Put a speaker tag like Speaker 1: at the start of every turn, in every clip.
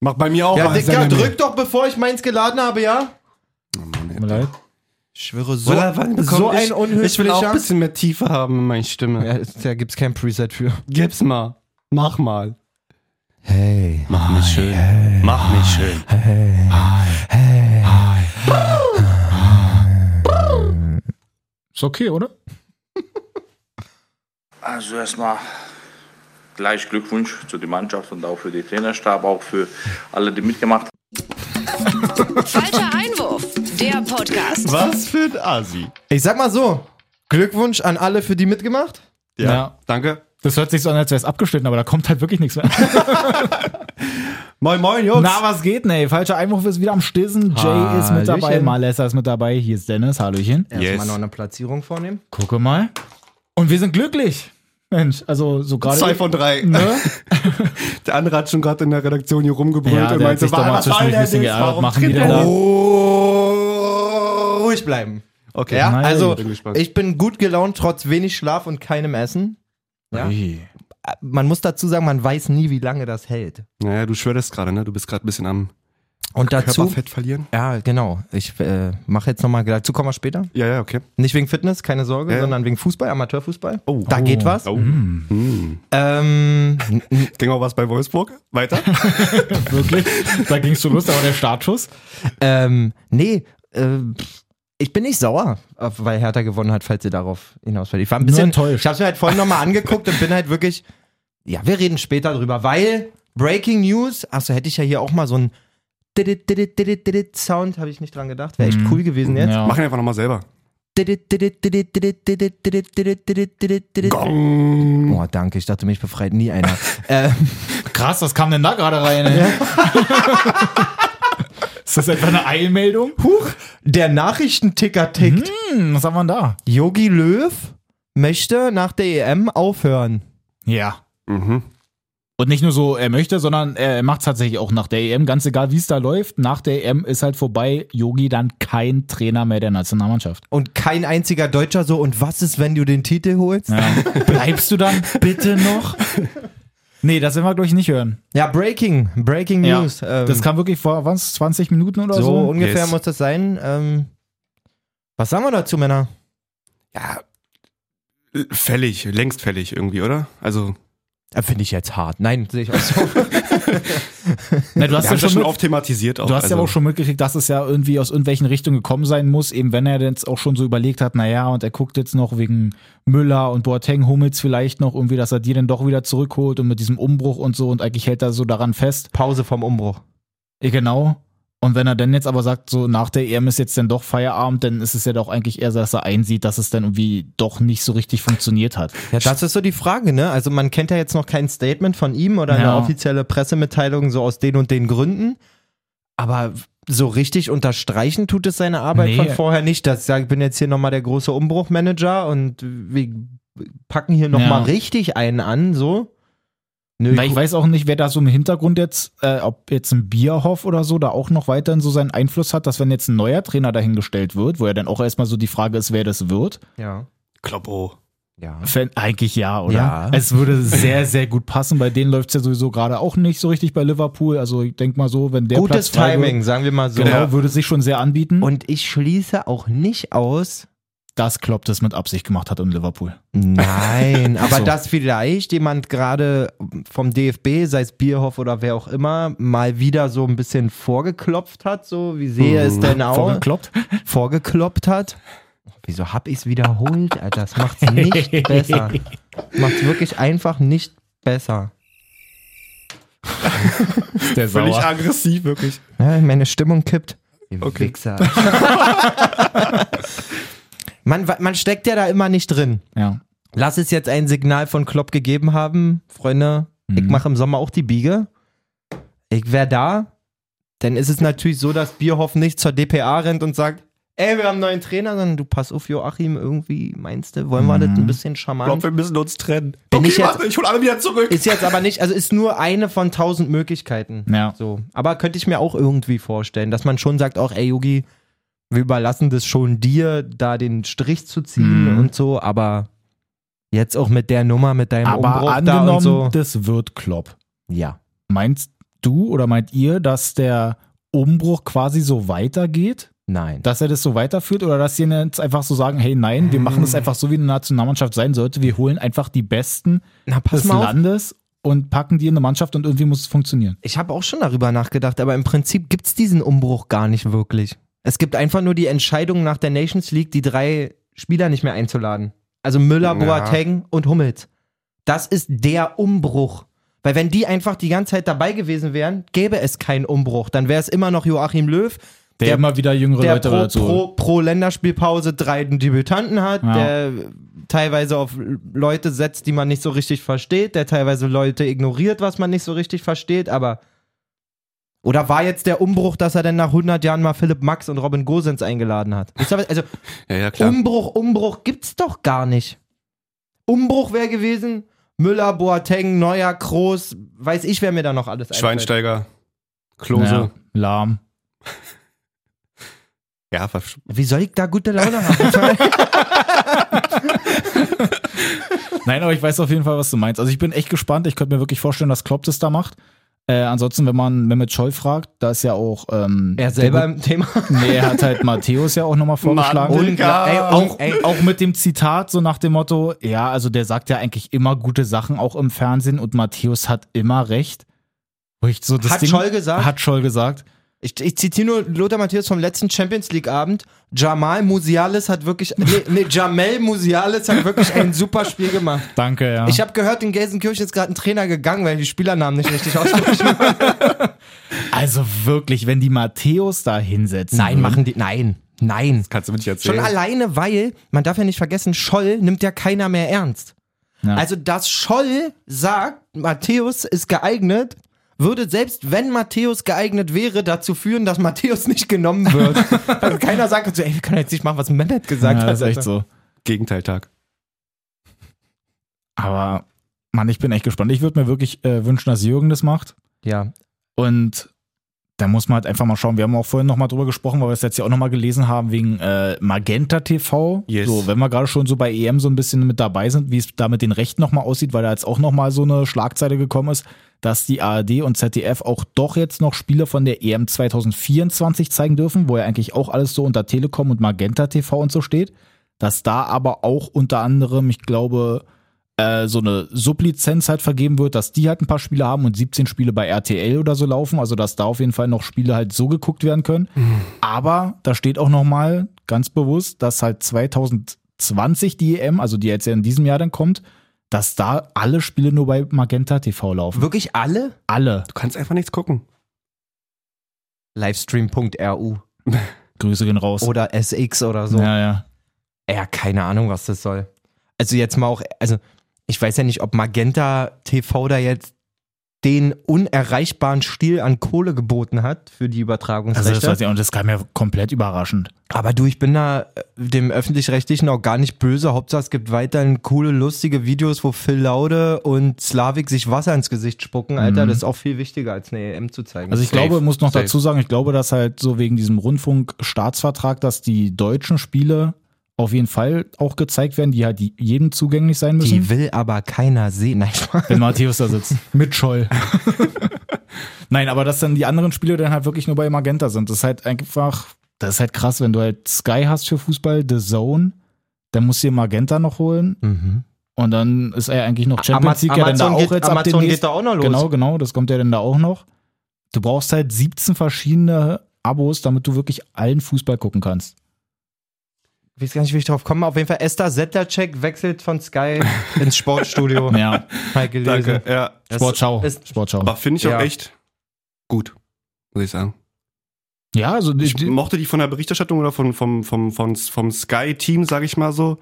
Speaker 1: Macht bei mir auch
Speaker 2: Ja,
Speaker 1: einen
Speaker 2: Dicker,
Speaker 1: Sender mehr.
Speaker 2: drück doch, bevor ich meins geladen habe, ja?
Speaker 3: Tut mir leid.
Speaker 2: Ich schwöre, so,
Speaker 3: Oder wann bekomme
Speaker 2: so
Speaker 3: ich-
Speaker 2: ein unhöflicher...
Speaker 3: ich will auch ein
Speaker 2: bisschen mehr Tiefe haben, meine Stimme.
Speaker 3: Ja, da gibt's kein Preset für.
Speaker 2: Gib's mal. Mach mal.
Speaker 3: Hey.
Speaker 2: Mach mich schön. Mach mich schön.
Speaker 3: Ist okay, oder?
Speaker 4: Also erstmal gleich Glückwunsch zu der Mannschaft und auch für den Trainerstab, auch für alle, die mitgemacht
Speaker 5: Falscher Einwurf, der Podcast.
Speaker 6: Was für ein Asi.
Speaker 2: Ich sag mal so, Glückwunsch an alle für die mitgemacht.
Speaker 6: Ja,
Speaker 3: Ja.
Speaker 6: danke.
Speaker 3: Das hört sich so an, als wäre es abgeschnitten, aber da kommt halt wirklich nichts mehr.
Speaker 6: Moin, moin, Jungs.
Speaker 3: Na, was geht denn, ey? Falscher Einwurf ist wieder am Stissen. Jay ist mit dabei,
Speaker 2: Hallöchen.
Speaker 3: Malessa ist mit dabei. Hier ist Dennis. Hallöchen.
Speaker 2: Erstmal
Speaker 6: Yes.
Speaker 2: noch eine Platzierung vornehmen.
Speaker 3: Gucke mal. Und wir sind glücklich. Mensch, also so gerade.
Speaker 1: Zwei von drei.
Speaker 3: Ne?
Speaker 1: Der andere hat schon gerade in der Redaktion hier rumgebrüllt
Speaker 3: Ja,
Speaker 1: und
Speaker 3: der hat
Speaker 1: meinte,
Speaker 3: sich doch mal
Speaker 1: was soll
Speaker 3: zwischendurch ein
Speaker 1: der
Speaker 3: bisschen
Speaker 1: denn?
Speaker 3: geärgert.
Speaker 1: Warum
Speaker 3: Machen die
Speaker 1: tritt
Speaker 3: denn
Speaker 1: der
Speaker 3: da?
Speaker 1: hoch?
Speaker 2: Oh, ruhig bleiben.
Speaker 1: Okay.
Speaker 2: Ja,
Speaker 3: Nein,
Speaker 2: also
Speaker 1: bin gespannt.
Speaker 2: ich bin gut gelaunt, trotz wenig Schlaf und keinem Essen. Ja.
Speaker 3: Ui.
Speaker 2: Man muss dazu sagen, man weiß nie, wie lange das hält.
Speaker 1: Naja, du schwörst gerade, ne? Du bist gerade ein bisschen am
Speaker 2: Und dazu,
Speaker 1: Körperfett verlieren.
Speaker 2: ja genau, ich äh, mache jetzt nochmal, dazu kommen wir später.
Speaker 1: Ja, ja, okay.
Speaker 2: Nicht wegen Fitness, keine Sorge,
Speaker 1: Ja.
Speaker 2: sondern wegen Fußball, Amateurfußball. Oh. Da geht was.
Speaker 1: Oh.
Speaker 2: Ähm, n- n-
Speaker 1: Ging auch was bei Wolfsburg? Weiter?
Speaker 3: Wirklich? Da ging's schon los, aber der Startschuss.
Speaker 2: ähm, nee, äh, ich bin nicht sauer, äh, weil Hertha gewonnen hat, falls ihr darauf hinausfällt. Ich war ein
Speaker 3: Nur
Speaker 2: bisschen,
Speaker 3: enttäuscht.
Speaker 2: ich hab's mir halt vorhin nochmal angeguckt und bin halt wirklich, ja, wir reden später drüber, weil Breaking News, achso, hätte ich ja hier auch mal so ein didit, didit, didit, didit Sound, habe ich nicht dran gedacht, wäre echt cool gewesen jetzt.
Speaker 3: Ja.
Speaker 1: Mach ihn einfach nochmal selber.
Speaker 2: Didit, didit, didit, didit, didit, didit, didit, didit, didit, didit.
Speaker 1: Gong.
Speaker 2: Oh, danke, ich dachte, mich befreit nie einer. ähm,
Speaker 3: Krass, was kam denn da gerade rein, ey? Ist das etwa eine Eilmeldung?
Speaker 2: Huch, der Nachrichtenticker tickt.
Speaker 3: Hm, was haben wir denn da?
Speaker 2: Yogi Löw möchte nach der EM aufhören.
Speaker 3: Ja.
Speaker 1: Mhm.
Speaker 3: Und nicht nur so, er möchte, sondern er macht tatsächlich auch nach der EM, ganz egal wie es da läuft. Nach der EM ist halt vorbei, Yogi dann kein Trainer mehr der Nationalmannschaft.
Speaker 2: Und kein einziger Deutscher so, und was ist, wenn du den Titel holst? Ja,
Speaker 3: Bleibst du dann bitte noch? Nee, das werden wir, glaube ich, nicht hören.
Speaker 2: Breaking, Breaking News. Ähm,
Speaker 3: das kam wirklich vor, was, 20 Minuten oder
Speaker 2: so,
Speaker 3: so?
Speaker 2: ungefähr
Speaker 1: Yes.
Speaker 2: muss das sein. Ähm, was sagen wir dazu, Männer?
Speaker 1: Ja. Fällig, längst fällig irgendwie, oder? Also,
Speaker 2: Äh, Finde ich jetzt hart. Nein, sehe ich auch so.
Speaker 3: Na, Ne, du
Speaker 1: wir
Speaker 3: hast ja
Speaker 1: haben das
Speaker 3: schon,
Speaker 1: schon
Speaker 3: mit,
Speaker 1: oft thematisiert. Auch,
Speaker 3: Du hast
Speaker 1: also,
Speaker 3: ja auch schon mitgekriegt, dass es ja irgendwie aus irgendwelchen Richtungen gekommen sein muss, eben wenn er jetzt auch schon so überlegt hat, naja, und er guckt jetzt noch wegen Müller und Boateng, Hummels vielleicht noch irgendwie, dass er die dann doch wieder zurückholt und mit diesem Umbruch und so und eigentlich hält er so daran fest.
Speaker 2: Pause vom Umbruch.
Speaker 3: Ja, genau. Und wenn er dann jetzt aber sagt, so nach der EM ist jetzt dann doch Feierabend, dann ist es ja doch eigentlich eher, so, dass er einsieht, dass es dann irgendwie doch nicht so richtig funktioniert hat.
Speaker 2: Ja, das ist so die Frage, ne? Also man kennt ja jetzt noch kein Statement von ihm oder eine
Speaker 3: Ja.
Speaker 2: offizielle Pressemitteilung so aus den und den Gründen, aber so richtig unterstreichen tut es seine Arbeit
Speaker 3: Nee.
Speaker 2: von vorher nicht. Dass ich sage, ich bin jetzt hier nochmal der große Umbruchmanager und wir packen hier
Speaker 3: Ja.
Speaker 2: nochmal mal richtig einen an, so. Nö,
Speaker 3: Weil ich weiß auch nicht, wer da so im Hintergrund jetzt, äh, ob jetzt ein Bierhoff oder so, da auch noch weiterhin so seinen Einfluss hat, dass wenn jetzt ein neuer Trainer dahingestellt wird, wo ja dann auch erstmal so die Frage ist, wer das wird.
Speaker 2: ja.
Speaker 1: Kloppo.
Speaker 2: Ja.
Speaker 3: Fän- Eigentlich ja, oder?
Speaker 2: Ja.
Speaker 3: Es würde sehr, sehr gut passen. Bei denen läuft es ja sowieso gerade auch nicht so richtig bei Liverpool. Also ich denk mal so, wenn der Platz
Speaker 2: Gutes
Speaker 3: frei
Speaker 2: Timing, sagen wir mal so.
Speaker 3: Wird, genau, würde sich schon sehr anbieten.
Speaker 2: Und ich schließe auch nicht aus,
Speaker 3: das Klopp das mit Absicht gemacht hat in Liverpool.
Speaker 2: Nein, aber
Speaker 3: So.
Speaker 2: dass vielleicht jemand gerade vom DFB, sei es Bierhoff oder wer auch immer, mal wieder so ein bisschen vorgeklopft hat, so wie sehe es denn aus?
Speaker 3: Vorgekloppt.
Speaker 2: Vorgekloppt hat. Wieso hab ich's wiederholt? Alter, das macht's nicht besser. Macht's wirklich einfach nicht besser.
Speaker 3: Der
Speaker 1: Völlig aggressiv, wirklich.
Speaker 2: Ja, Ne, meine Stimmung kippt. Ihr
Speaker 1: Okay.
Speaker 2: Wichser. man, man steckt ja da immer nicht drin.
Speaker 3: Ja.
Speaker 2: Lass es jetzt ein Signal von Klopp gegeben haben, Freunde. Ich
Speaker 3: Mhm.
Speaker 2: mache im Sommer auch die Biege. Ich wäre da. Dann ist es natürlich so, dass Bierhoff nicht zur DPA rennt und sagt, ey, wir haben einen neuen Trainer, sondern du pass auf, Joachim, irgendwie meinst du, wollen wir das ein bisschen
Speaker 1: Ich glaube,
Speaker 2: charmant?
Speaker 1: wir müssen uns trennen.
Speaker 2: Bin ich jetzt-
Speaker 1: warte, ich hol alle wieder zurück.
Speaker 2: Ist jetzt aber nicht, also ist nur eine von tausend Möglichkeiten.
Speaker 3: Ja.
Speaker 2: So. Aber könnte ich mir auch irgendwie vorstellen, dass man schon sagt, auch, ey, Yogi, wir überlassen das schon dir, da den Strich zu ziehen
Speaker 3: Mhm.
Speaker 2: und so, aber jetzt auch mit der Nummer, mit deinem
Speaker 3: Aber
Speaker 2: Umbruch da
Speaker 3: angenommen,
Speaker 2: und so.
Speaker 3: das wird Klopp.
Speaker 2: Ja.
Speaker 3: Meinst du oder meint ihr, dass der Umbruch quasi so weitergeht?
Speaker 2: Nein.
Speaker 3: Dass er das so weiterführt oder dass sie jetzt einfach so sagen, hey nein, wir machen das
Speaker 2: Hm.
Speaker 3: einfach so, wie eine Nationalmannschaft sein sollte. Wir holen einfach die Besten
Speaker 2: Na,
Speaker 3: des Landes und packen die in eine Mannschaft und irgendwie muss es funktionieren.
Speaker 2: Ich habe auch schon darüber nachgedacht, aber im Prinzip gibt es diesen Umbruch gar nicht wirklich. Es gibt einfach nur die Entscheidung nach der Nations League, die drei Spieler nicht mehr einzuladen. Also Müller, Boateng und Hummels. Das ist der Umbruch. Weil wenn die einfach die ganze Zeit dabei gewesen wären, gäbe es keinen Umbruch. Dann wäre es immer noch Joachim Löw,
Speaker 3: Der,
Speaker 2: Der-
Speaker 3: immer wieder jüngere
Speaker 2: der
Speaker 3: Leute
Speaker 2: pro,
Speaker 3: dazu.
Speaker 2: pro, pro Länderspielpause drei Debütanten hat,
Speaker 3: Ja.
Speaker 2: der teilweise auf Leute setzt, die man nicht so richtig versteht, der teilweise Leute ignoriert, was man nicht so richtig versteht, aber oder war jetzt der Umbruch, dass er denn nach 100 Jahren mal Philipp Max und Robin Gosens eingeladen hat? Ich sag, also
Speaker 1: Ja, ja, klar.
Speaker 2: Umbruch, Umbruch gibt's doch gar nicht. Umbruch wäre gewesen Müller, Boateng, Neuer, Kroos, weiß ich, wer mir da noch alles einfällt.
Speaker 1: Schweinsteiger, Klose.
Speaker 3: Ja, lahm.
Speaker 1: Ja, versch-
Speaker 2: Wie soll ich da gute Laune haben?
Speaker 3: Nein, aber ich weiß auf jeden Fall, was du meinst. Also ich bin echt gespannt. Ich könnte mir wirklich vorstellen, dass Klopp das da macht. Äh, ansonsten, wenn man Mehmet Scholl fragt, da ist ja auch ähm,
Speaker 2: er selber im Thema.
Speaker 3: Der, nee, er hat halt Matthäus ja auch nochmal vorgeschlagen.
Speaker 1: Mann,
Speaker 3: Und,
Speaker 1: Digga.
Speaker 3: ey, auch, ey, auch mit dem Zitat so nach dem Motto, ja, also der sagt ja eigentlich immer gute Sachen auch im Fernsehen und Matthäus hat immer recht. Wo ich so das
Speaker 2: Hat
Speaker 3: Ding,
Speaker 2: Scholl gesagt?
Speaker 3: Hat Scholl gesagt.
Speaker 2: Ich, ich zitiere nur Lothar Matthäus vom letzten Champions League Abend. Jamal Musialis hat wirklich, nee, nee Jamel Musialis hat wirklich ein super Spiel gemacht.
Speaker 3: Danke, ja.
Speaker 2: Ich habe gehört, in Gelsenkirchen ist gerade ein Trainer gegangen, weil die Spielernamen nicht richtig aussprechen.
Speaker 3: also wirklich, wenn die Matthäus da hinsetzen.
Speaker 2: nein,
Speaker 3: würden.
Speaker 2: machen die, nein, nein.
Speaker 1: kannst du mir nicht
Speaker 2: Schon
Speaker 1: erzählen.
Speaker 2: alleine, weil, man darf ja nicht vergessen, Scholl nimmt ja keiner mehr ernst.
Speaker 3: Ja.
Speaker 2: Also, dass Scholl sagt, Matthäus ist geeignet, würde selbst wenn Matthäus geeignet wäre, dazu führen, dass Matthäus nicht genommen wird. also keiner sagt dazu, ey, wir können jetzt nicht machen, was Mehmet gesagt
Speaker 3: ja,
Speaker 2: hat.
Speaker 3: das ist echt so.
Speaker 1: Gegenteiltag.
Speaker 3: Aber Mann, ich bin echt gespannt. Ich würde mir wirklich äh, wünschen, dass Jürgen das macht.
Speaker 2: Ja.
Speaker 3: Und da muss man halt einfach mal schauen. Wir haben auch vorhin nochmal drüber gesprochen, weil wir es jetzt ja auch nochmal gelesen haben, wegen äh, Magenta TV.
Speaker 1: Yes.
Speaker 3: So, wenn wir gerade schon so bei EM so ein bisschen mit dabei sind, wie es da mit den Rechten nochmal aussieht, weil da jetzt auch nochmal so eine Schlagzeile gekommen ist, dass die ARD und ZDF auch doch jetzt noch Spiele von der EM 2024 zeigen dürfen, wo ja eigentlich auch alles so unter Telekom und Magenta TV und so steht. Dass da aber auch unter anderem, ich glaube, äh, so eine Sublizenz halt vergeben wird, dass die halt ein paar Spiele haben und 17 Spiele bei RTL oder so laufen, also dass da auf jeden Fall noch Spiele halt so geguckt werden können. Aber da steht auch noch mal ganz bewusst, dass halt 2020 die EM, also die jetzt ja in diesem Jahr dann kommt, dass da alle Spiele nur bei Magenta TV laufen.
Speaker 2: Wirklich alle?
Speaker 3: Alle.
Speaker 1: Du kannst einfach nichts gucken.
Speaker 2: Livestream.ru
Speaker 3: Grüße gehen raus.
Speaker 2: oder SX oder so.
Speaker 3: Ja, ja.
Speaker 2: Ja, keine Ahnung, was das soll. Also jetzt mal auch, also ich weiß ja nicht, ob Magenta TV da jetzt den unerreichbaren Stil an Kohle geboten hat für die
Speaker 3: Also das
Speaker 2: Übertragungsrechte.
Speaker 3: weiß ich, auch, und das kam ja komplett überraschend.
Speaker 2: Aber du, ich bin da äh, dem öffentlich-rechtlichen auch gar nicht böse. Hauptsache es gibt weiterhin coole, lustige Videos, wo Phil Laude und Slavik sich Wasser ins Gesicht spucken. Alter, das ist auch viel wichtiger, als eine EM zu zeigen.
Speaker 3: Mhm. Also ich
Speaker 1: Safe,
Speaker 3: glaube, muss noch
Speaker 1: safe.
Speaker 3: dazu sagen, ich glaube, dass halt so wegen diesem Rundfunkstaatsvertrag, dass die deutschen Spiele auf jeden Fall auch gezeigt werden, die halt die- jedem zugänglich sein müssen. Genau.
Speaker 2: die will aber keiner sehen. Nein, Spaß.
Speaker 3: wenn Matthäus da sitzt. Mit Scholl. Nein, aber dass dann die anderen Spiele dann halt wirklich nur bei Magenta sind. Das ist halt einfach, das ist halt krass, wenn du halt Sky hast für Fußball, The Zone, dann musst du dir Magenta noch holen
Speaker 2: mhm.
Speaker 3: und dann ist er eigentlich noch Champions League ja dann da
Speaker 2: Amazon,
Speaker 3: auch
Speaker 2: geht,
Speaker 3: jetzt ab
Speaker 2: Amazon
Speaker 3: demnächst-
Speaker 2: geht da auch noch los.
Speaker 3: Genau, genau, das kommt ja dann da auch noch. Du brauchst halt 17 verschiedene Abos, damit du wirklich allen Fußball gucken kannst.
Speaker 2: Ich weiß gar nicht, wie ich drauf komme. Auf jeden Fall, Esther Settercheck wechselt von Sky ins Sportstudio.
Speaker 3: Ja,
Speaker 2: Mal gelesen.
Speaker 1: Ja.
Speaker 2: Das
Speaker 3: Sportschau.
Speaker 2: ist-
Speaker 3: Sportschau.
Speaker 1: Aber finde ich
Speaker 2: Ja.
Speaker 1: auch echt gut, muss ich sagen.
Speaker 3: Ja, also die-
Speaker 1: Ich
Speaker 3: die-
Speaker 1: mochte die von der Berichterstattung oder von, vom, vom, vom, vom Sky-Team, sag ich mal so,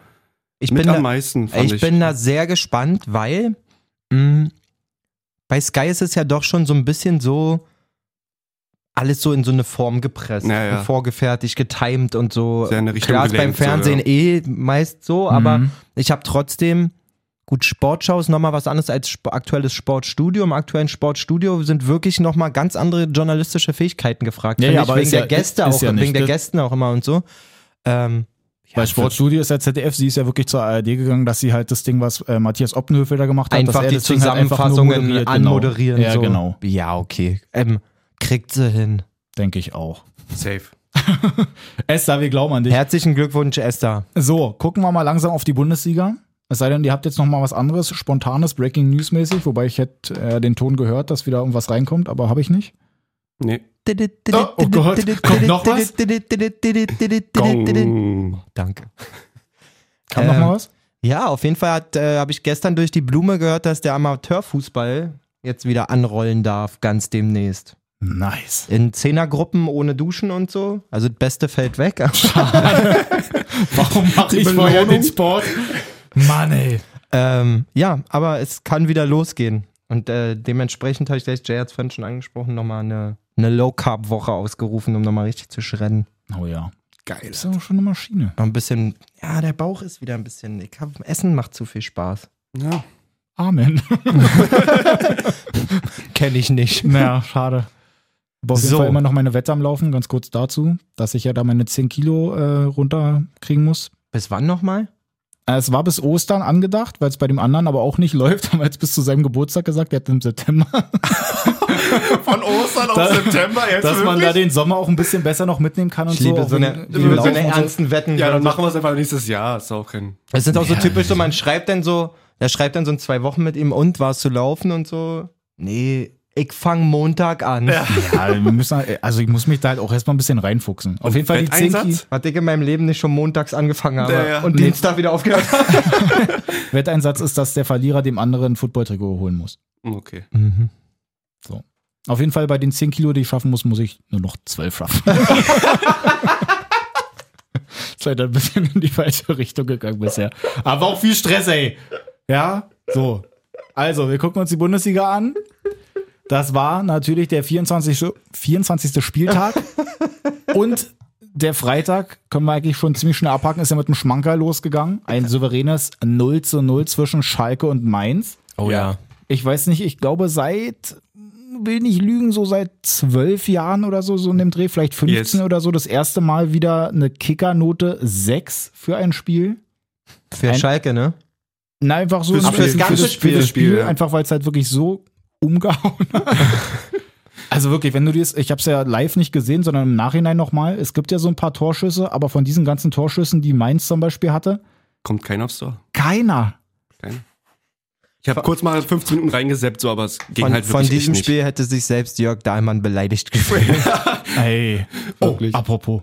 Speaker 2: Ich
Speaker 1: mit
Speaker 2: bin da,
Speaker 1: am meisten, Hm, fand
Speaker 2: ich,
Speaker 1: ich.
Speaker 2: bin da sehr gespannt, weil mh, bei Sky ist es ja doch schon so ein bisschen so alles so in so eine Form gepresst,
Speaker 1: Ja, ja.
Speaker 2: und vorgefertigt, getimed und so.
Speaker 1: Sehr in eine Richtung
Speaker 2: Klar ist beim
Speaker 1: gelenkt, so,
Speaker 2: Fernsehen
Speaker 1: ja.
Speaker 2: eh meist so, aber
Speaker 3: Mhm.
Speaker 2: ich habe trotzdem gut Sportschau ist nochmal was anderes als sp aktuelles Sportstudio. Im aktuellen Sportstudio sind wirklich nochmal ganz andere journalistische Fähigkeiten gefragt.
Speaker 3: Ja,
Speaker 2: finde
Speaker 3: ja,
Speaker 2: ich,
Speaker 3: aber
Speaker 2: wegen
Speaker 3: ist
Speaker 2: der
Speaker 3: ja-
Speaker 2: Gäste
Speaker 3: ist
Speaker 2: auch,
Speaker 3: ja nicht
Speaker 2: wegen der
Speaker 3: das-
Speaker 2: Gästen auch immer und so. Ähm,
Speaker 3: Bei Sportstudio ist der ZDF, sie ist ja wirklich zur ARD gegangen, dass sie halt das Ding, was äh, Matthias Oppenhövel da gemacht hat,
Speaker 2: einfach
Speaker 3: dass er
Speaker 2: die
Speaker 3: das Ding halt einfach nur
Speaker 2: Zusammenfassungen
Speaker 3: moderiert, genau.
Speaker 2: anmoderieren.
Speaker 3: Ja,
Speaker 2: so.
Speaker 3: genau,
Speaker 2: Ja, okay. Ähm, kriegt sie hin.
Speaker 3: denke ich auch.
Speaker 1: Safe.
Speaker 3: Esther, wir glauben an dich.
Speaker 2: Herzlichen Glückwunsch, Esther.
Speaker 3: So, gucken wir mal langsam auf die Bundesliga. Es sei denn, ihr habt jetzt noch mal was anderes, spontanes, Breaking News mäßig, wobei ich hätte äh, den Ton gehört, dass wieder irgendwas reinkommt, aber habe ich nicht.
Speaker 1: Nee.
Speaker 3: Oh, oh Gott, kommt noch was?
Speaker 1: Gong.
Speaker 2: Danke.
Speaker 3: Kam noch
Speaker 2: Ähm,
Speaker 3: mal was?
Speaker 2: Ja, auf jeden Fall hat, äh, habe ich gestern durch die Blume gehört, dass der Amateurfußball jetzt wieder anrollen darf, ganz demnächst.
Speaker 3: Nice.
Speaker 2: In Zehnergruppen ohne Duschen und so. Also das Beste fällt weg.
Speaker 3: Warum mache ich vorher den Sport? Mann, ey.
Speaker 2: ähm, ja, aber es kann wieder losgehen. Und äh, dementsprechend habe ich gleich, Jay hat es vorhin schon angesprochen, nochmal eine, eine Low-Carb-Woche ausgerufen, um nochmal richtig zu schredden.
Speaker 3: Oh ja. Geil. Ist ja schon eine Maschine.
Speaker 2: Noch ein bisschen, ja, der Bauch ist wieder ein bisschen, ich hab, Essen macht zu viel Spaß.
Speaker 1: Ja.
Speaker 3: Amen.
Speaker 2: Kenne ich nicht.
Speaker 3: Naja, schade. Aber auf jeden
Speaker 2: So.
Speaker 3: Fall immer noch meine Wette am Laufen, ganz kurz dazu, dass ich ja da meine 10 Kilo äh, runterkriegen muss.
Speaker 2: Bis wann nochmal?
Speaker 3: Äh, Es war bis Ostern angedacht, weil es bei dem anderen aber auch nicht läuft, haben wir jetzt bis zu seinem Geburtstag gesagt, der hat im September,
Speaker 1: Von Ostern auf
Speaker 3: Da-
Speaker 1: September jetzt
Speaker 3: dass man da den Sommer auch ein bisschen besser noch mitnehmen kann und
Speaker 2: Ich liebe
Speaker 3: so.
Speaker 2: so
Speaker 3: auch
Speaker 2: eine,
Speaker 3: wegen-
Speaker 2: liebe so
Speaker 3: Laufen
Speaker 2: eine
Speaker 3: und
Speaker 2: ernsten Wetten.
Speaker 1: ja, dann machen wir es einfach nächstes Jahr. Ist auch kein.
Speaker 2: Es sind auch so
Speaker 3: Ja.
Speaker 2: typisch, so man schreibt dann so, er schreibt dann so in zwei Wochen mit ihm und warst du laufen und so. Nee, ich fang Montag an.
Speaker 3: Ja, wir müssen, halt- also ich muss mich da halt auch erstmal ein bisschen reinfuchsen. Auf jeden Fall die 10 Kilo.
Speaker 1: Wetteinsatz?
Speaker 2: Hat ich in meinem Leben nicht schon montags angefangen habe
Speaker 1: Ja, ja.
Speaker 2: und
Speaker 3: Nee.
Speaker 2: Dienstag wieder aufgehört habe.
Speaker 3: Wetteinsatz ist, dass der Verlierer dem anderen ein Football-Trikot holen muss.
Speaker 1: Hm, Okay.
Speaker 3: Mhm. Auf jeden Fall bei den 10 Kilo, die ich schaffen muss, muss ich nur noch 12 schaffen. Das ist leider ein bisschen in die falsche Richtung gegangen bisher. Aber auch viel Stress, ey. Ja, so. Also, wir gucken uns die Bundesliga an. Das war natürlich der 24. Schu- 24. Spieltag. Und der Freitag, können wir eigentlich schon ziemlich schnell abhaken, ist ja mit dem Schmanker losgegangen. Ein souveränes 0 zu 0 zwischen Schalke und Mainz.
Speaker 2: Oh ja.
Speaker 3: Ich weiß nicht, ich glaube seit, will nicht lügen, so seit zwölf Jahren oder so, so in dem Dreh, vielleicht 15
Speaker 1: Yes.
Speaker 3: oder so, das erste Mal wieder eine Kickernote 6 für ein Spiel.
Speaker 2: Für
Speaker 3: Ein-
Speaker 2: Schalke, ne?
Speaker 3: Na, einfach so.
Speaker 1: Fürs
Speaker 3: so-
Speaker 1: Spiel.
Speaker 3: für
Speaker 2: Ganze
Speaker 3: das- für
Speaker 1: Spiel.
Speaker 3: das Spiel,
Speaker 1: Spiel, ja.
Speaker 3: einfach weil es halt wirklich so umgehauen hat. Also wirklich, wenn du dir ich habe es ja live nicht gesehen, sondern im Nachhinein nochmal. Es gibt ja so ein paar Torschüsse, aber von diesen ganzen Torschüssen, die Mainz zum Beispiel hatte,
Speaker 1: Kommt keiner aufs Tor.
Speaker 3: keiner.
Speaker 1: Kein. Ich habe kurz mal 15 Minuten reingeseppt, so, aber es ging
Speaker 2: Von,
Speaker 1: halt
Speaker 2: von
Speaker 1: wirklich echt
Speaker 2: diesem
Speaker 1: nicht.
Speaker 2: Spiel hätte sich selbst Jörg Dahlmann beleidigt gefühlt.
Speaker 3: Ey, oh,
Speaker 2: Wirklich.
Speaker 3: apropos.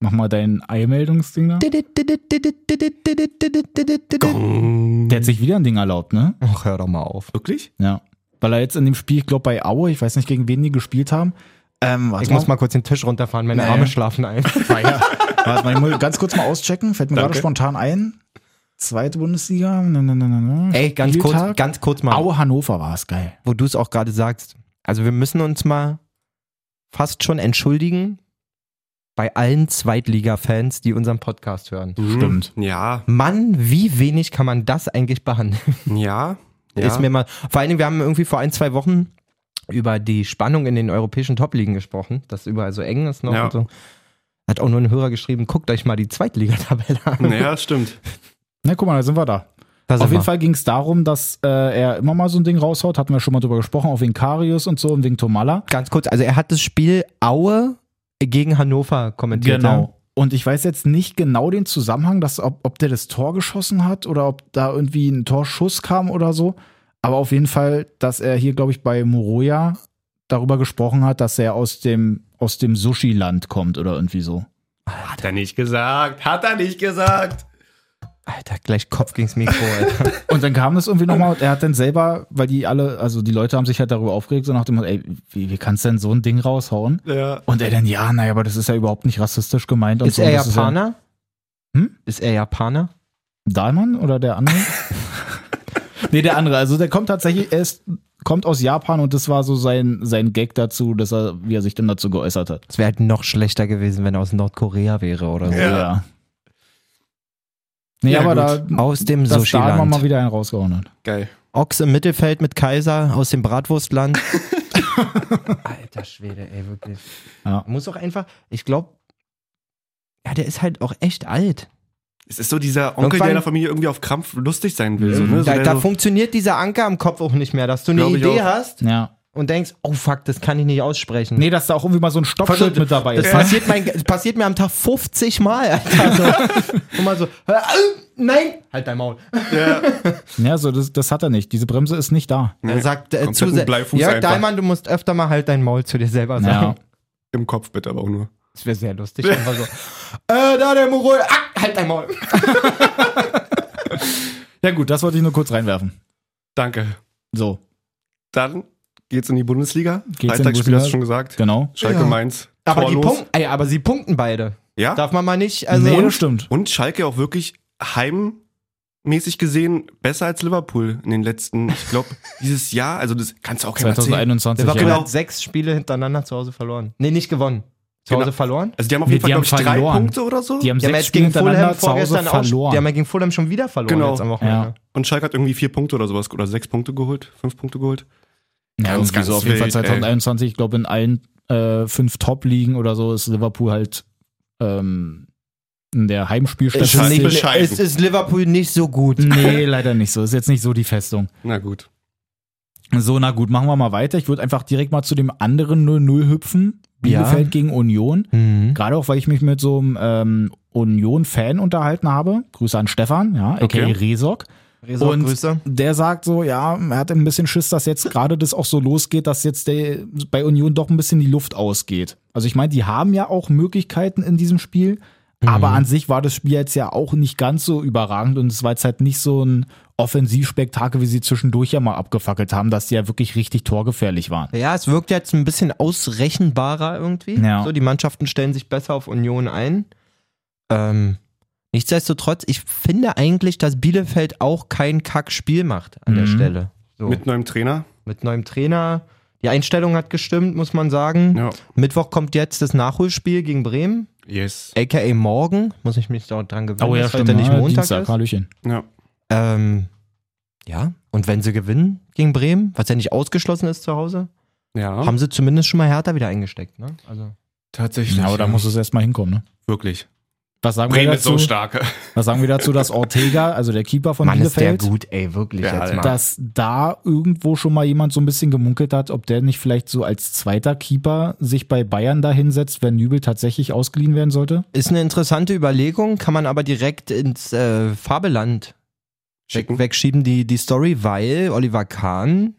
Speaker 3: Mach mal dein Eilmeldungsding da.
Speaker 1: Gong. Hm.
Speaker 3: Der hat sich wieder ein Ding erlaubt, ne?
Speaker 2: Ach, hör doch mal auf.
Speaker 1: Wirklich?
Speaker 3: Ja. Weil er jetzt in dem Spiel, ich glaube bei Aue, ich weiß nicht, gegen wen die gespielt haben. Ähm, warte
Speaker 2: Ich muss mal kurz den Tisch runterfahren, meine
Speaker 3: Nee.
Speaker 2: Arme schlafen ein.
Speaker 3: Feier. Warte mal, ich muss ganz kurz mal auschecken. Fällt mir
Speaker 1: Danke.
Speaker 3: gerade spontan ein. Zweite Bundesliga. Na, na, na, na, na.
Speaker 2: Ey, ganz kurz,
Speaker 3: Spieltag.
Speaker 2: ganz kurz mal.
Speaker 3: Aue Hannover war es geil.
Speaker 2: wo du es auch gerade sagst. Also wir müssen uns mal fast schon entschuldigen bei allen Zweitliga-Fans, die unseren Podcast hören.
Speaker 3: Stimmt.
Speaker 1: Hm. Ja.
Speaker 2: Mann, wie wenig kann man das eigentlich behandeln?
Speaker 1: Ja. ja.
Speaker 2: Ist mir mal. Vor allen Dingen, wir haben irgendwie vor ein, zwei Wochen über die Spannung in den europäischen Top-Ligen gesprochen, dass überall so eng ist noch
Speaker 1: Ja.
Speaker 2: und so. Hat auch nur ein Hörer geschrieben, guckt euch mal die Zweitligatabelle an.
Speaker 1: ja, stimmt.
Speaker 3: Na, guck mal, da sind wir da.
Speaker 2: Da sind
Speaker 3: auf jeden
Speaker 2: wir.
Speaker 3: Fall ging es darum, dass äh, er immer mal so ein Ding raushaut. Hatten wir schon mal drüber gesprochen, auch wegen Karius und so und wegen Tomala.
Speaker 2: Ganz kurz, also er hat das Spiel Aue gegen Hannover kommentiert.
Speaker 3: Genau.
Speaker 2: ne? ja?
Speaker 3: Und ich weiß jetzt nicht genau den Zusammenhang, dass, ob, ob der das Tor geschossen hat oder ob da irgendwie ein Torschuss kam oder so. Aber auf jeden Fall, dass er hier, glaube ich, bei Moroja darüber gesprochen hat, dass er aus dem, aus dem Sushi-Land kommt oder irgendwie so.
Speaker 1: Hat er nicht gesagt. Hat er nicht gesagt.
Speaker 2: Alter, gleich Kopf gegens Mikro, Alter.
Speaker 3: Und dann kam das irgendwie nochmal und er hat dann selber, weil die alle, also die Leute haben sich halt darüber aufgeregt, so nach dem Motto, ey, wie, wie kannst du denn so ein Ding raushauen?
Speaker 1: Ja.
Speaker 3: Und er dann, ja, naja, aber das ist ja überhaupt nicht rassistisch gemeint. Und
Speaker 2: Ist
Speaker 3: so,
Speaker 2: er
Speaker 3: Und das ist ja-
Speaker 2: Japaner?
Speaker 3: Hm?
Speaker 2: Ist er Japaner?
Speaker 3: Dahlmann oder der andere? nee, der andere. Also der kommt tatsächlich, er ist, kommt aus Japan und das war so sein, sein Gag dazu, dass er, wie er sich dann dazu geäußert hat.
Speaker 2: Es wäre halt noch schlechter gewesen, wenn er aus Nordkorea wäre oder so.
Speaker 1: Ja.
Speaker 3: Nee,
Speaker 1: Ja,
Speaker 3: aber
Speaker 1: gut.
Speaker 3: da,
Speaker 2: Aus dem
Speaker 3: dass Dahlmann mal
Speaker 2: Sushi-Land.
Speaker 3: wieder einen rausgehauen hat.
Speaker 1: Geil.
Speaker 2: Ochs im Mittelfeld mit Kaiser aus dem Bratwurstland. Alter Schwede, ey, wirklich.
Speaker 3: Ja.
Speaker 2: Muss auch einfach, ich glaube, Ja, der ist halt auch echt alt.
Speaker 1: Es ist so dieser Onkel,
Speaker 2: Irgendwann-
Speaker 1: der in der Familie irgendwie auf Krampf lustig sein will. So, ne? so,
Speaker 2: Da,
Speaker 1: der
Speaker 2: da
Speaker 1: so,
Speaker 2: funktioniert dieser Anker am Kopf auch nicht mehr, dass du eine
Speaker 1: Glaub ich
Speaker 2: Idee
Speaker 1: auch.
Speaker 2: hast
Speaker 3: Ja.
Speaker 2: und denkst, oh fuck, das kann ich nicht aussprechen.
Speaker 3: Nee, dass da auch irgendwie mal so ein Stoppschild mit dabei
Speaker 2: Das
Speaker 3: ist. ne?
Speaker 2: passiert, mein, das passiert mir am Tag 50 Mal, Alter. So. Und mal so, äh, nein, halt dein Maul.
Speaker 3: Ja, so, das, das hat er nicht. Diese Bremse ist nicht da.
Speaker 2: Er sagt äh,
Speaker 1: komplett
Speaker 2: zu
Speaker 1: ein
Speaker 2: sehr-
Speaker 1: Bleifuß
Speaker 2: Jörg
Speaker 1: einfach.
Speaker 2: Dahlmann, du musst öfter mal halt dein Maul zu dir selber sagen.
Speaker 3: Ja.
Speaker 1: Im Kopf bitte, aber auch nur.
Speaker 2: Das wäre sehr lustig. Einfach so, äh, da der Morol, ah, halt dein Maul.
Speaker 3: ja, gut, das wollte ich nur kurz reinwerfen.
Speaker 1: Danke.
Speaker 3: So,
Speaker 1: Dann geht's in die Bundesliga.
Speaker 3: in die
Speaker 1: Freitagsspiel hast
Speaker 3: Bundesliga.
Speaker 1: du schon gesagt.
Speaker 3: genau.
Speaker 1: Schalke
Speaker 2: Ja.
Speaker 1: Mainz.
Speaker 2: Aber, die
Speaker 1: torlos. Ah.
Speaker 2: Punk ey, aber sie punkten beide.
Speaker 1: Ja.
Speaker 2: Darf man mal nicht, also.
Speaker 3: nee, das stimmt.
Speaker 1: Und Schalke auch wirklich heimmäßig gesehen besser als Liverpool in den letzten, ich glaube, dieses Jahr. Also das kannst du auch keinem erzählen.
Speaker 3: 2021.
Speaker 2: Liverpool
Speaker 3: ja.
Speaker 1: genau.
Speaker 2: hat sechs Spiele hintereinander zu Hause verloren. Nee, nicht gewonnen. Zu
Speaker 1: Genau.
Speaker 2: Hause verloren?
Speaker 1: Also die haben auf
Speaker 3: Nee,
Speaker 1: jeden Fall,
Speaker 3: die
Speaker 1: glaube ich,
Speaker 3: haben
Speaker 1: drei
Speaker 3: verloren.
Speaker 1: Punkte oder so.
Speaker 3: Die haben
Speaker 2: Die haben
Speaker 3: sechs
Speaker 2: jetzt
Speaker 3: Spiele
Speaker 2: gegen Fulham
Speaker 3: hintereinander zu Hause
Speaker 2: vorgestern auch, die haben
Speaker 3: verloren.
Speaker 2: ja gegen Fulham schon wieder verloren
Speaker 1: Genau.
Speaker 2: jetzt am Wochenende.
Speaker 1: Und Schalke hat irgendwie vier Punkte oder sowas oder sechs Punkte geholt, fünf Punkte geholt.
Speaker 3: Ja,
Speaker 1: Ganz,
Speaker 3: irgendwie
Speaker 1: ganz
Speaker 3: so auf jeden Fall
Speaker 1: wild, ey.
Speaker 3: 2021, ich glaube, in allen äh, fünf Top-Ligen oder so ist Liverpool halt ähm, in
Speaker 2: Es
Speaker 3: der
Speaker 1: Scheiße.
Speaker 2: ist,
Speaker 1: Scheiße.
Speaker 3: Heimspielstatistik.
Speaker 2: nicht,
Speaker 1: Bescheiden.
Speaker 2: es ist Liverpool nicht so gut.
Speaker 3: Nee, leider nicht so. Ist jetzt nicht so die Festung.
Speaker 1: Na gut.
Speaker 3: So, na gut, machen wir mal weiter. Ich würde einfach direkt mal zu dem anderen 0-0 hüpfen.
Speaker 2: Ja.
Speaker 3: Bielefeld gegen Union.
Speaker 2: Mhm.
Speaker 3: Gerade auch, weil ich mich mit so einem ähm, Union-Fan unterhalten habe. Grüße an Stefan, ja, aka
Speaker 1: Okay.
Speaker 3: Resok.
Speaker 2: Resort,
Speaker 3: Und
Speaker 2: Grüße.
Speaker 3: Der sagt so, ja, er hat ein bisschen Schiss, dass jetzt gerade das auch so losgeht, dass jetzt der, bei Union doch ein bisschen die Luft ausgeht. Also ich meine, die haben ja auch Möglichkeiten in diesem Spiel,
Speaker 1: Mhm.
Speaker 3: aber an sich war das Spiel jetzt ja auch nicht ganz so überragend und es war jetzt halt nicht so ein Offensivspektakel, wie sie zwischendurch ja mal abgefackelt haben, dass die ja wirklich richtig torgefährlich waren.
Speaker 2: Ja, es wirkt jetzt ein bisschen ausrechenbarer irgendwie.
Speaker 3: Ja.
Speaker 2: So, die Mannschaften stellen sich besser auf Union ein. Ähm, nichtsdestotrotz, ich finde eigentlich, dass Bielefeld auch kein Kackspiel macht an der
Speaker 3: Mhm.
Speaker 2: Stelle. So.
Speaker 1: Mit neuem Trainer.
Speaker 2: mit neuem Trainer. Die Einstellung hat gestimmt, muss man sagen.
Speaker 1: Ja.
Speaker 2: Mittwoch kommt jetzt das Nachholspiel gegen Bremen,
Speaker 1: Yes.
Speaker 2: aka morgen. Muss ich mich dort dran
Speaker 1: Oh
Speaker 3: Oh
Speaker 2: gewöhnen, dass heute
Speaker 3: Heute
Speaker 2: halt nicht Montag ist.
Speaker 3: Hallöchen.
Speaker 1: Ja.
Speaker 2: Ähm, ja, und wenn sie gewinnen gegen Bremen, was ja nicht ausgeschlossen ist zu Hause,
Speaker 1: Ja.
Speaker 2: haben sie zumindest schon mal Härter wieder eingesteckt. Ne? Also,
Speaker 1: tatsächlich.
Speaker 3: Ja, aber da muss es erstmal hinkommen, ne?
Speaker 1: wirklich.
Speaker 3: Was sagen
Speaker 1: Bremen
Speaker 3: wir
Speaker 1: ist
Speaker 3: dazu?
Speaker 1: so stark.
Speaker 3: Was sagen wir dazu, dass Ortega, also der Keeper von
Speaker 2: Mann, ist der
Speaker 3: Bielefeld,
Speaker 2: gut, ey, wirklich.
Speaker 1: Ja,
Speaker 2: jetzt
Speaker 1: Alter.
Speaker 2: mal.
Speaker 3: dass da irgendwo schon mal jemand so ein bisschen gemunkelt hat, ob der nicht vielleicht so als zweiter Keeper sich bei Bayern da hinsetzt, wenn Nübel tatsächlich ausgeliehen werden sollte?
Speaker 2: Ist eine interessante Überlegung, kann man aber direkt ins äh, Fabelland weg,
Speaker 1: Schicken.
Speaker 2: wegschieben, die, die Story, weil Oliver Kahn,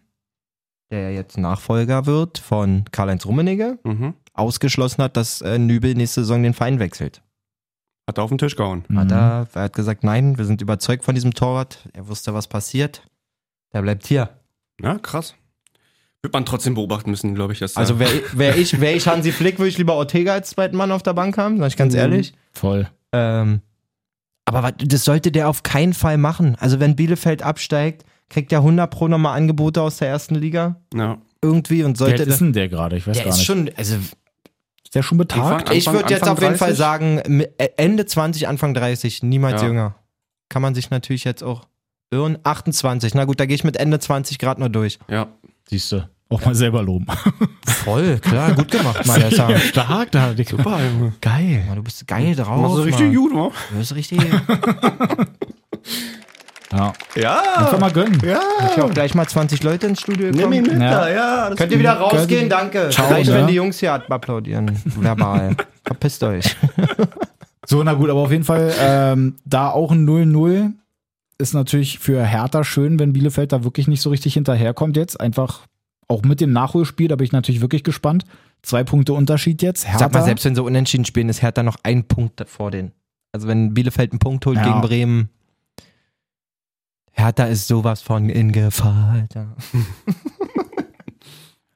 Speaker 2: der ja jetzt Nachfolger wird von Karl-Heinz Rummenigge,
Speaker 1: Mhm.
Speaker 2: ausgeschlossen hat, dass äh, Nübel nächste Saison den Verein wechselt.
Speaker 1: Hat er auf den Tisch gehauen.
Speaker 2: Hat
Speaker 3: Mhm.
Speaker 2: er, er hat gesagt, nein, wir sind überzeugt von diesem Torwart, er wusste, was passiert, der bleibt hier.
Speaker 1: Ja, krass. Wird man trotzdem beobachten müssen, glaube ich. Dass da-
Speaker 2: Also wäre wär ich, wär ich Hansi Flick, würde ich lieber Ortega als zweiten Mann auf der Bank haben, sag ich ganz
Speaker 1: Mhm.
Speaker 2: ehrlich.
Speaker 3: Voll.
Speaker 2: Ähm, aber wat- das sollte der auf keinen Fall machen. Also wenn Bielefeld absteigt, kriegt der 100 pro nochmal Angebote aus der ersten Liga
Speaker 1: ja.
Speaker 2: irgendwie und
Speaker 3: Wie alt
Speaker 2: sollte
Speaker 3: ist denn der gerade? Ich weiß
Speaker 2: der
Speaker 3: gar
Speaker 2: ist
Speaker 3: nicht.
Speaker 2: schon, also
Speaker 3: ist der schon betagt?
Speaker 1: Anfang-
Speaker 2: ich würde jetzt
Speaker 1: Anfang
Speaker 2: auf jeden
Speaker 1: 30?
Speaker 2: Fall sagen, mi- äh, Ende 20, Anfang 30, niemals
Speaker 1: Ja.
Speaker 2: jünger. Kann man sich natürlich jetzt auch irren. 28, na gut, da gehe ich mit Ende 20 Grad nur durch.
Speaker 1: ja.
Speaker 3: Siehst du. Auch mal selber loben.
Speaker 2: Voll, klar, gut gemacht, Mann. der Sam.
Speaker 3: Stark da. Super.
Speaker 1: Super, Junge.
Speaker 2: Geil, du bist geil drauf.
Speaker 1: Machst du richtig
Speaker 2: Mann.
Speaker 1: gut, wa?
Speaker 2: Du bist richtig.
Speaker 3: Ja.
Speaker 1: Ja.
Speaker 3: Einfach mal gönnen.
Speaker 1: Ja.
Speaker 2: Ich auch gleich mal 20 Leute ins Studio
Speaker 1: Nimm ihn
Speaker 2: kommen.
Speaker 1: mit
Speaker 3: Ja.
Speaker 1: da, ja. das-
Speaker 2: Könnt ihr wieder rausgehen,
Speaker 3: Können-
Speaker 2: danke.
Speaker 3: Ciao,
Speaker 2: Reicht,
Speaker 3: ne?
Speaker 2: wenn die Jungs hier halt applaudieren. Verbal. Verpisst euch.
Speaker 3: So, na gut, aber auf jeden Fall ähm, da auch ein 0-0 ist natürlich für Hertha schön, wenn Bielefeld da wirklich nicht so richtig hinterherkommt jetzt. Einfach auch mit dem Nachholspiel, da bin ich natürlich wirklich gespannt. Zwei Punkte Unterschied jetzt. Hertha,
Speaker 2: Sag mal, selbst wenn sie unentschieden spielen, ist Hertha noch ein Punkt vor den. Also wenn Bielefeld einen Punkt holt
Speaker 3: Ja.
Speaker 2: gegen Bremen. Hertha ist sowas von in Gefahr, Alter.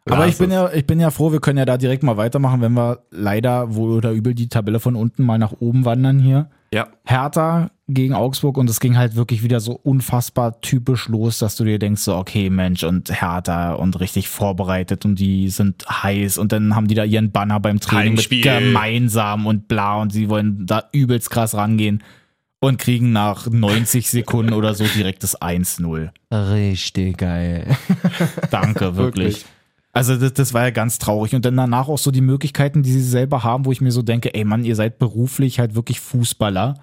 Speaker 3: aber
Speaker 1: Ja,
Speaker 3: ich bin ja, ich bin ja froh, wir können ja da direkt mal weitermachen, wenn wir leider wohl oder übel die Tabelle von unten mal nach oben wandern hier.
Speaker 1: Ja.
Speaker 3: Hertha gegen Augsburg und es ging halt wirklich wieder so unfassbar typisch los, dass du dir denkst, so, okay, Mensch, und Hertha und richtig vorbereitet und die sind heiß und dann haben die da ihren Banner beim Training
Speaker 1: Heimspiel.
Speaker 3: mit gemeinsam und bla und sie wollen da übelst krass rangehen und kriegen nach 90 Sekunden oder so direkt das 1-0.
Speaker 2: Richtig geil.
Speaker 3: Danke, wirklich. Also das, das war ja ganz traurig. Und dann danach auch so die Möglichkeiten, die sie selber haben, wo ich mir so denke, ey Mann, ihr seid beruflich halt wirklich Fußballer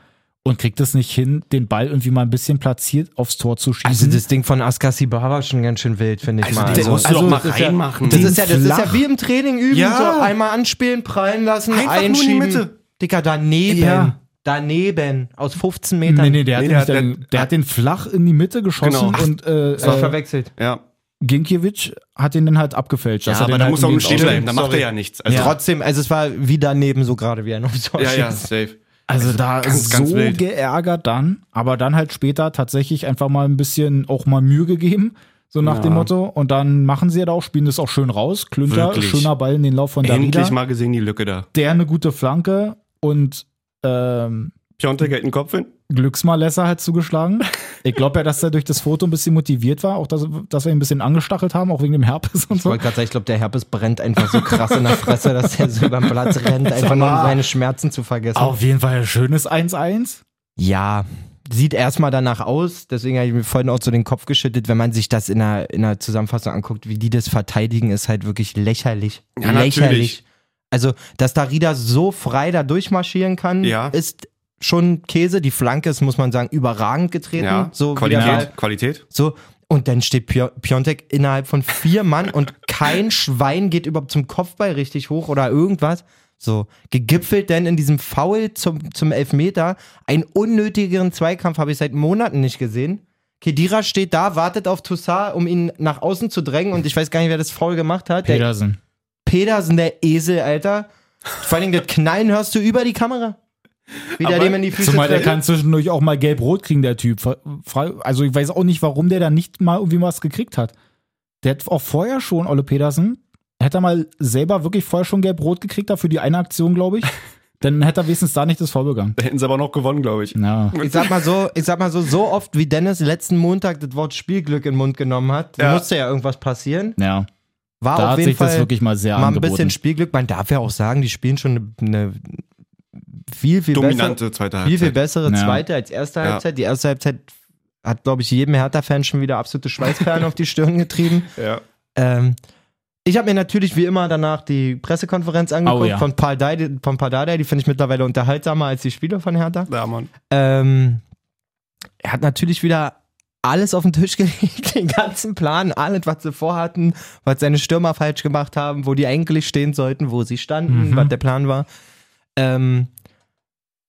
Speaker 3: und kriegt es nicht hin, den Ball irgendwie mal ein bisschen platziert aufs Tor zu schießen.
Speaker 2: Also das Ding von Askasiba war schon ganz schön wild, finde ich
Speaker 1: Mhm. Also
Speaker 2: mal.
Speaker 1: den musst du doch mal
Speaker 2: das ist ja-
Speaker 1: reinmachen.
Speaker 2: Das ist, ja, das ist
Speaker 3: Flach.
Speaker 2: ja wie im Training üben.
Speaker 1: Ja.
Speaker 2: So einmal anspielen, prallen lassen,
Speaker 1: Einfach nur in die
Speaker 2: einschieben.
Speaker 1: Mitte.
Speaker 2: Dicker, daneben.
Speaker 3: Ja.
Speaker 2: Daneben. Aus 15 Metern.
Speaker 3: nee, nee, der,
Speaker 1: Nee,
Speaker 3: hat, der, den, der hat den flach in die Mitte geschossen
Speaker 1: Genau.
Speaker 3: und äh,
Speaker 2: das war
Speaker 3: äh,
Speaker 2: verwechselt.
Speaker 1: Ja,
Speaker 3: Ginkiewicz hat den dann halt abgefälscht. dass
Speaker 1: ja
Speaker 3: er den
Speaker 1: aber da
Speaker 3: halt
Speaker 1: muss er oben
Speaker 3: irgendwie
Speaker 1: stehen
Speaker 3: aus-
Speaker 1: bleiben, da macht er
Speaker 2: Sorry.
Speaker 1: ja nichts. Also, ja.
Speaker 2: Trotzdem, also es war wie daneben so gerade wie ein Umsatz.
Speaker 1: ja, ja, safe.
Speaker 3: Also da
Speaker 1: ganz,
Speaker 3: so
Speaker 1: ganz wild.
Speaker 3: geärgert dann, aber dann halt später tatsächlich einfach mal ein bisschen auch mal Mühe gegeben, so nach dem Motto. Und dann machen sie ja da auch, spielen das auch schön raus. Klünter,
Speaker 1: Wirklich.
Speaker 3: schöner Ball in den Lauf von
Speaker 1: Endlich
Speaker 3: Darida,
Speaker 1: mal gesehen, die Lücke da.
Speaker 3: der eine gute Flanke und ähm,
Speaker 1: Piontek hält den Kopf hin.
Speaker 3: Glücksmalesser hat zugeschlagen. Ich glaube ja, dass er durch das Foto ein bisschen motiviert war, auch dass, dass wir ihn ein bisschen angestachelt haben, auch wegen dem Herpes und
Speaker 2: Ich
Speaker 3: so.
Speaker 2: wollte gerade sagen, ich glaube, der Herpes brennt einfach so krass in der Fresse, dass er so über den Platz rennt, einfach nur um
Speaker 3: mal.
Speaker 2: seine Schmerzen zu vergessen.
Speaker 3: Auf jeden Fall ein schönes 1-1.
Speaker 2: Ja, sieht erstmal danach aus. Deswegen habe ich mir vorhin auch so den Kopf geschüttet, wenn man sich das in der, in der Zusammenfassung anguckt, wie die das verteidigen, ist halt wirklich lächerlich.
Speaker 1: Ja, natürlich.
Speaker 2: lächerlich. Also, dass da Rieder so frei da durchmarschieren kann,
Speaker 1: Ja.
Speaker 2: ist schon Käse. Die Flanke ist, muss man sagen, überragend getreten.
Speaker 1: Ja,
Speaker 2: so wieder mal-
Speaker 1: Qualität, Qualität.
Speaker 2: so, und dann steht Pio- Piontek innerhalb von vier Mann und kein Schwein geht überhaupt zum Kopfball richtig hoch oder irgendwas. So, gegipfelt denn in diesem Foul zum, zum Elfmeter. Einen unnötigeren Zweikampf habe ich seit Monaten nicht gesehen. Kedira steht da, wartet auf Toussaint, um ihn nach außen zu drängen und ich weiß gar nicht, wer das Foul gemacht hat. Der
Speaker 3: Pedersen.
Speaker 2: Pedersen, der Esel, Alter. Vor allem das Knallen hörst du über die Kamera. Wie der
Speaker 1: Aber-
Speaker 2: dem in die Füße
Speaker 3: Zumal der
Speaker 2: tritt.
Speaker 3: kann zwischendurch auch mal gelb-rot kriegen, der Typ. Fra- fra- Also ich weiß auch nicht, warum der da nicht mal irgendwie was gekriegt hat. Der hat auch vorher schon, Olle Pedersen, hätte er mal selber wirklich vorher schon gelb-rot gekriegt, dafür die eine Aktion, glaube ich. Dann hätte er wenigstens da nicht das Foul begangen.
Speaker 1: Da hätten sie aber noch gewonnen, glaube ich.
Speaker 3: Ja.
Speaker 2: Ich sag mal so, ich sag mal so, so oft wie Dennis letzten Montag das Wort Spielglück in den Mund genommen hat,
Speaker 1: Ja.
Speaker 2: musste ja irgendwas passieren.
Speaker 3: Ja,
Speaker 2: War
Speaker 3: da
Speaker 2: Ah, auf
Speaker 3: hat
Speaker 2: jeden
Speaker 3: sich
Speaker 2: Fall
Speaker 3: das wirklich mal sehr
Speaker 2: mal ein
Speaker 3: angeboten.
Speaker 2: bisschen Spielglück. Man darf ja auch sagen, die spielen schon eine, eine viel, viel
Speaker 1: Dominante zweite
Speaker 2: bessere, viel, viel
Speaker 1: Halbzeit.
Speaker 2: bessere
Speaker 3: Ja.
Speaker 2: zweite als erste
Speaker 1: Ja.
Speaker 2: Halbzeit. Die erste Halbzeit hat, glaube ich, jedem Hertha-Fan schon wieder absolute Schweißperlen auf die Stirn getrieben.
Speaker 1: Ja.
Speaker 2: Ähm, ich habe mir natürlich wie immer danach die Pressekonferenz angeguckt
Speaker 3: Oh ja.
Speaker 2: von Paul Dardai, von Paul Dardai. Die finde ich mittlerweile unterhaltsamer als die Spiele von Hertha.
Speaker 1: Ja, Mann.
Speaker 2: Ähm, er hat natürlich wieder alles auf den Tisch gelegt, den ganzen Plan, alles, was sie vorhatten, was seine Stürmer falsch gemacht haben, wo die eigentlich stehen sollten, wo sie standen,
Speaker 3: Mhm.
Speaker 2: was der Plan war. Ähm,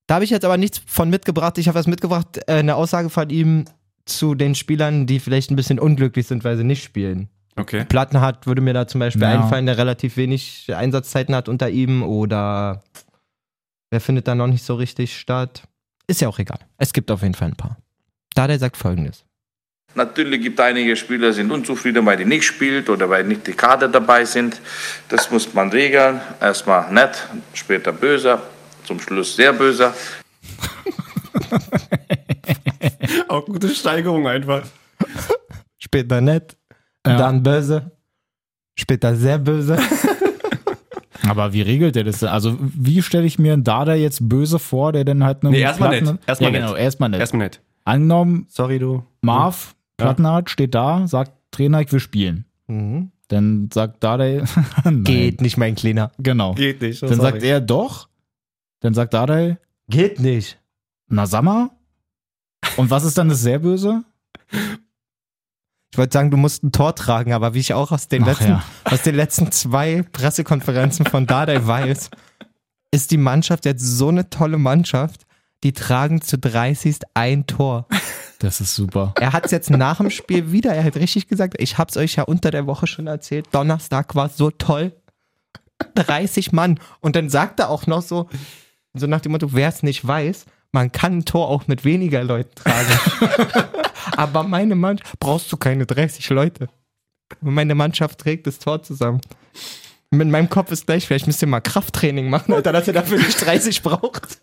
Speaker 2: da habe ich jetzt aber nichts von mitgebracht. Ich habe was mitgebracht, äh, eine Aussage von ihm zu den Spielern, die vielleicht ein bisschen unglücklich sind, weil sie nicht spielen.
Speaker 1: Okay.
Speaker 2: Plattenhardt würde mir da zum Beispiel
Speaker 3: Ja.
Speaker 2: einfallen, der relativ wenig Einsatzzeiten hat unter ihm oder wer findet da noch nicht so richtig statt. Ist ja auch egal. Es gibt auf jeden Fall ein paar. Da der sagt folgendes.
Speaker 4: Natürlich gibt es einige Spieler, sind unzufrieden, weil die nicht spielt oder weil nicht die Kader dabei sind. Das muss man regeln. Erstmal nett, später böser, zum Schluss sehr böser.
Speaker 1: Auch gute Steigerung einfach.
Speaker 2: Später nett,
Speaker 3: Ja.
Speaker 2: dann böse, später sehr böse.
Speaker 3: Aber wie regelt der das denn? Also wie stelle ich mir einen Dada jetzt böse vor, der dann halt eine
Speaker 1: Nee, erstmal
Speaker 3: Platten-
Speaker 1: nicht. Erstmal
Speaker 3: ja, genau,
Speaker 1: nicht.
Speaker 3: erstmal nicht.
Speaker 1: Erstmal nett.
Speaker 3: Angenommen,
Speaker 2: Sorry, du.
Speaker 3: Marv Plattenhardt steht da, sagt Trainer, ich will spielen.
Speaker 2: Mhm.
Speaker 3: Dann sagt Dada, nein.
Speaker 2: Geht nicht, mein Kleiner.
Speaker 3: Genau.
Speaker 1: Geht
Speaker 2: oh,
Speaker 1: nicht.
Speaker 3: Dann sagt er doch. Dann sagt Dardai,
Speaker 2: Geht nicht.
Speaker 3: na Sammer. Und was ist dann das sehr böse?
Speaker 2: Ich wollte sagen, du musst ein Tor tragen, aber wie ich auch aus den,
Speaker 3: Ach
Speaker 2: letzten,
Speaker 3: ja.
Speaker 2: aus den letzten zwei Pressekonferenzen von Dardai weiß, ist die Mannschaft jetzt so eine tolle Mannschaft, die tragen zu 30 ein Tor.
Speaker 3: Das ist super.
Speaker 2: Er hat es jetzt nach dem Spiel wieder, er hat richtig gesagt, ich hab's euch ja unter der Woche schon erzählt, Donnerstag war so toll. 30 Mann. Und dann sagt er auch noch so, so nach dem Motto, wer es nicht weiß, man kann ein Tor auch mit weniger Leuten tragen. Aber meine Mannschaft, brauchst du keine 30 Leute. Meine Mannschaft trägt das Tor zusammen. Mit meinem Kopf ist gleich, vielleicht müsst ihr mal Krafttraining machen, Alter, dass ihr dafür nicht 30 braucht.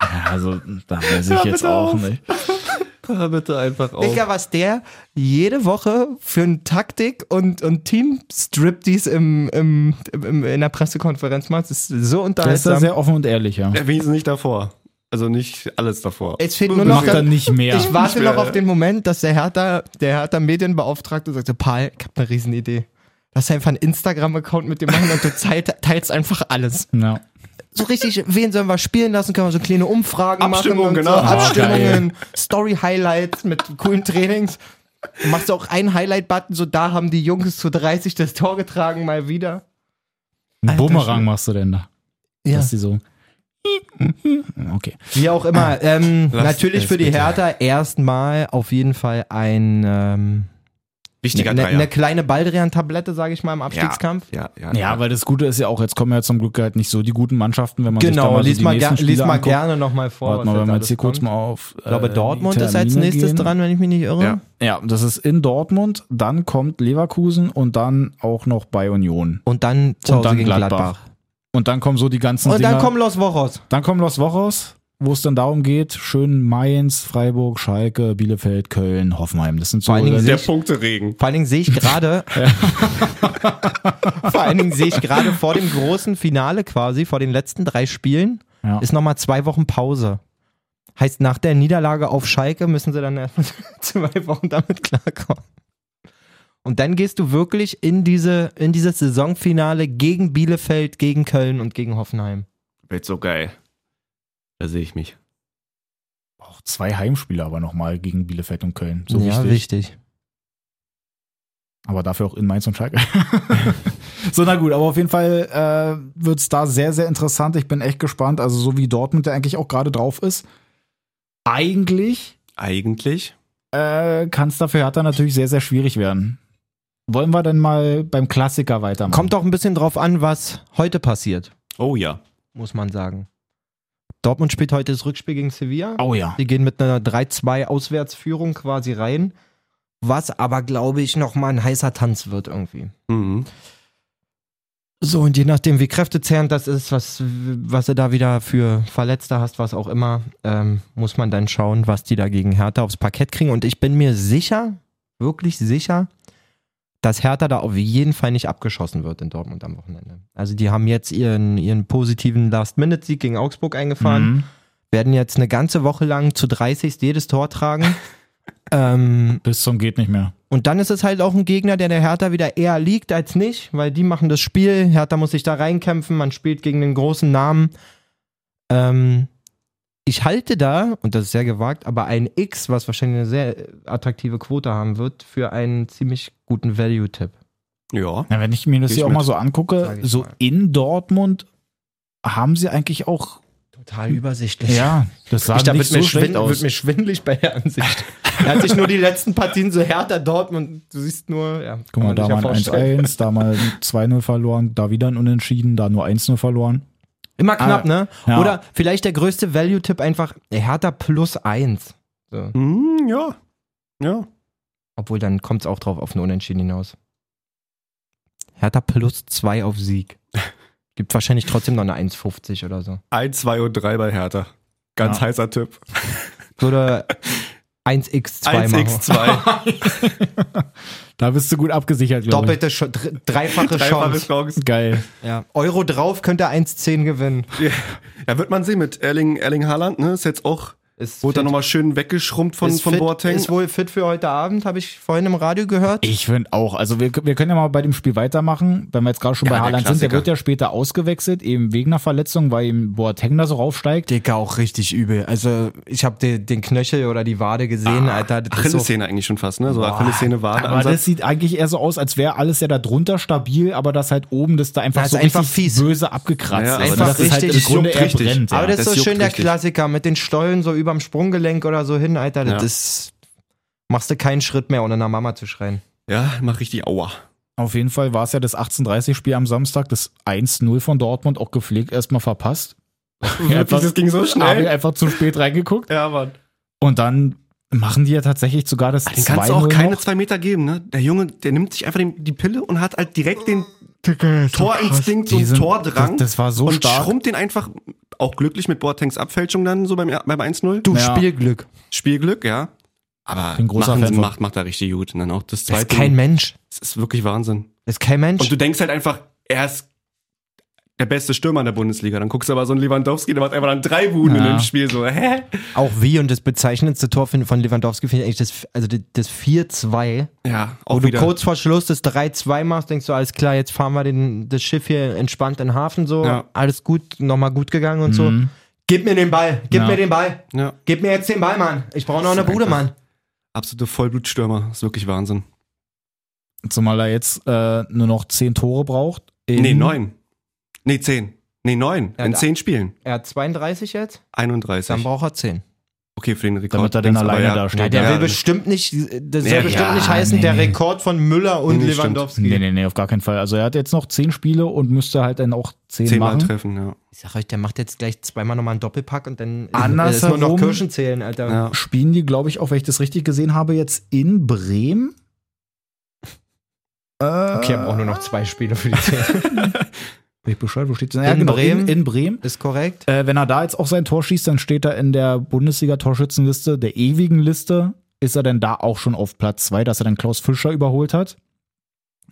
Speaker 3: Ja, also, da weiß ich jetzt auch nicht.
Speaker 1: bitte einfach auf.
Speaker 2: Digga, was der jede Woche für eine Taktik und, und Team-Striptease im, im, im, in der Pressekonferenz macht, ist so
Speaker 3: Der ist da
Speaker 2: unterhaltsam.
Speaker 3: sehr offen und ehrlich, ja.
Speaker 1: Ja, wenigstens nicht davor. Also nicht alles davor.
Speaker 2: Es fehlt nur noch.
Speaker 3: Macht dann nicht mehr.
Speaker 2: ich warte
Speaker 1: Ich wär-
Speaker 2: noch auf den Moment, dass der Hertha, der Hertha Medienbeauftragte sagte, Paul, ich hab eine ne Riesenidee. Du hast einfach einen Instagram-Account mit dem machen und du zeit- teilst einfach alles.
Speaker 3: Ja.
Speaker 2: So richtig, wen sollen wir spielen lassen? Können wir so kleine Umfragen
Speaker 1: Abstimmung,
Speaker 2: machen? und
Speaker 1: genau.
Speaker 2: So,
Speaker 1: Ah,
Speaker 2: Abstimmungen, Story-Highlights mit coolen Trainings. Du machst auch einen Highlight-Button, so da haben die Jungs zu 30 das Tor getragen, mal wieder.
Speaker 3: Einen
Speaker 2: Alter
Speaker 3: Bumerang
Speaker 2: Schwede.
Speaker 3: machst du denn da?
Speaker 2: Ja.
Speaker 3: Dass die so. Okay.
Speaker 2: Wie auch
Speaker 3: Ah.
Speaker 2: immer. Ähm,
Speaker 1: Lasst
Speaker 2: natürlich
Speaker 1: es
Speaker 2: für die
Speaker 1: bitte.
Speaker 2: Hertha erstmal auf jeden Fall ein ähm,
Speaker 1: Wichtiger
Speaker 2: eine,
Speaker 1: Dreier.
Speaker 2: eine kleine Baldrian-Tablette, sage ich mal, im Abstiegskampf.
Speaker 1: ja, ja,
Speaker 3: Ja, weil das Gute ist ja auch, jetzt kommen ja zum Glück halt nicht so die guten Mannschaften, wenn man sich da
Speaker 2: Genau,
Speaker 3: mal so
Speaker 2: lies
Speaker 3: die
Speaker 2: mal,
Speaker 3: nächsten
Speaker 2: ger lies
Speaker 3: Spiele
Speaker 2: mal
Speaker 3: anguckt.
Speaker 2: gerne nochmal vor.
Speaker 3: Warte mal,
Speaker 2: was
Speaker 3: wenn wir
Speaker 2: alles
Speaker 3: jetzt hier kurz
Speaker 2: kommt.
Speaker 3: mal auf.
Speaker 2: Ich glaube,
Speaker 3: äh,
Speaker 2: Dortmund
Speaker 3: die
Speaker 2: ist als
Speaker 3: Termine
Speaker 2: nächstes
Speaker 3: gehen.
Speaker 2: dran, wenn ich mich nicht irre.
Speaker 1: Ja.
Speaker 3: Ja, das ist in Dortmund, dann kommt Leverkusen und dann auch noch bei Union.
Speaker 2: Und dann zu
Speaker 3: Und
Speaker 2: Hause
Speaker 3: dann
Speaker 2: gegen Gladbach.
Speaker 3: Gladbach. Und dann kommen so die ganzen
Speaker 2: Und dann
Speaker 3: Dinger-
Speaker 2: kommen Los Wochos.
Speaker 3: Dann kommen Los Wochos, wo es dann darum geht, schön Mainz, Freiburg, Schalke, Bielefeld, Köln, Hoffenheim. Das sind so
Speaker 2: Vor allen Dingen
Speaker 1: Der
Speaker 2: sehr-
Speaker 1: Punkteregen.
Speaker 2: Vor allen Dingen sehe ich gerade, vor allen Dingen sehe ich gerade vor dem großen Finale quasi, vor den letzten drei Spielen,
Speaker 3: Ja.
Speaker 2: ist nochmal zwei Wochen Pause. Heißt, nach der Niederlage auf Schalke müssen sie dann erstmal zwei Wochen damit klarkommen. Und dann gehst du wirklich in diese, in dieses Saisonfinale gegen Bielefeld, gegen Köln und gegen Hoffenheim.
Speaker 1: Wird so geil. Da sehe ich mich.
Speaker 3: auch zwei Heimspiele aber nochmal gegen Bielefeld und Köln. So
Speaker 2: ja,
Speaker 3: wichtig.
Speaker 2: wichtig.
Speaker 3: Aber dafür auch in Mainz und Schalke. so, na gut, aber auf jeden Fall äh, wird's da sehr, sehr interessant. Ich bin echt gespannt. Also, so wie Dortmund, der eigentlich auch gerade drauf ist. Eigentlich
Speaker 1: Eigentlich.
Speaker 3: äh, kann es dafür Hertha natürlich sehr, sehr schwierig werden. Wollen wir denn mal beim Klassiker weitermachen?
Speaker 2: Kommt auch ein bisschen drauf an, was heute passiert.
Speaker 1: Oh ja.
Speaker 2: muss man sagen. Dortmund spielt heute das Rückspiel gegen Sevilla.
Speaker 3: Oh ja.
Speaker 2: Die gehen mit einer 3-2-Auswärtsführung quasi rein. Was aber, glaube ich, nochmal ein heißer Tanz wird irgendwie.
Speaker 1: Mhm.
Speaker 2: So, und je nachdem, wie kräftezehrend das ist, was, was du da wieder für Verletzte hast, was auch immer, ähm, muss man dann schauen, was die da gegen Hertha aufs Parkett kriegen. Und ich bin mir sicher, wirklich sicher, dass Hertha da auf jeden Fall nicht abgeschossen wird in Dortmund am Wochenende. Also die haben jetzt ihren, ihren positiven Last-Minute-Sieg gegen Augsburg eingefahren
Speaker 3: Mhm.
Speaker 2: werden jetzt eine ganze Woche lang zu 30 jedes Tor tragen. ähm,
Speaker 3: Mhm. Bis zum geht nicht mehr.
Speaker 2: und dann ist es halt auch ein Gegner, der der Hertha wieder eher liegt als nicht, weil die machen das Spiel. Hertha muss sich da reinkämpfen. Man spielt gegen den großen Namen. Ähm, ich halte da, und das ist sehr gewagt, aber ein X, was wahrscheinlich eine sehr attraktive Quote haben wird, für einen ziemlich guten Value-Tipp.
Speaker 1: Ja.
Speaker 3: Na, wenn ich mir das
Speaker 1: Geh ich
Speaker 3: hier auch
Speaker 1: mit.
Speaker 3: mal so
Speaker 2: Sag
Speaker 3: angucke,
Speaker 2: ich
Speaker 3: so
Speaker 2: mal.
Speaker 3: in Dortmund haben sie eigentlich auch.
Speaker 2: Total übersichtlich.
Speaker 3: Ja, das sah
Speaker 2: Ich, da
Speaker 3: nicht
Speaker 2: wird,
Speaker 3: so
Speaker 2: mir
Speaker 3: schlecht
Speaker 2: schwindelig,
Speaker 3: aus.
Speaker 2: wird mir schwindelig bei der Ansicht. er hat sich nur die letzten Partien so härter Dortmund. Du siehst nur, ja.
Speaker 3: Guck mal,
Speaker 2: kann man
Speaker 3: da
Speaker 2: sich ja
Speaker 3: mal ein
Speaker 2: vorstellen.
Speaker 3: 1-1, da mal ein 2-0 verloren, da wieder ein Unentschieden, da nur 1-0 verloren.
Speaker 2: Immer knapp,
Speaker 3: Ah,
Speaker 2: ne?
Speaker 3: ja.
Speaker 2: Oder vielleicht der größte Value-Tipp einfach Hertha plus eins. So.
Speaker 1: Mhm, ja. Ja.
Speaker 2: Obwohl, dann kommt es auch drauf auf einen Unentschieden hinaus. Hertha plus zwei auf Sieg. Gibt wahrscheinlich trotzdem noch eine 1,50 oder so.
Speaker 1: 1, 2 und 3 bei Hertha. Ganz
Speaker 3: Ja.
Speaker 1: heißer Tipp.
Speaker 2: Oder 1x2 machen.
Speaker 1: 1x2.
Speaker 3: Da bist du gut abgesichert, glaube
Speaker 2: Doppelte, Sch- dr- dreifache
Speaker 1: Dreifache
Speaker 2: Chance.
Speaker 1: Chance.
Speaker 3: ich. Geil.
Speaker 2: Ja. Euro drauf könnte 1,10 gewinnen.
Speaker 1: Ja, wird man sehen mit Erling, Erling Haaland, ne? Ist jetzt auch,
Speaker 2: Ist
Speaker 1: wurde da
Speaker 2: fit.
Speaker 1: nochmal schön weggeschrumpft von,
Speaker 2: ist
Speaker 1: von
Speaker 2: fit,
Speaker 1: Boateng.
Speaker 2: Ist wohl fit für heute Abend, habe ich vorhin im Radio gehört.
Speaker 3: Ich finde auch. Also wir, wir können ja mal bei dem Spiel weitermachen, wenn wir jetzt gerade schon
Speaker 1: Ja,
Speaker 3: bei
Speaker 1: der
Speaker 3: Haaland sind. Der
Speaker 1: Klassiker.
Speaker 3: wird ja später ausgewechselt, eben wegen einer Verletzung, weil ihm Boateng da so raufsteigt.
Speaker 2: Dicker auch richtig übel. Also ich habe den, den Knöchel oder die Wade gesehen, Alter. Das ist so-
Speaker 1: Achillessehne eigentlich schon fast, ne? So Achillessehne war
Speaker 3: Aber das sieht eigentlich eher so aus, als wäre alles ja da drunter stabil, aber das halt oben, das da einfach
Speaker 2: Das
Speaker 3: so
Speaker 2: ist einfach
Speaker 3: richtig
Speaker 2: fies.
Speaker 3: böse abgekratzt
Speaker 1: Ja,
Speaker 3: ist.
Speaker 2: aber das
Speaker 3: das ist
Speaker 2: richtig-
Speaker 3: halt im
Speaker 2: das
Speaker 3: Grunde
Speaker 1: juckt
Speaker 3: eher
Speaker 1: richtig.
Speaker 3: brennt. Ja.
Speaker 2: Aber das ist
Speaker 1: Das
Speaker 2: so schön
Speaker 1: juckt
Speaker 2: der
Speaker 1: richtig.
Speaker 2: Klassiker mit den Stollen so überm Sprunggelenk oder so hin, Alter. Das
Speaker 1: Ja.
Speaker 2: ist, machst du keinen Schritt mehr, ohne nach Mama zu schreien.
Speaker 1: Ja, mach richtig Aua.
Speaker 3: Auf jeden Fall war es ja das 18.30-Spiel am Samstag, das 1-0 von Dortmund, auch gepflegt erstmal verpasst. Einfach-
Speaker 1: ging so
Speaker 3: Haben wir einfach zu spät reingeguckt.
Speaker 1: Ja, Mann.
Speaker 3: Und dann machen die ja tatsächlich sogar das
Speaker 1: Den kannst du auch
Speaker 3: 2-0
Speaker 1: keine
Speaker 3: noch.
Speaker 1: zwei Meter geben, ne? Der Junge, der nimmt sich einfach den, die Pille und hat halt direkt den Torinstinkt
Speaker 3: Die
Speaker 1: und
Speaker 3: sind-
Speaker 1: Tordrang.
Speaker 3: Das, das war so
Speaker 1: und
Speaker 3: stark.
Speaker 1: schrumpft den einfach, auch glücklich mit Boatengs Abfälschung dann so beim, beim 1-0.
Speaker 2: Du
Speaker 3: Ja.
Speaker 2: Spielglück.
Speaker 1: Spielglück, ja. Aber
Speaker 3: Bin großer
Speaker 1: machen,
Speaker 3: Fan
Speaker 1: sie-
Speaker 3: von-
Speaker 1: macht, macht er richtig gut. Und dann auch das
Speaker 2: Das
Speaker 1: zweite.
Speaker 2: ist kein Mensch.
Speaker 1: Es ist wirklich Wahnsinn.
Speaker 2: Das ist kein Mensch.
Speaker 1: Und du denkst halt einfach, er ist der beste Stürmer in der Bundesliga. Dann guckst du aber so einen Lewandowski, der macht einfach dann drei Buden in
Speaker 3: Ja.
Speaker 1: dem Spiel. So, hä?
Speaker 2: Auch wie und das bezeichnendste Tor von von Lewandowski finde ich eigentlich das, also das- das 4-2.
Speaker 1: Ja,
Speaker 2: Wo
Speaker 1: auch
Speaker 2: du
Speaker 1: wieder.
Speaker 2: kurz vor Schluss das 3-2 machst, denkst du, alles klar, jetzt fahren wir den, das Schiff hier entspannt in den Hafen, so,
Speaker 1: Ja.
Speaker 2: alles gut, nochmal gut gegangen und so. Gib mir den Ball, gib
Speaker 3: Ja.
Speaker 2: mir den Ball,
Speaker 1: Ja,
Speaker 2: gib mir jetzt den Ball, Mann. Ich brauche noch
Speaker 1: Das
Speaker 2: eine
Speaker 1: ist
Speaker 2: Bude,
Speaker 1: einfach-
Speaker 2: Mann.
Speaker 1: absolute Vollblutstürmer. Ist wirklich Wahnsinn.
Speaker 3: Zumal er jetzt äh, nur noch zehn Tore braucht. In-
Speaker 1: Nee, neun. Nee, zehn. Nee, neun.
Speaker 2: Ja,
Speaker 1: in
Speaker 2: da-
Speaker 1: zehn Spielen.
Speaker 2: Er hat 32 jetzt, dann
Speaker 1: 31.
Speaker 2: braucht er 10.
Speaker 1: Okay, für den Rekord.
Speaker 3: Damit er dann
Speaker 1: denkst du,
Speaker 3: alleine
Speaker 1: aber
Speaker 3: da
Speaker 2: Ja,
Speaker 3: steht.
Speaker 2: der
Speaker 1: Ja,
Speaker 2: will
Speaker 1: das-
Speaker 2: bestimmt nicht, das soll
Speaker 1: Ja,
Speaker 2: bestimmt
Speaker 3: ja,
Speaker 2: nicht heißen,
Speaker 3: nee,
Speaker 2: der
Speaker 3: nee.
Speaker 2: Rekord von Müller und
Speaker 1: Nee, stimmt.
Speaker 2: Lewandowski.
Speaker 3: Nee, nee, nee, auf gar keinen Fall. Also er hat jetzt noch zehn Spiele und müsste halt dann auch zehn
Speaker 1: Zehnmal
Speaker 3: machen.
Speaker 1: treffen, ja.
Speaker 2: Ich sag euch, der macht jetzt gleich zweimal nochmal einen Doppelpack und dann ist- ist nur
Speaker 3: Andersherum-
Speaker 2: noch Kirschen zählen, Alter.
Speaker 1: ja.
Speaker 3: Spielen die, glaube ich, auch, wenn ich das richtig gesehen habe, jetzt in Bremen?
Speaker 2: Äh, Okay, haben auch nur noch zwei Spiele für die 10.
Speaker 3: Ich Bescheid, wo steht
Speaker 2: In Bremen?
Speaker 3: genau, In, in Bremen.
Speaker 2: ist korrekt.
Speaker 3: Äh, wenn er da jetzt auch sein Tor schießt, dann steht er in der Bundesliga-Torschützenliste, der ewigen Liste, ist er denn da auch schon auf Platz zwei, dass er dann Klaus Fischer überholt hat.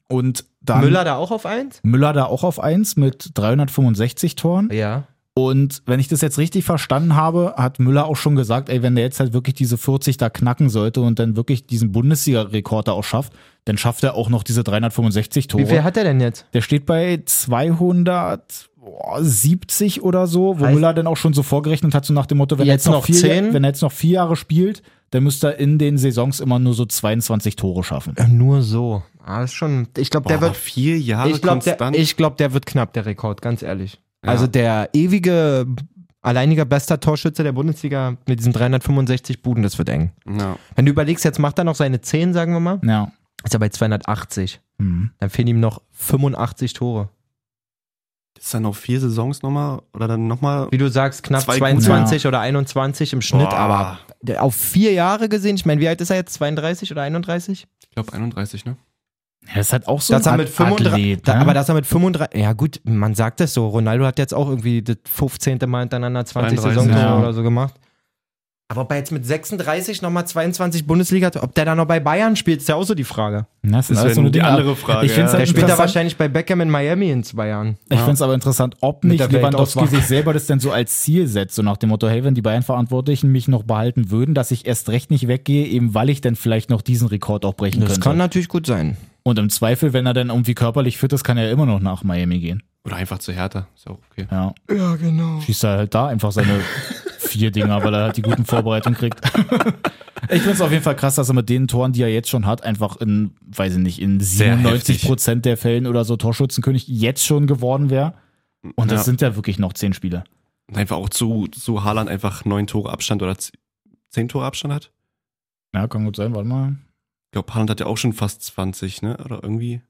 Speaker 3: Und dann
Speaker 2: Müller da auch auf 1?
Speaker 3: Müller da auch auf eins mit 365 Toren.
Speaker 2: Ja.
Speaker 3: Und wenn ich das jetzt richtig verstanden habe, hat Müller auch schon gesagt, ey, wenn der jetzt halt wirklich diese 40 da knacken sollte und dann wirklich diesen Bundesliga-Rekord da auch schafft, dann schafft er auch noch diese 365 Tore.
Speaker 2: Wie viel hat er denn jetzt?
Speaker 3: Der steht bei 270 oder so, wo
Speaker 2: Heißt-
Speaker 3: Müller dann auch schon so vorgerechnet hat, so nach dem Motto, wenn, er
Speaker 2: Jetzt
Speaker 3: jetzt noch
Speaker 2: noch
Speaker 3: vier,
Speaker 2: 10?
Speaker 3: wenn er jetzt noch vier Jahre spielt, dann müsste er in den Saisons immer nur so 22 Tore schaffen.
Speaker 2: Nur so. Ah, ist schon. Ich glaube,
Speaker 1: Boah,
Speaker 2: der
Speaker 1: aber
Speaker 2: wird.
Speaker 1: vier Jahre
Speaker 2: Ich glaube, der,
Speaker 1: konstant.
Speaker 2: ich glaub, der wird knapp, der Rekord, ganz ehrlich.
Speaker 1: Ja.
Speaker 2: Also der ewige, alleiniger bester Torschütze der Bundesliga mit diesen 365 Buden, das wird eng.
Speaker 1: ja.
Speaker 2: Wenn du überlegst, jetzt macht er noch seine 10, sagen wir mal,
Speaker 3: Ja.
Speaker 2: ist er bei 280.
Speaker 3: Hm.
Speaker 2: Dann fehlen ihm noch 85 Tore.
Speaker 1: Ist dann auf vier Saisons nochmal oder dann nochmal.
Speaker 2: wie du sagst, knapp
Speaker 1: Zwei
Speaker 2: 22 oder 21 im Schnitt,
Speaker 1: Boah.
Speaker 2: aber auf vier Jahre gesehen, ich meine, wie alt ist er jetzt? 32 oder 31?
Speaker 1: Ich glaube 31, ne?
Speaker 3: Ja, Das hat auch so
Speaker 2: dass er mit 35,
Speaker 3: Athlet,
Speaker 2: da,
Speaker 3: ne?
Speaker 2: aber dass er mit 35, ja gut, man sagt das so, Ronaldo hat jetzt auch irgendwie das 15. Mal hintereinander 20
Speaker 1: 33,
Speaker 2: Saisontore
Speaker 3: ja.
Speaker 2: oder so gemacht. Aber ob er jetzt mit 36 nochmal 22 Bundesliga, ob der da noch bei Bayern spielt, ist ja auch so die Frage.
Speaker 3: das sind
Speaker 1: Das
Speaker 3: alles
Speaker 1: wäre
Speaker 3: so eine
Speaker 1: die
Speaker 3: Dinge.
Speaker 1: andere Frage.
Speaker 3: Ich find's
Speaker 1: ja.
Speaker 2: Der
Speaker 3: halt-
Speaker 2: spielt da
Speaker 3: Interessant.
Speaker 2: wahrscheinlich bei Beckham in Miami in zwei Jahren.
Speaker 3: Ich finde es aber interessant, ob
Speaker 2: Mit
Speaker 3: nicht
Speaker 2: der
Speaker 3: Lewandowski
Speaker 2: Weltauswahl.
Speaker 3: sich selber das denn so als Ziel setzt, so nach dem Motto, hey, wenn die Bayern-Verantwortlichen mich noch behalten würden, dass ich erst recht nicht weggehe, eben weil ich dann vielleicht noch diesen Rekord auch brechen könnte.
Speaker 2: natürlich gut sein.
Speaker 3: Und im Zweifel, wenn er dann irgendwie körperlich fit ist, kann er immer noch nach Miami gehen.
Speaker 1: Oder einfach zu Hertha. Ist auch okay.
Speaker 3: Ja.
Speaker 2: Ja, genau.
Speaker 3: Schießt er halt da einfach seine vier Dinger, weil er halt die guten Vorbereitungen kriegt. ich finde es auf jeden Fall krass, dass er mit den Toren, die er jetzt schon hat, einfach in, weiß ich nicht, in
Speaker 1: Sehr
Speaker 3: 97
Speaker 1: heftig.
Speaker 3: Prozent der Fällen oder so Torschützenkönig jetzt schon geworden wäre. Und das
Speaker 1: Ja.
Speaker 3: sind ja wirklich noch zehn Spiele.
Speaker 1: Und einfach auch zu, zu Haaland einfach neun Tore Abstand oder z- zehn Tore Abstand hat.
Speaker 3: Ja, kann gut sein, warte mal.
Speaker 1: Ich glaube, Haaland hat ja auch schon fast 20, ne? Oder irgendwie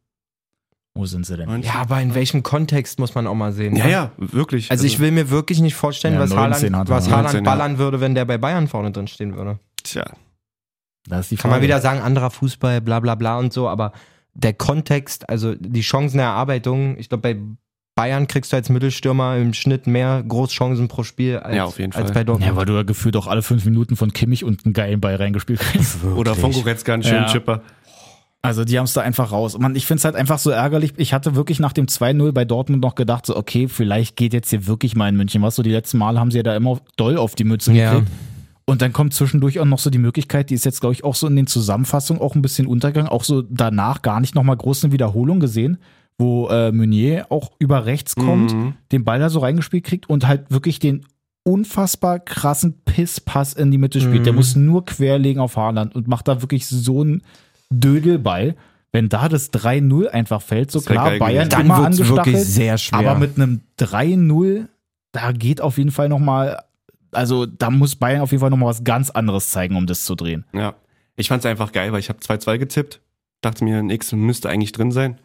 Speaker 3: Wo sind sie denn?
Speaker 1: 19.
Speaker 2: Ja, aber in welchem Kontext muss man auch mal sehen.
Speaker 1: ja,
Speaker 2: ne?
Speaker 1: ja, wirklich.
Speaker 2: Also ich will mir wirklich nicht vorstellen,
Speaker 3: Ja,
Speaker 2: was
Speaker 3: 19
Speaker 2: Haaland,
Speaker 3: hat er.
Speaker 2: was Haaland
Speaker 1: 19, ja.
Speaker 2: ballern würde, wenn der bei Bayern vorne drin stehen würde.
Speaker 1: Tja,
Speaker 3: Da ist die
Speaker 2: Kann man wieder sagen, anderer Fußball, bla bla bla und so, aber der Kontext, also die Chancenerarbeitung, ich glaube, bei Bayern kriegst du als Mittelstürmer im Schnitt mehr Großchancen pro Spiel als,
Speaker 1: Ja, auf jeden
Speaker 2: als
Speaker 1: Fall.
Speaker 2: bei
Speaker 3: Ja, weil
Speaker 2: Dortmund.
Speaker 3: du ja gefühlt auch alle fünf Minuten von Kimmich und einen geilen Ball reingespielt hast.
Speaker 1: oder von Goretzka einen schönen
Speaker 3: Ja.
Speaker 1: Chipper.
Speaker 3: Also die haben es da einfach raus. Mann, ich finde es halt einfach so ärgerlich. Ich hatte wirklich nach dem 2-0 bei Dortmund noch gedacht, so okay, vielleicht geht jetzt hier wirklich mal in München was. So die letzten Male haben sie ja da immer doll auf die Mütze
Speaker 2: Ja.
Speaker 3: gekriegt. Und dann kommt zwischendurch auch noch so die Möglichkeit, die ist jetzt, glaube ich, auch so in den Zusammenfassungen auch ein bisschen untergegangen, auch so danach gar nicht nochmal groß eine Wiederholung gesehen, wo äh, Meunier auch über rechts kommt,
Speaker 1: Mhm.
Speaker 3: den Ball da so reingespielt kriegt und halt wirklich den unfassbar krassen Pisspass in die Mitte spielt. Der
Speaker 2: Mhm.
Speaker 3: muss nur querlegen auf Haaland und macht da wirklich so einen Dödelball. Wenn da das 3-0 einfach fällt, so
Speaker 1: Das wär
Speaker 3: klar,
Speaker 1: geil
Speaker 3: Bayern
Speaker 1: gewesen.
Speaker 3: immer angestachelt,
Speaker 2: sehr schwer.
Speaker 3: aber mit einem 3-0, da geht auf jeden Fall nochmal, also da muss Bayern auf jeden Fall nochmal was ganz anderes zeigen, um das zu drehen.
Speaker 1: Ja. Ich fand's einfach geil, weil ich habe 2-2 getippt. Dachte mir, ein X müsste eigentlich drin sein.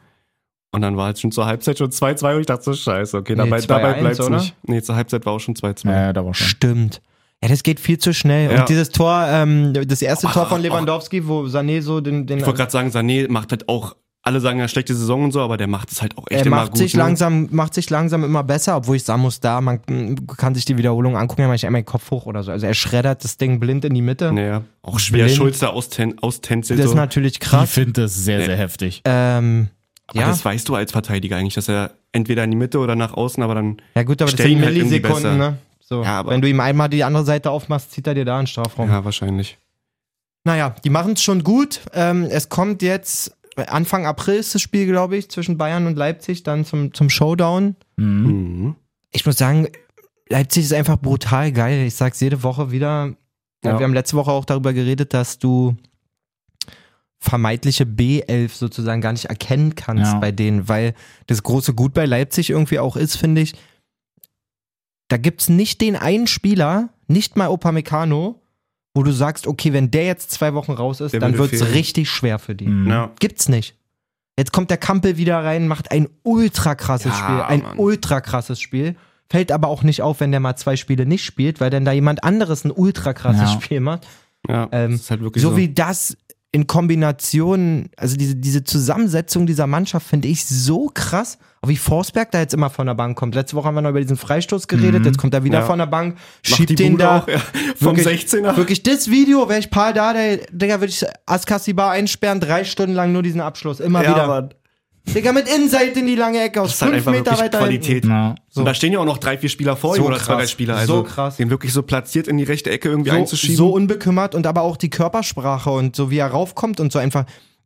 Speaker 1: Und dann war es schon zur Halbzeit schon 2-2 und ich dachte so, scheiße, okay,
Speaker 2: Nee,
Speaker 1: dabei, dabei
Speaker 2: 2-1,
Speaker 1: bleibt's
Speaker 2: oder?
Speaker 1: nicht. Nee, zur Halbzeit war auch schon 2-2.
Speaker 3: da war
Speaker 2: Stimmt. Ja, das geht viel zu schnell.
Speaker 1: Ja. Ah.
Speaker 2: Und dieses Tor, ähm, das erste Tor von Lewandowski, wo Sané so den, den
Speaker 1: Ich wollte gerade sagen, Sané macht halt auch, alle sagen ja schlechte Saison und so, aber der macht es halt auch echt
Speaker 2: er
Speaker 1: immer
Speaker 2: äh, macht
Speaker 1: gut.
Speaker 2: sich
Speaker 1: ne?
Speaker 2: langsam, macht sich langsam immer besser, obwohl ich sagen muss, da, man mm, kann sich die Wiederholung angucken, er macht einmal den Kopf hoch oder so. Also er schreddert das Ding blind in die Mitte.
Speaker 1: Naja, auch schwer
Speaker 2: Blind.
Speaker 1: Schulz da austen, austänzelt.
Speaker 2: das ist
Speaker 1: so.
Speaker 2: natürlich
Speaker 3: Ich
Speaker 2: krass. Äh,
Speaker 3: finde das sehr, sehr heftig.
Speaker 2: Ähm,
Speaker 1: Aber
Speaker 2: Ja.
Speaker 1: das weißt du als Verteidiger eigentlich, dass er entweder in die Mitte oder nach außen, aber dann
Speaker 2: Ja gut, aber
Speaker 1: Stellen
Speaker 2: das
Speaker 1: halt
Speaker 2: sind
Speaker 1: irgendwie
Speaker 2: Millisekunden,
Speaker 1: besser.
Speaker 2: ne? So.
Speaker 1: Ja, aber-
Speaker 2: Wenn du ihm einmal die andere Seite aufmachst, zieht er dir da einen Strafraum.
Speaker 1: ja, wahrscheinlich.
Speaker 2: Naja, die machen es schon gut. Ähm, es kommt jetzt, äh, Anfang April ist das Spiel, glaube ich, zwischen Bayern und Leipzig, dann zum, zum Showdown.
Speaker 3: Mhm.
Speaker 1: Mhm.
Speaker 2: Ich muss sagen, Leipzig ist einfach brutal geil. Ich sag's jede Woche wieder.
Speaker 3: Ja.
Speaker 2: Wir haben letzte Woche auch darüber geredet, dass du vermeintliche B11 sozusagen gar nicht erkennen kannst
Speaker 3: Ja.
Speaker 2: bei denen, weil das große Gut bei Leipzig irgendwie auch ist, finde ich. Da gibt's nicht den einen Spieler, nicht mal Opamecano, wo du sagst, okay, wenn der jetzt zwei Wochen raus ist,
Speaker 1: Der
Speaker 2: dann
Speaker 1: würde
Speaker 2: wird's
Speaker 1: fehlen.
Speaker 2: richtig schwer für die.
Speaker 3: Mhm.
Speaker 1: Ja.
Speaker 2: Gibt's nicht. Jetzt kommt der Kampel wieder rein, macht ein ultra krasses
Speaker 1: Ja,
Speaker 2: Spiel. Ein
Speaker 1: Mann.
Speaker 2: ultra krasses Spiel. Fällt aber auch nicht auf, wenn der mal zwei Spiele nicht spielt, weil dann da jemand anderes ein ultra krasses
Speaker 3: Ja.
Speaker 2: Spiel macht.
Speaker 1: Ja,
Speaker 2: Ähm,
Speaker 1: das ist halt wirklich
Speaker 2: So, wie das in Kombination, also diese, diese Zusammensetzung dieser Mannschaft finde ich so krass. Auch wie Forsberg da jetzt immer von der Bank kommt. Letzte Woche haben wir noch über diesen Freistoß geredet,
Speaker 3: Mhm.
Speaker 2: jetzt kommt er wieder
Speaker 1: Ja.
Speaker 2: von der Bank,
Speaker 1: Macht
Speaker 2: schiebt
Speaker 1: die
Speaker 2: den
Speaker 1: Bude
Speaker 2: da.
Speaker 1: auch, ja, vom
Speaker 2: wirklich-
Speaker 1: 16er.
Speaker 2: Wirklich, das Video, wäre ich Paul da, der, Digga, würde ich Askasibar einsperren, drei Stunden lang nur diesen Abschluss, immer
Speaker 1: Ja,
Speaker 2: wieder.
Speaker 1: Mann.
Speaker 2: Digga, mit Inside in die lange Ecke aus
Speaker 1: Das ist halt
Speaker 2: fünf
Speaker 1: einfach
Speaker 2: Meter
Speaker 1: wirklich
Speaker 2: weiter hinten.
Speaker 1: Qualität.
Speaker 3: Ja.
Speaker 1: So. Und da stehen ja auch noch drei, vier Spieler vor
Speaker 2: So
Speaker 1: ihm oder zwei,
Speaker 2: krass.
Speaker 1: drei Spieler.
Speaker 2: So
Speaker 1: Also
Speaker 2: krass.
Speaker 1: Den wirklich so platziert in die rechte Ecke irgendwie
Speaker 2: So,
Speaker 1: einzuschieben.
Speaker 2: so unbekümmert und aber auch die Körpersprache und so wie er raufkommt und so einfach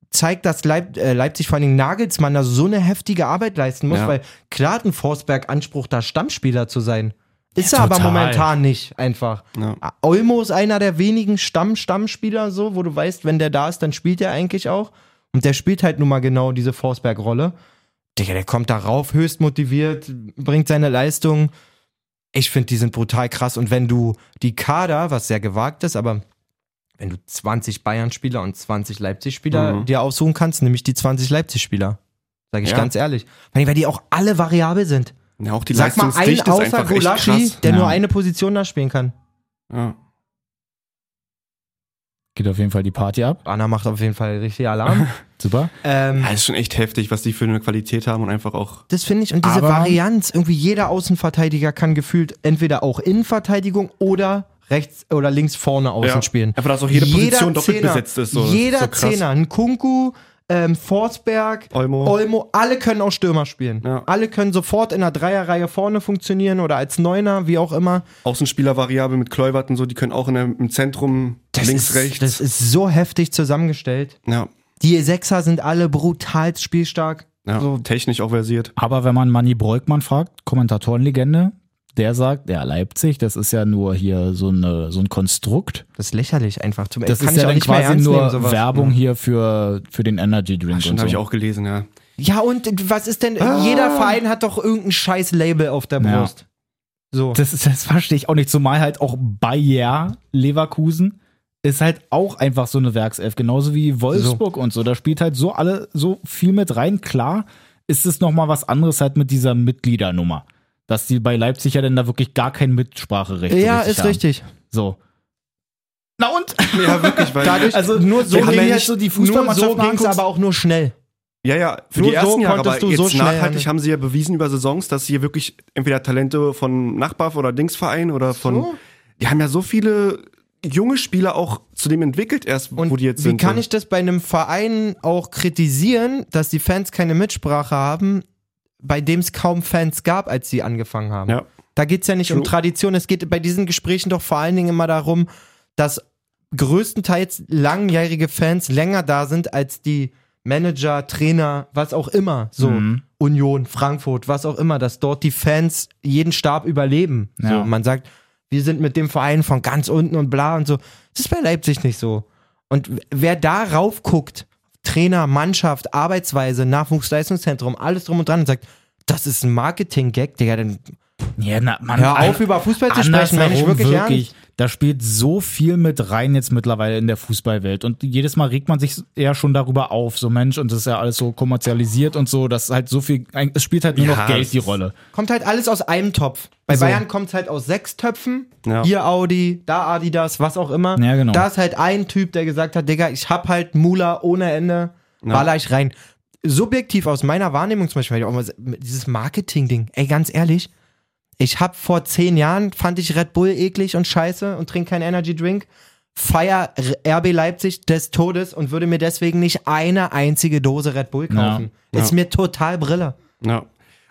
Speaker 2: zeigt, dass Leip äh, Leipzig vor allen Dingen Nagelsmann da so eine heftige Arbeit leisten muss,
Speaker 1: Ja.
Speaker 2: weil klar hat ein Forsberg Anspruch, da Stammspieler zu sein. Ist er aber
Speaker 3: total.
Speaker 2: momentan nicht einfach.
Speaker 1: Ja.
Speaker 2: Olmo ist einer der wenigen Stamm-Stammspieler, so, wo du weißt, wenn der da ist, dann spielt er eigentlich auch. Und der spielt halt nun mal genau diese Forsberg-Rolle. Digga, der kommt da rauf, höchst motiviert, bringt seine Leistung. Ich finde, die sind brutal krass. Und wenn du die Kader, was sehr gewagt ist, aber wenn du 20 Bayern-Spieler und 20 Leipzig-Spieler
Speaker 1: Mhm.
Speaker 2: dir aussuchen kannst, nämlich die 20 Leipzig-Spieler. Sage ich
Speaker 1: Ja.
Speaker 2: ganz ehrlich. Weil die- weil die auch alle variabel sind.
Speaker 1: ja, auch die
Speaker 2: Sag mal einen
Speaker 1: Leistungsdichte ist
Speaker 2: außer
Speaker 1: einfach echt
Speaker 2: Golaschi,
Speaker 1: krass.
Speaker 2: der
Speaker 3: Ja.
Speaker 2: nur eine Position da spielen kann.
Speaker 1: Ja.
Speaker 3: Geht auf jeden Fall die Party ab.
Speaker 2: Anna macht auf jeden Fall richtig Alarm.
Speaker 3: Super.
Speaker 2: ähm,
Speaker 1: Ja, Ah, ist schon echt heftig, was die für eine Qualität haben und einfach auch.
Speaker 2: das finde ich. Und diese
Speaker 3: Aber-
Speaker 2: Varianz, irgendwie jeder Außenverteidiger kann gefühlt entweder auch Innenverteidigung oder rechts oder links vorne außen spielen.
Speaker 1: Einfach, dass auch jede Position doppelt besetzt ist. So.
Speaker 2: Jeder
Speaker 1: so krass.
Speaker 2: Zehner, ein Kunku, ähm, Forsberg,
Speaker 1: Olmo.
Speaker 2: Olmo, alle können auch Stürmer spielen.
Speaker 1: Ja.
Speaker 2: Alle können sofort in der Dreierreihe vorne funktionieren oder als Neuner, wie auch immer.
Speaker 1: Außenspieler variabel mit Kluivert und so, die können auch in der, im Zentrum links,
Speaker 2: ist,
Speaker 1: rechts.
Speaker 2: Das ist so heftig zusammengestellt.
Speaker 1: ja,
Speaker 2: Die Sechser sind alle brutal spielstark.
Speaker 1: ja.
Speaker 2: So,
Speaker 1: technisch auch versiert.
Speaker 3: Aber wenn man Manni Breukmann fragt, Kommentatorenlegende, der sagt, ja, Leipzig, das ist ja nur hier so, eine, so ein Konstrukt.
Speaker 2: das ist lächerlich einfach. Zum
Speaker 3: Das
Speaker 2: kann
Speaker 3: ist
Speaker 2: ich
Speaker 3: ja
Speaker 2: auch
Speaker 3: dann
Speaker 2: nicht mehr
Speaker 3: quasi
Speaker 2: ernst
Speaker 3: nur
Speaker 2: nehmen, sowas.
Speaker 3: Werbung hier für, für den Energy Drink
Speaker 1: Schon
Speaker 3: und so.
Speaker 1: habe ich auch gelesen, ja.
Speaker 2: Ja, und was ist denn? Jeder Verein hat doch irgendein scheiß Label auf der
Speaker 3: Ah. Ja.
Speaker 2: Brust. So.
Speaker 3: Das, ist- das verstehe ich auch nicht, zumal halt auch Bayer Leverkusen ist halt auch einfach so eine Werkself, genauso wie Wolfsburg und so. Da spielt halt so alle so viel mit rein. Klar ist es nochmal was anderes halt mit dieser Mitgliedernummer. Dass die bei Leipzig ja dann da wirklich gar kein Mitspracherecht so
Speaker 2: ja, ist
Speaker 3: haben.
Speaker 2: richtig.
Speaker 3: So. Na und?
Speaker 1: Ja, wirklich, weil.
Speaker 2: Dadurch-
Speaker 3: Also nur
Speaker 2: so ging
Speaker 3: ja
Speaker 2: es-
Speaker 3: so die
Speaker 2: Nur
Speaker 3: Fußballmannschaft
Speaker 2: so ging es aber auch nur schnell.
Speaker 1: Ja, ja, für
Speaker 2: Nur
Speaker 1: die
Speaker 2: so
Speaker 1: ersten Jahre,
Speaker 2: konntest
Speaker 1: aber
Speaker 2: du
Speaker 1: jetzt
Speaker 2: so schnell
Speaker 1: nachhaltig
Speaker 2: handeln.
Speaker 1: haben sie ja bewiesen über Saisons, dass sie hier wirklich entweder Talente von Nachbar oder Dingsverein oder von.
Speaker 2: So.
Speaker 1: Die haben ja so viele junge Spieler auch zu dem entwickelt erst,
Speaker 2: Und
Speaker 1: wo die jetzt
Speaker 2: wie
Speaker 1: sind.
Speaker 2: kann ich das bei einem Verein auch kritisieren, dass die Fans keine Mitsprache haben, bei dem es kaum Fans gab, als sie angefangen haben?
Speaker 1: Ja.
Speaker 2: Da geht es ja nicht um
Speaker 1: True.
Speaker 2: Tradition, es geht bei diesen Gesprächen doch vor allen Dingen immer darum, dass größtenteils langjährige Fans länger da sind als die Manager, Trainer, was auch immer. So
Speaker 3: Mhm.
Speaker 2: Union, Frankfurt, was auch immer, dass dort die Fans jeden Stab überleben.
Speaker 3: Ja.
Speaker 2: So, man sagt, wir sind mit dem Verein von ganz unten und bla und so. Das ist bei Leipzig nicht so. Und wer da raufguckt, Trainer, Mannschaft, Arbeitsweise, Nachwuchsleistungszentrum, alles drum und dran und sagt, das ist ein Marketing-Gag, Digga, dann
Speaker 3: Ja, na, man,
Speaker 2: hör auf, über Fußball zu sprechen, meine ich
Speaker 3: Andersherum
Speaker 2: wirklich, ernst.
Speaker 3: Da spielt so viel mit rein jetzt mittlerweile in der Fußballwelt. Und jedes Mal regt man sich eher schon darüber auf. So, Mensch, und das ist ja alles so kommerzialisiert und so, dass halt so viel. Es spielt halt nur
Speaker 1: Ja,
Speaker 3: noch
Speaker 1: es
Speaker 3: Geld die
Speaker 1: ist-
Speaker 3: Rolle.
Speaker 2: Kommt halt alles aus einem Topf. Bei
Speaker 3: So.
Speaker 2: Bayern kommt es halt aus sechs Töpfen.
Speaker 1: Ja.
Speaker 2: Hier Audi, da Adidas, was auch immer.
Speaker 3: Ja, genau.
Speaker 2: Da ist halt ein Typ, der gesagt hat, Digga, ich hab halt Mula ohne Ende, baller ich rein. Subjektiv aus meiner Wahrnehmung zum Beispiel, weil ich auch mal se- dieses Marketing-Ding, ey, ganz ehrlich, ich hab vor zehn Jahren, fand ich Red Bull eklig und scheiße und trinke keinen Energy Drink. feier RB Leipzig des Todes und würde mir deswegen nicht eine einzige Dose Red Bull kaufen.
Speaker 1: Ja.
Speaker 2: Ist
Speaker 1: Ja.
Speaker 2: mir total Brille.
Speaker 1: Ja.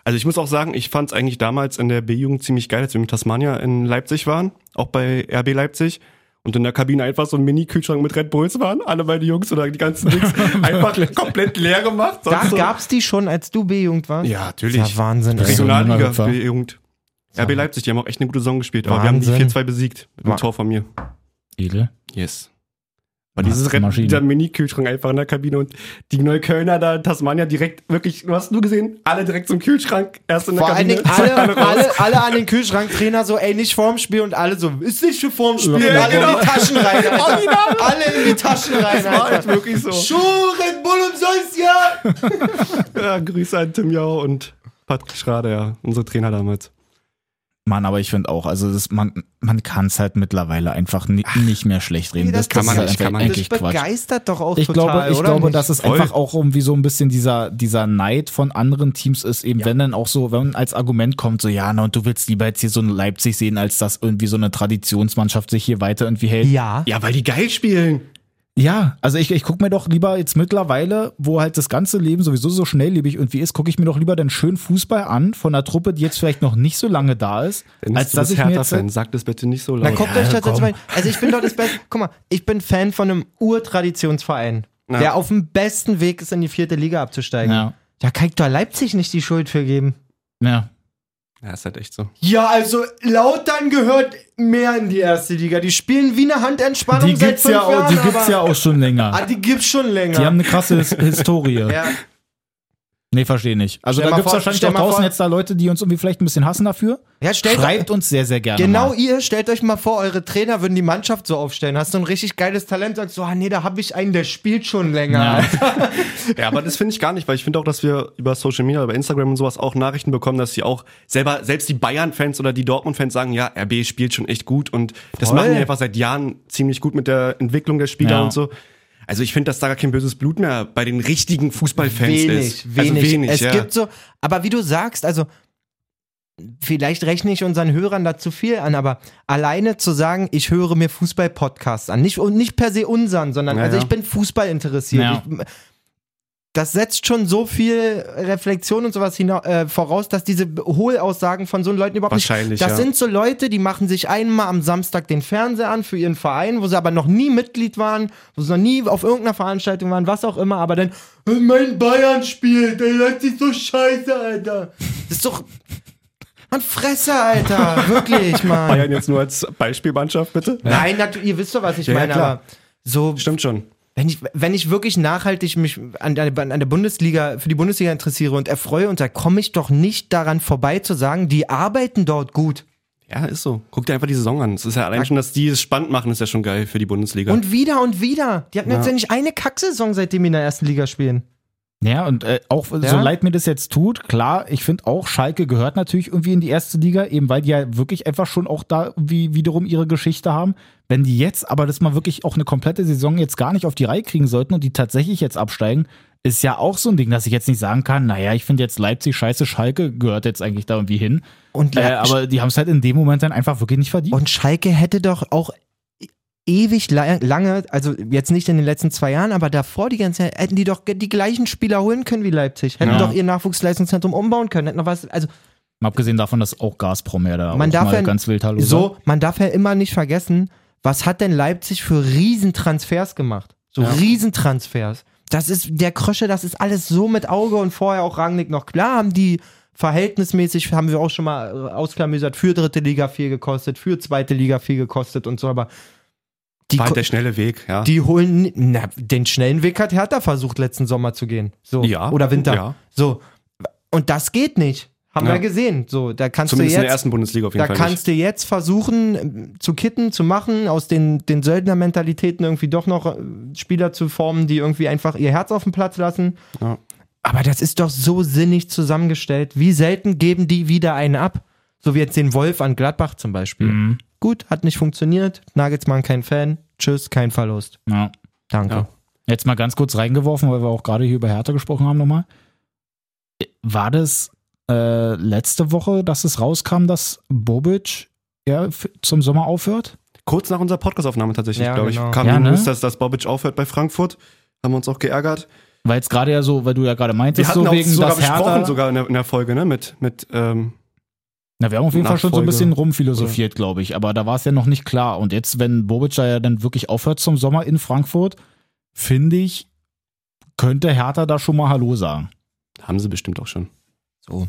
Speaker 1: Also ich muss auch sagen, ich fand es eigentlich damals in der B-Jugend ziemlich geil, als wir mit Tasmania in Leipzig waren, auch bei RB Leipzig. Und in der Kabine einfach so ein Mini-Kühlschrank mit Red Bulls waren. Alle meine Jungs oder die ganzen Dings einfach komplett leer gemacht.
Speaker 2: Da
Speaker 1: sonst so-
Speaker 2: gab's die schon, als du B-Jugend warst.
Speaker 1: Ja,
Speaker 2: Ist
Speaker 1: natürlich.
Speaker 2: Ja, Wahnsinn. ey.
Speaker 3: Regional-
Speaker 1: Regionalliga
Speaker 3: Hüpfer.
Speaker 1: B-Jugend. RB Leipzig, die haben auch echt eine gute Saison gespielt. Aber wir haben
Speaker 2: Wahnsinn.
Speaker 1: die 4-2 besiegt. Mit
Speaker 2: Wa-
Speaker 1: einem Tor von mir.
Speaker 3: Edel.
Speaker 1: Yes. Weil dieses Red,
Speaker 3: Maschine.
Speaker 1: dieser Mini-Kühlschrank einfach in der Kabine und die Neuköllner da in Tasmania direkt wirklich, du hast nur gesehen, alle direkt zum Kühlschrank, erst in der
Speaker 2: Vor allen
Speaker 1: Kabine.
Speaker 2: Dingen alle, alle, alle an den Kühlschrank, Trainer so, ey, nicht vorm Spiel und alle so, ist nicht schon vorm Spiel.
Speaker 1: Ja,
Speaker 2: alle in
Speaker 1: genau.
Speaker 2: die Taschen rein. Alter. alle in die Taschen rein.
Speaker 1: Das war echt
Speaker 2: Alter.
Speaker 1: wirklich so.
Speaker 2: Schuh, Red Bull umsonst, ja.
Speaker 1: Ja, Grüße an Tim Jau und Patrick Schrader, ja, unsere Trainer damals.
Speaker 3: Mann, aber ich finde auch, also das, man, man kann es halt mittlerweile einfach ni nicht mehr schlecht reden.
Speaker 2: Nee,
Speaker 3: das,
Speaker 2: das kann
Speaker 3: kann man
Speaker 1: man
Speaker 3: halt
Speaker 1: nicht, kann man
Speaker 3: eigentlich
Speaker 2: Das
Speaker 3: Quatsch.
Speaker 2: begeistert doch auch
Speaker 3: Ich
Speaker 2: total,
Speaker 3: glaube, ich
Speaker 2: oder?
Speaker 3: glaube,
Speaker 2: nicht?
Speaker 3: dass es
Speaker 1: Voll.
Speaker 3: einfach auch irgendwie so ein bisschen dieser, dieser Neid von anderen Teams ist, eben wenn dann auch so, wenn als Argument kommt, so ja, na, und du willst lieber jetzt hier so ein Leipzig sehen, als dass irgendwie so eine Traditionsmannschaft sich hier weiter irgendwie hält.
Speaker 2: ja.
Speaker 1: Ja, weil die geil spielen.
Speaker 3: Ja, also ich, ich gucke mir doch lieber jetzt mittlerweile, wo halt das ganze Leben sowieso so schnelllebig irgendwie ist, gucke ich mir doch lieber dann schön Fußball an von einer Truppe, die jetzt vielleicht noch nicht so lange da ist, als dass ich mir jetzt...
Speaker 1: Fan, sag das bitte nicht so laut.
Speaker 2: Na, guckt euch das jetzt mal. Also ich bin doch das Beste. Guck mal, ich bin Fan von einem Urtraditionsverein,
Speaker 1: Ja.
Speaker 2: der auf dem besten Weg ist, in die vierte Liga abzusteigen.
Speaker 3: Ja,
Speaker 2: Da kann ich doch Leipzig nicht die Schuld für geben.
Speaker 3: ja.
Speaker 1: Ja, ist halt echt so.
Speaker 2: Ja, also Lautern gehört mehr in die erste Liga. Die spielen wie eine Handentspannung
Speaker 3: Die gibt's, ja auch, die gibt's ja auch schon länger.
Speaker 2: Ah, die gibt's schon länger.
Speaker 3: Die haben eine krasse His Historie.
Speaker 2: ja.
Speaker 3: Nee, verstehe nicht. Also
Speaker 2: Stell
Speaker 3: da
Speaker 2: mal
Speaker 3: gibt es
Speaker 2: vor-
Speaker 3: wahrscheinlich
Speaker 2: stell
Speaker 3: auch
Speaker 2: mal
Speaker 3: draußen
Speaker 2: vor-
Speaker 3: jetzt da Leute, die uns irgendwie vielleicht ein bisschen hassen dafür.
Speaker 2: ja, stellt
Speaker 3: Schreibt uns sehr, sehr gerne.
Speaker 2: Genau
Speaker 3: Mal.
Speaker 2: ihr, stellt euch mal vor, eure Trainer würden die Mannschaft so aufstellen. Hast du ein richtig geiles Talent, sagst du, ah nee, da habe ich einen, der spielt schon länger.
Speaker 1: Ja, aber das finde ich gar nicht, weil ich finde auch, dass wir über Social Media, über Instagram und sowas auch Nachrichten bekommen, dass sie auch selber, selbst die Bayern-Fans oder die Dortmund-Fans sagen, ja, RB spielt schon echt gut und das
Speaker 2: Voll.
Speaker 1: machen die einfach seit Jahren ziemlich gut mit der Entwicklung der Spieler
Speaker 3: Ja.
Speaker 1: und so. Also ich finde, dass da gar kein böses Blut mehr bei den richtigen Fußballfans
Speaker 2: wenig,
Speaker 1: ist.
Speaker 2: Wenig,
Speaker 1: Also wenig,
Speaker 2: Es
Speaker 1: ja.
Speaker 2: gibt so, aber wie du sagst, also vielleicht rechne ich unseren Hörern da zu viel an, aber alleine zu sagen, ich höre mir Fußball-Podcasts an, nicht, und nicht per se unseren, sondern
Speaker 1: Ja,
Speaker 2: also
Speaker 1: ja.
Speaker 2: ich bin Fußball interessiert.
Speaker 3: Ja.
Speaker 2: Ich, das setzt schon so viel Reflexion und sowas hina- äh, voraus, dass diese Hohlaussagen von so Leuten überhaupt
Speaker 1: Wahrscheinlich,
Speaker 2: nicht. Das
Speaker 1: ja.
Speaker 2: sind so Leute, die machen sich einmal am Samstag den Fernseher an für ihren Verein, wo sie aber noch nie Mitglied waren, wo sie noch nie auf irgendeiner Veranstaltung waren, was auch immer, aber dann, "Äh, mein Bayern spielt, der läuft sich so scheiße, Alter. Das ist doch. Mann, Fresse, Alter. Wirklich, Mann.
Speaker 1: Bayern jetzt nur als Beispielmannschaft, bitte?
Speaker 2: Nein, natürlich, ihr wisst doch, was ich
Speaker 1: Ja, ja,
Speaker 2: meine,
Speaker 1: klar.
Speaker 2: aber so
Speaker 1: Stimmt schon.
Speaker 2: wenn ich, wenn ich wirklich nachhaltig mich an der, an der Bundesliga, für die Bundesliga interessiere und erfreue, und da komme ich doch nicht daran vorbei zu sagen, die arbeiten dort gut.
Speaker 1: Ja, ist so. Guck dir einfach die Saison an. Es ist ja allein schon, dass die es spannend machen, ist ja schon geil für die Bundesliga.
Speaker 2: Und wieder und wieder. Die hatten
Speaker 1: Ja.
Speaker 2: jetzt ja nicht eine Kacksaison, seitdem die in der ersten Liga spielen.
Speaker 3: Ja, und äh, auch so
Speaker 2: Ja.
Speaker 3: leid mir das jetzt tut, klar, ich finde auch, Schalke gehört natürlich irgendwie in die erste Liga, eben weil die ja wirklich einfach schon auch da wie wiederum ihre Geschichte haben. Wenn die jetzt aber das mal wirklich auch eine komplette Saison jetzt gar nicht auf die Reihe kriegen sollten und die tatsächlich jetzt absteigen, ist ja auch so ein Ding, dass ich jetzt nicht sagen kann, naja, ich finde jetzt Leipzig scheiße, Schalke gehört jetzt eigentlich da irgendwie hin.
Speaker 2: Und,
Speaker 3: Äh,
Speaker 2: Le-
Speaker 3: aber die haben es halt in dem Moment dann einfach wirklich nicht verdient.
Speaker 2: und Schalke hätte doch auch ewig la- lange, also jetzt nicht in den letzten zwei Jahren, aber davor die ganze Zeit, hätten die doch ge- die gleichen Spieler holen können wie Leipzig. Hätten
Speaker 3: Ja.
Speaker 2: doch ihr Nachwuchsleistungszentrum umbauen können. Hätten noch was, also
Speaker 3: Mal abgesehen davon, dass auch Gazprom ja da
Speaker 2: Man
Speaker 3: auch
Speaker 2: darf
Speaker 3: mal
Speaker 2: ja
Speaker 3: ganz wild hallo
Speaker 1: ne?
Speaker 2: So, man darf ja immer nicht vergessen, was hat denn Leipzig für Riesentransfers gemacht? So Riesentransfers. Das ist der Krösche, das ist alles so mit Auge und vorher auch Rangnick noch. Klar haben die verhältnismäßig, haben wir auch schon mal äh, ausklamüsert, für dritte Liga viel gekostet, für zweite Liga viel gekostet und so, aber die,
Speaker 1: War
Speaker 2: ko-
Speaker 1: halt der schnelle Weg, ja.
Speaker 2: die holen, ni- na, den schnellen Weg hat Hertha versucht, letzten Sommer zu gehen. So.
Speaker 1: Ja.
Speaker 2: Oder Winter.
Speaker 1: Ja.
Speaker 2: So. Und das geht nicht. Haben
Speaker 1: Ja.
Speaker 2: wir gesehen. So, da kannst
Speaker 1: Zumindest
Speaker 2: du
Speaker 1: in
Speaker 2: jetzt
Speaker 1: der ersten Bundesliga auf jeden
Speaker 2: da
Speaker 1: Fall.
Speaker 2: kannst du jetzt versuchen ähm, zu kitten, zu machen, aus den, den Söldnermentalitäten irgendwie doch noch äh, Spieler zu formen, die irgendwie einfach ihr Herz auf den Platz lassen.
Speaker 1: Ja.
Speaker 2: Aber das ist doch so sinnig zusammengestellt. Wie selten geben die wieder einen ab? So wie jetzt den Wolf an Gladbach zum Beispiel.
Speaker 3: Mhm.
Speaker 2: Gut, hat nicht funktioniert. Nagelsmann kein Fan. Tschüss, kein Verlust.
Speaker 3: Ja.
Speaker 2: Danke.
Speaker 1: Ja.
Speaker 3: Jetzt mal ganz kurz reingeworfen, weil wir auch gerade hier über Hertha gesprochen haben nochmal. War das äh, letzte Woche, dass es rauskam, dass Bobic ja, f- zum Sommer aufhört?
Speaker 1: nicht. kurz nach unserer Podcastaufnahme tatsächlich,
Speaker 2: Ja,
Speaker 1: glaube
Speaker 2: genau.
Speaker 1: ich, kam
Speaker 3: Ja,
Speaker 1: die
Speaker 3: ne?
Speaker 1: News, dass, dass Bobic aufhört bei Frankfurt. Haben wir uns auch geärgert.
Speaker 3: Weil jetzt gerade ja so, weil du ja gerade
Speaker 1: Wir
Speaker 3: meintest,
Speaker 1: hatten
Speaker 3: so
Speaker 1: auch
Speaker 3: wegen
Speaker 1: sogar
Speaker 3: das
Speaker 1: besprochen,
Speaker 3: Hertha.
Speaker 1: sogar in der, in der Folge, ne? Mit, mit ähm,
Speaker 3: Na, wir haben auf jeden Fall schon so
Speaker 1: Nachfolge.
Speaker 3: ein bisschen rumphilosophiert, glaube ich. Aber da war es ja noch nicht klar. Und jetzt, wenn Bobic da ja dann wirklich aufhört zum Sommer in Frankfurt, finde ich, könnte Hertha da schon mal Hallo sagen.
Speaker 1: haben sie bestimmt auch schon.
Speaker 2: So.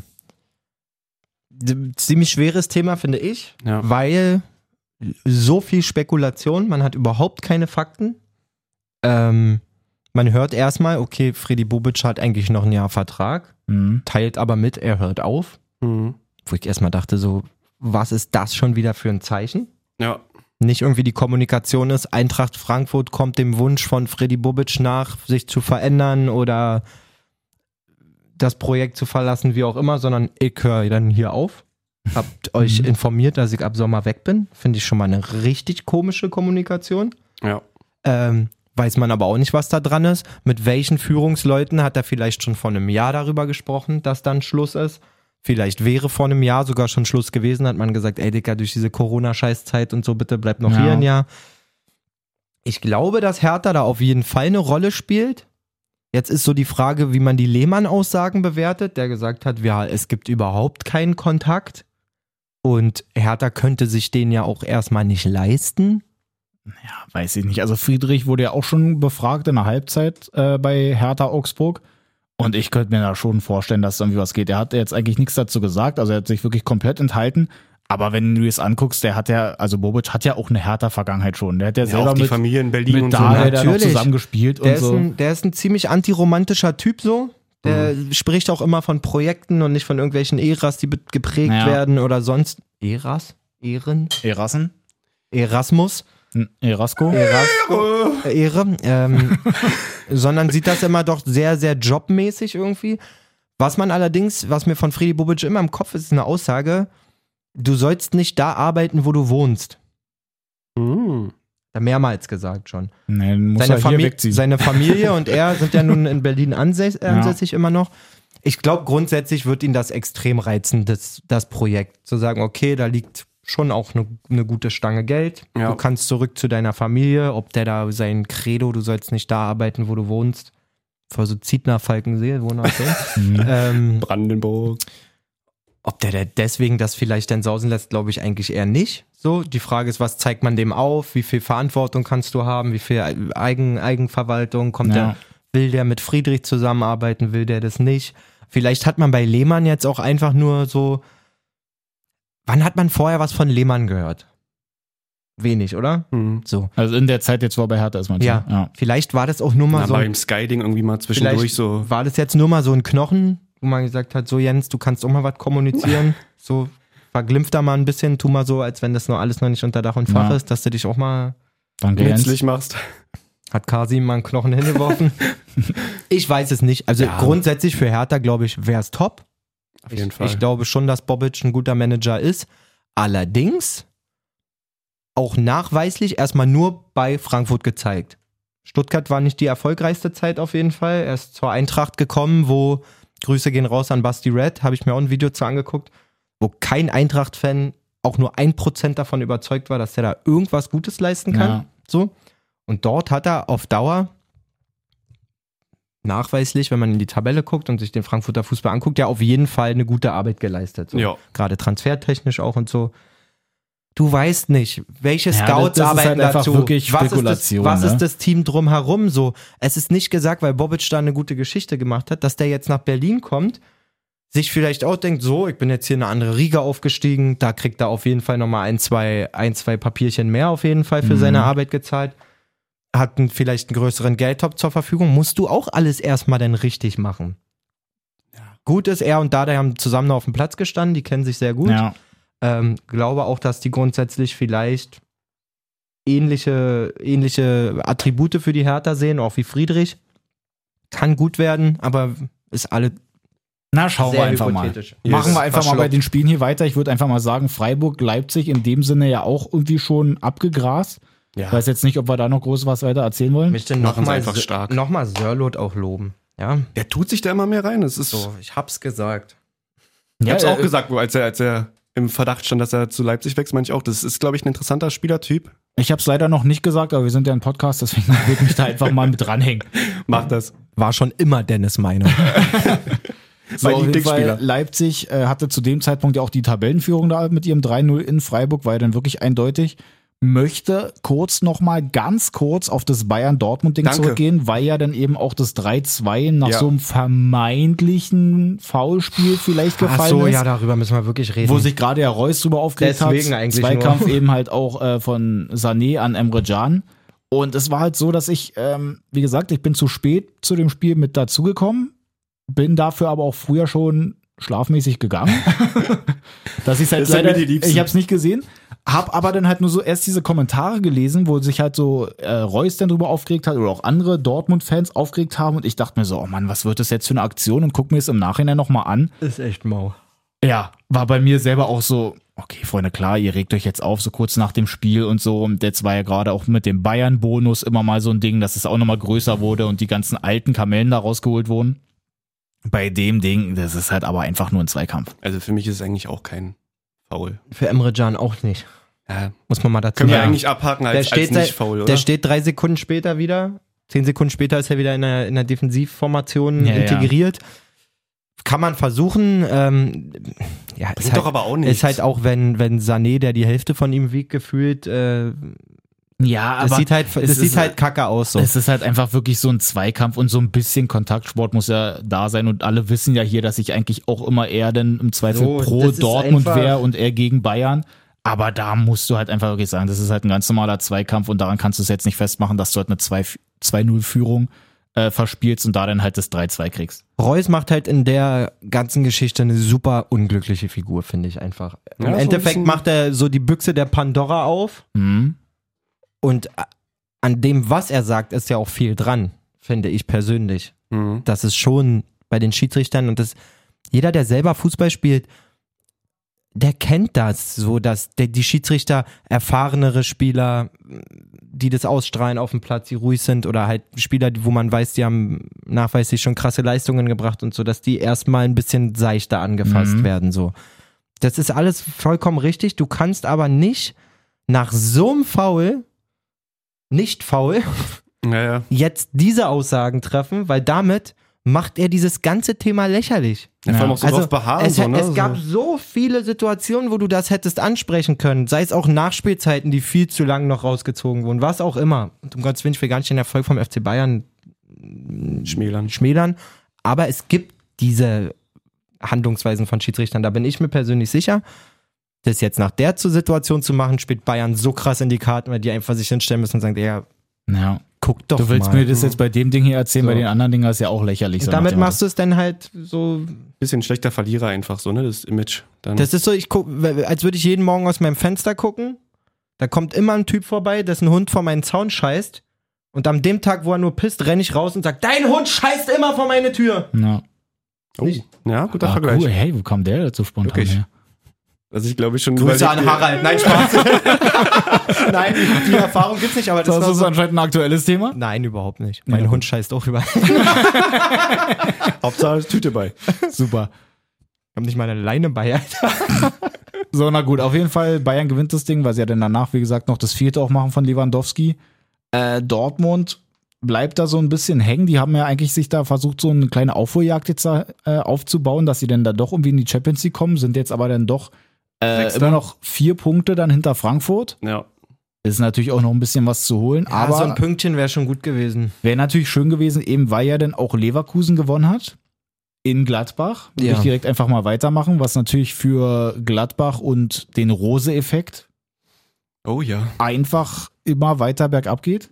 Speaker 2: D- Ziemlich schweres Thema, finde ich,
Speaker 1: Ja.
Speaker 2: weil so viel Spekulation, man hat überhaupt keine Fakten. Ähm, man hört erstmal, okay, Freddy Bobic hat eigentlich noch ein Jahr Vertrag,
Speaker 3: Mhm.
Speaker 2: teilt aber mit, er hört auf.
Speaker 1: Mhm.
Speaker 2: Wo ich erstmal dachte, so, was ist das schon wieder für ein Zeichen?
Speaker 1: Ja.
Speaker 2: nicht irgendwie die Kommunikation ist, Eintracht Frankfurt kommt dem Wunsch von Freddy Bubic nach, sich zu verändern oder das Projekt zu verlassen, wie auch immer, sondern ich höre dann hier auf. Habt euch
Speaker 3: Mhm.
Speaker 2: informiert, dass ich ab Sommer weg bin. Finde ich schon mal eine richtig komische Kommunikation.
Speaker 1: Ja.
Speaker 2: Ähm, weiß man aber auch nicht, was da dran ist. Mit welchen Führungsleuten hat er vielleicht schon vor einem Jahr darüber gesprochen, dass dann Schluss ist? Vielleicht wäre vor einem Jahr sogar schon Schluss gewesen, hat man gesagt, ey Dicker, durch diese Corona-Scheißzeit und so, bitte bleib noch
Speaker 3: Ja.
Speaker 2: hier ein Jahr. Ich glaube, dass Hertha da auf jeden Fall eine Rolle spielt. Jetzt ist so die Frage, wie man die Lehmann-Aussagen bewertet, der gesagt hat, ja, es gibt überhaupt keinen Kontakt. Und Hertha könnte sich den ja auch erstmal nicht leisten.
Speaker 3: Ja, weiß ich nicht. Also Friedrich wurde ja auch schon befragt in der Halbzeit äh, bei Hertha Augsburg. Und ich könnte mir da schon vorstellen, dass irgendwie was geht. Er hat jetzt eigentlich nichts dazu gesagt, also er hat sich wirklich komplett enthalten. Aber wenn du es anguckst, der hat ja, also Bobic hat ja auch eine Hertha-Vergangenheit schon. Der hat ja,
Speaker 1: ja
Speaker 3: selber
Speaker 1: auch die
Speaker 3: mit,
Speaker 1: Familie in Berlin
Speaker 3: mit
Speaker 1: und so.
Speaker 3: Dahl
Speaker 1: Ne?
Speaker 2: Dahlem.
Speaker 3: da noch
Speaker 2: Natürlich.
Speaker 3: zusammen gespielt
Speaker 2: Der,
Speaker 3: und
Speaker 2: ist
Speaker 3: so.
Speaker 2: ein, der ist ein ziemlich antiromantischer Typ so. Der
Speaker 3: Mhm.
Speaker 2: spricht auch immer von Projekten und nicht von irgendwelchen Eras, die be- geprägt
Speaker 3: Ja.
Speaker 2: werden oder sonst. Eras? Ehren?
Speaker 3: Erassen?
Speaker 2: Erasmus?
Speaker 3: Erasco?
Speaker 2: Erasco? Ehre? Ähm, sondern sieht das immer doch sehr, sehr jobmäßig irgendwie. Was man allerdings, was mir von Freddy Bubic immer im Kopf ist, ist eine Aussage, du sollst nicht da arbeiten, wo du wohnst.
Speaker 1: Mhm.
Speaker 2: Hat er Mehrmals gesagt schon.
Speaker 3: Nee, muss
Speaker 2: seine,
Speaker 3: er hier
Speaker 2: Famili-
Speaker 3: wegziehen.
Speaker 2: seine Familie und er sind ja nun in Berlin ansäs- äh, ansässig immer noch. Ich glaube, grundsätzlich wird ihn das extrem reizen, das, das Projekt. Zu sagen, okay, da liegt schon auch eine ne gute Stange Geld.
Speaker 1: Ja.
Speaker 2: Du kannst zurück zu deiner Familie, ob der da sein Credo, du sollst nicht da arbeiten, wo du wohnst. Vor so Zietner, Falkensee, wo noch so.
Speaker 3: Mhm.
Speaker 2: ähm,
Speaker 1: Brandenburg.
Speaker 2: ob der, der deswegen das vielleicht dann sausen lässt, glaube ich eigentlich eher nicht. So, die Frage ist, was zeigt man dem auf? Wie viel Verantwortung kannst du haben? Wie viel Eigen, Eigenverwaltung? Kommt
Speaker 3: Ja.
Speaker 2: der, will der mit Friedrich zusammenarbeiten? Will der das nicht? Vielleicht hat man bei Lehmann jetzt auch einfach nur so. Wann hat man vorher was von Lehmann gehört? Wenig, oder?
Speaker 1: Mhm.
Speaker 2: So.
Speaker 3: Also in der Zeit jetzt, wo er bei Hertha ist, meinst du?
Speaker 2: Ja. Vielleicht war das auch nur mal
Speaker 1: Na,
Speaker 2: so. ein-
Speaker 1: beim Skyding irgendwie mal zwischendurch
Speaker 2: Vielleicht
Speaker 1: so.
Speaker 2: war das jetzt nur mal so ein Knochen, wo man gesagt hat, so Jens, du kannst auch mal was kommunizieren. So verglimpf da mal ein bisschen, tu mal so, als wenn das noch alles noch nicht unter Dach und Fach
Speaker 3: Ja.
Speaker 2: ist, dass du dich auch mal,
Speaker 3: Danke, Jens.
Speaker 1: nützlich machst.
Speaker 2: hat Kasim mal einen Knochen hingeworfen. ich weiß es nicht. Also
Speaker 1: Ja.
Speaker 2: grundsätzlich für Hertha, glaube ich, wäre es top.
Speaker 1: Auf jeden Fall.
Speaker 2: Ich glaube schon, dass Bobic ein guter Manager ist. Allerdings auch nachweislich erstmal nur bei Frankfurt gezeigt. Stuttgart war nicht die erfolgreichste Zeit auf jeden Fall. Er ist zur Eintracht gekommen, wo Grüße gehen raus an Basti Red, habe ich mir auch ein Video zu angeguckt, wo kein Eintracht-Fan auch nur ein Prozent davon überzeugt war, dass er da irgendwas Gutes leisten kann.
Speaker 3: Ja.
Speaker 2: So. Und dort hat er auf Dauer nachweislich, wenn man in die Tabelle guckt und sich den Frankfurter Fußball anguckt, ja auf jeden Fall eine gute Arbeit geleistet. So.
Speaker 1: Ja.
Speaker 2: Gerade transfertechnisch auch und so. Du weißt nicht, welche
Speaker 3: Ja,
Speaker 2: Scouts
Speaker 3: das- das ist
Speaker 2: arbeiten
Speaker 3: halt einfach
Speaker 2: dazu.
Speaker 3: wirklich
Speaker 2: was ist das,
Speaker 3: Spekulation,
Speaker 2: was
Speaker 3: ne?
Speaker 2: ist das Team drumherum so? Es ist nicht gesagt, weil Bobic da eine gute Geschichte gemacht hat, dass der jetzt nach Berlin kommt, sich vielleicht auch denkt, so, ich bin jetzt hier in eine andere Riga aufgestiegen, da kriegt er auf jeden Fall nochmal ein zwei, ein, zwei Papierchen mehr auf jeden Fall für
Speaker 3: Mhm.
Speaker 2: seine Arbeit gezahlt. Hat einen, vielleicht einen größeren Geldtop zur Verfügung, musst du auch alles erstmal dann richtig machen. Gut ist, er und Dada haben zusammen auf dem Platz gestanden, die kennen sich sehr gut.
Speaker 3: Ja.
Speaker 2: Ähm, glaube auch, dass die grundsätzlich vielleicht ähnliche, ähnliche Attribute für die Hertha sehen, auch wie Friedrich. Kann gut werden, aber ist alle
Speaker 3: Na, schauen wir
Speaker 2: sehr
Speaker 3: einfach mal.
Speaker 2: hypothetisch.
Speaker 3: Machen wir einfach mal bei
Speaker 2: verschluckt.
Speaker 3: den Spielen hier weiter. Ich würde einfach mal sagen, Freiburg, Leipzig in dem Sinne ja auch irgendwie schon abgegrast.
Speaker 1: Ja.
Speaker 3: Weiß jetzt nicht, ob wir da noch groß was weiter erzählen wollen.
Speaker 2: möchte
Speaker 1: Machen's
Speaker 2: nochmal
Speaker 1: einfach stark.
Speaker 2: nochmal Sörlot auch loben. Ja,
Speaker 1: Der tut sich da immer mehr rein. Das ist.
Speaker 2: so, ich hab's gesagt.
Speaker 1: Ich hab's
Speaker 3: Ja,
Speaker 1: auch
Speaker 3: äh,
Speaker 1: gesagt, wo- als er, als er im Verdacht stand, dass er zu Leipzig wächst, meine ich auch. Das ist, glaube ich, ein interessanter Spielertyp.
Speaker 3: Ich habe es leider noch nicht gesagt, aber wir sind ja ein Podcast, deswegen würde ich mich da einfach mal mit dranhängen.
Speaker 1: Mach das.
Speaker 2: War schon immer Dennis Meinung.
Speaker 1: Mein
Speaker 3: auf jeden
Speaker 1: Lieblingsspieler.
Speaker 3: Fall, Leipzig äh, hatte zu dem Zeitpunkt ja auch die Tabellenführung da mit ihrem 3-0 in Freiburg, war ja dann wirklich eindeutig. Möchte kurz nochmal ganz kurz auf das Bayern-Dortmund-Ding
Speaker 1: Danke.
Speaker 3: zurückgehen, weil ja dann eben auch das 3-2 nach
Speaker 1: Ja.
Speaker 3: so einem vermeintlichen Foulspiel vielleicht
Speaker 2: Ach
Speaker 3: gefallen
Speaker 2: so,
Speaker 3: ist.
Speaker 2: ja, darüber müssen wir wirklich reden.
Speaker 3: Wo sich gerade ja Reus drüber aufgeregt
Speaker 2: Deswegen
Speaker 3: hat.
Speaker 2: eigentlich
Speaker 3: Zweikampf
Speaker 2: nur.
Speaker 3: eben halt auch äh, von Sané an Emre Can. Und es war halt so, dass ich, ähm, wie gesagt, ich bin zu spät zu dem Spiel mit dazugekommen, bin dafür aber auch früher schon schlafmäßig gegangen. dass ich's halt
Speaker 1: Das sind
Speaker 3: leider,
Speaker 1: mir die Liebsten.
Speaker 3: ich habe es nicht gesehen, hab aber dann halt nur so erst diese Kommentare gelesen, wo sich halt so äh, Reus dann drüber aufgeregt hat oder auch andere Dortmund-Fans aufgeregt haben und ich dachte mir so, oh Mann, was wird das jetzt für eine Aktion und guck mir es im Nachhinein nochmal an.
Speaker 2: ist echt mau.
Speaker 3: Ja, war bei mir selber auch so, okay, Freunde, klar, ihr regt euch jetzt auf, so kurz nach dem Spiel und so. Und jetzt war ja gerade auch mit dem Bayern-Bonus immer mal so ein Ding, dass es auch nochmal größer wurde und die ganzen alten Kamellen da rausgeholt wurden. Bei dem Ding, das ist halt aber einfach nur ein Zweikampf.
Speaker 1: Also für mich ist es eigentlich auch kein Foul.
Speaker 2: Für Emre Can auch nicht.
Speaker 1: Ja.
Speaker 2: Muss man mal dazu
Speaker 1: Können wir
Speaker 3: Ja.
Speaker 1: eigentlich abhaken als,
Speaker 2: der steht,
Speaker 1: als nicht
Speaker 2: seit-
Speaker 1: faul, oder?
Speaker 2: der steht drei Sekunden später wieder. Zehn Sekunden später ist er wieder in der, in der Defensivformation
Speaker 3: Ja, ja.
Speaker 2: integriert. Kann man versuchen. Ähm, ja, ist
Speaker 1: Bringt
Speaker 2: halt,
Speaker 1: doch aber auch nicht.
Speaker 2: ist halt auch, wenn, wenn Sané, der die Hälfte von ihm wiegt, gefühlt, äh,
Speaker 3: Ja,
Speaker 2: das sieht halt, das
Speaker 3: es
Speaker 2: sieht
Speaker 3: ist-
Speaker 2: halt kacke aus. So.
Speaker 3: Es ist halt einfach wirklich so ein Zweikampf und so ein bisschen Kontaktsport muss ja da sein. Und alle wissen ja hier, dass ich eigentlich auch immer eher dann im Zweifel
Speaker 2: So,
Speaker 3: pro
Speaker 2: das ist
Speaker 3: Dortmund
Speaker 2: einfach-
Speaker 3: wäre und eher gegen Bayern. Aber da musst du halt einfach wirklich sagen, das ist halt ein ganz normaler Zweikampf und daran kannst du es jetzt nicht festmachen, dass du halt eine 2 2-0-Führung äh, verspielst und da dann halt das 3-2 kriegst.
Speaker 2: Reus macht halt in der ganzen Geschichte eine super unglückliche Figur, finde ich einfach. Im
Speaker 1: Ja, so ein
Speaker 2: Endeffekt
Speaker 1: bisschen-
Speaker 2: macht er so die Büchse der Pandora auf
Speaker 3: Mhm.
Speaker 2: und a- an dem, was er sagt, ist ja auch viel dran, finde ich persönlich.
Speaker 1: Mhm.
Speaker 2: Das ist schon bei den Schiedsrichtern und das, jeder, der selber Fußball spielt, der kennt das so, dass der, die Schiedsrichter erfahrenere Spieler, die das ausstrahlen auf dem Platz, die ruhig sind oder halt Spieler, wo man weiß, die haben nachweislich schon krasse Leistungen gebracht und so, dass die erstmal ein bisschen seichter angefasst
Speaker 3: Mhm.
Speaker 2: werden, so. Das ist alles vollkommen richtig. Du kannst aber nicht nach so einem Foul, nicht faul,
Speaker 1: Ja, ja.
Speaker 2: jetzt diese Aussagen treffen, weil damit macht er dieses ganze Thema lächerlich.
Speaker 1: ja. Vor allem auch so drauf beharren.
Speaker 2: Also es,
Speaker 1: so, ne?
Speaker 2: es gab
Speaker 1: so.
Speaker 2: so viele Situationen, wo du das hättest ansprechen können, sei es auch Nachspielzeiten, die viel zu lang noch rausgezogen wurden, was auch immer. Und um Gottes Willen, ich will gar nicht den Erfolg vom FC Bayern
Speaker 1: Schmälern.
Speaker 2: schmälern, aber es gibt diese Handlungsweisen von Schiedsrichtern, da bin ich mir persönlich sicher. Das jetzt nach der zu- Situation zu machen, spielt Bayern so krass in die Karten, weil die einfach sich hinstellen müssen und sagen, ja,
Speaker 3: Ja.
Speaker 2: guck doch
Speaker 3: Du willst
Speaker 2: mal.
Speaker 3: mir das jetzt bei dem Ding hier erzählen,
Speaker 2: So.
Speaker 3: bei den anderen Dingen ist ja auch lächerlich.
Speaker 2: Und damit machst du es dann halt so.
Speaker 1: Bisschen schlechter Verlierer einfach so, ne? Das Image. Dann
Speaker 2: Das ist so, ich guck, als würde ich jeden Morgen aus meinem Fenster gucken. Da kommt immer ein Typ vorbei, dessen Hund vor meinen Zaun scheißt. Und an dem Tag, wo er nur pisst, renne ich raus und sag, dein Hund scheißt immer vor meine Tür.
Speaker 3: Ja.
Speaker 1: oh. Ja, guter
Speaker 3: Ah,
Speaker 1: Vergleich.
Speaker 3: cool, hey, wo kam der dazu spontan
Speaker 1: Wirklich.
Speaker 3: her?
Speaker 1: Also ich glaube ich schon.
Speaker 2: Grüße
Speaker 1: überlegt-
Speaker 2: an Harald. Nein, Spaß. Nein, die, die Erfahrung gibt's nicht, aber das,
Speaker 3: Das
Speaker 2: war
Speaker 3: ist
Speaker 2: so.
Speaker 3: anscheinend ein aktuelles Thema.
Speaker 2: Nein, überhaupt nicht. Mein
Speaker 3: Ja.
Speaker 2: Hund scheißt auch über. Ich
Speaker 1: Hauptsache ist Tüte bei.
Speaker 3: Super.
Speaker 2: hab nicht mal eine Leine bei, Alter.
Speaker 3: So, na gut, auf jeden Fall, Bayern gewinnt das Ding, weil sie ja dann danach, wie gesagt, noch das vierte auch machen von Lewandowski. Äh, Dortmund bleibt da so ein bisschen hängen. Die haben ja eigentlich sich da versucht, so eine kleine Aufholjagd jetzt da, äh, aufzubauen, dass sie dann da doch irgendwie in die Champions League kommen, sind jetzt aber dann doch äh,
Speaker 1: Sechster.
Speaker 3: immer noch vier Punkte dann hinter Frankfurt.
Speaker 1: Ja.
Speaker 3: Ist natürlich auch noch ein bisschen was zu holen,
Speaker 2: Aber so Also ein
Speaker 3: aber
Speaker 2: Pünktchen wäre schon gut gewesen.
Speaker 3: wäre natürlich schön gewesen, eben weil ja dann auch Leverkusen gewonnen hat. In Gladbach. Würde
Speaker 2: Ja.
Speaker 3: ich direkt einfach mal weitermachen, was natürlich für Gladbach und den Rose-Effekt
Speaker 1: Oh ja.
Speaker 3: einfach immer weiter bergab geht.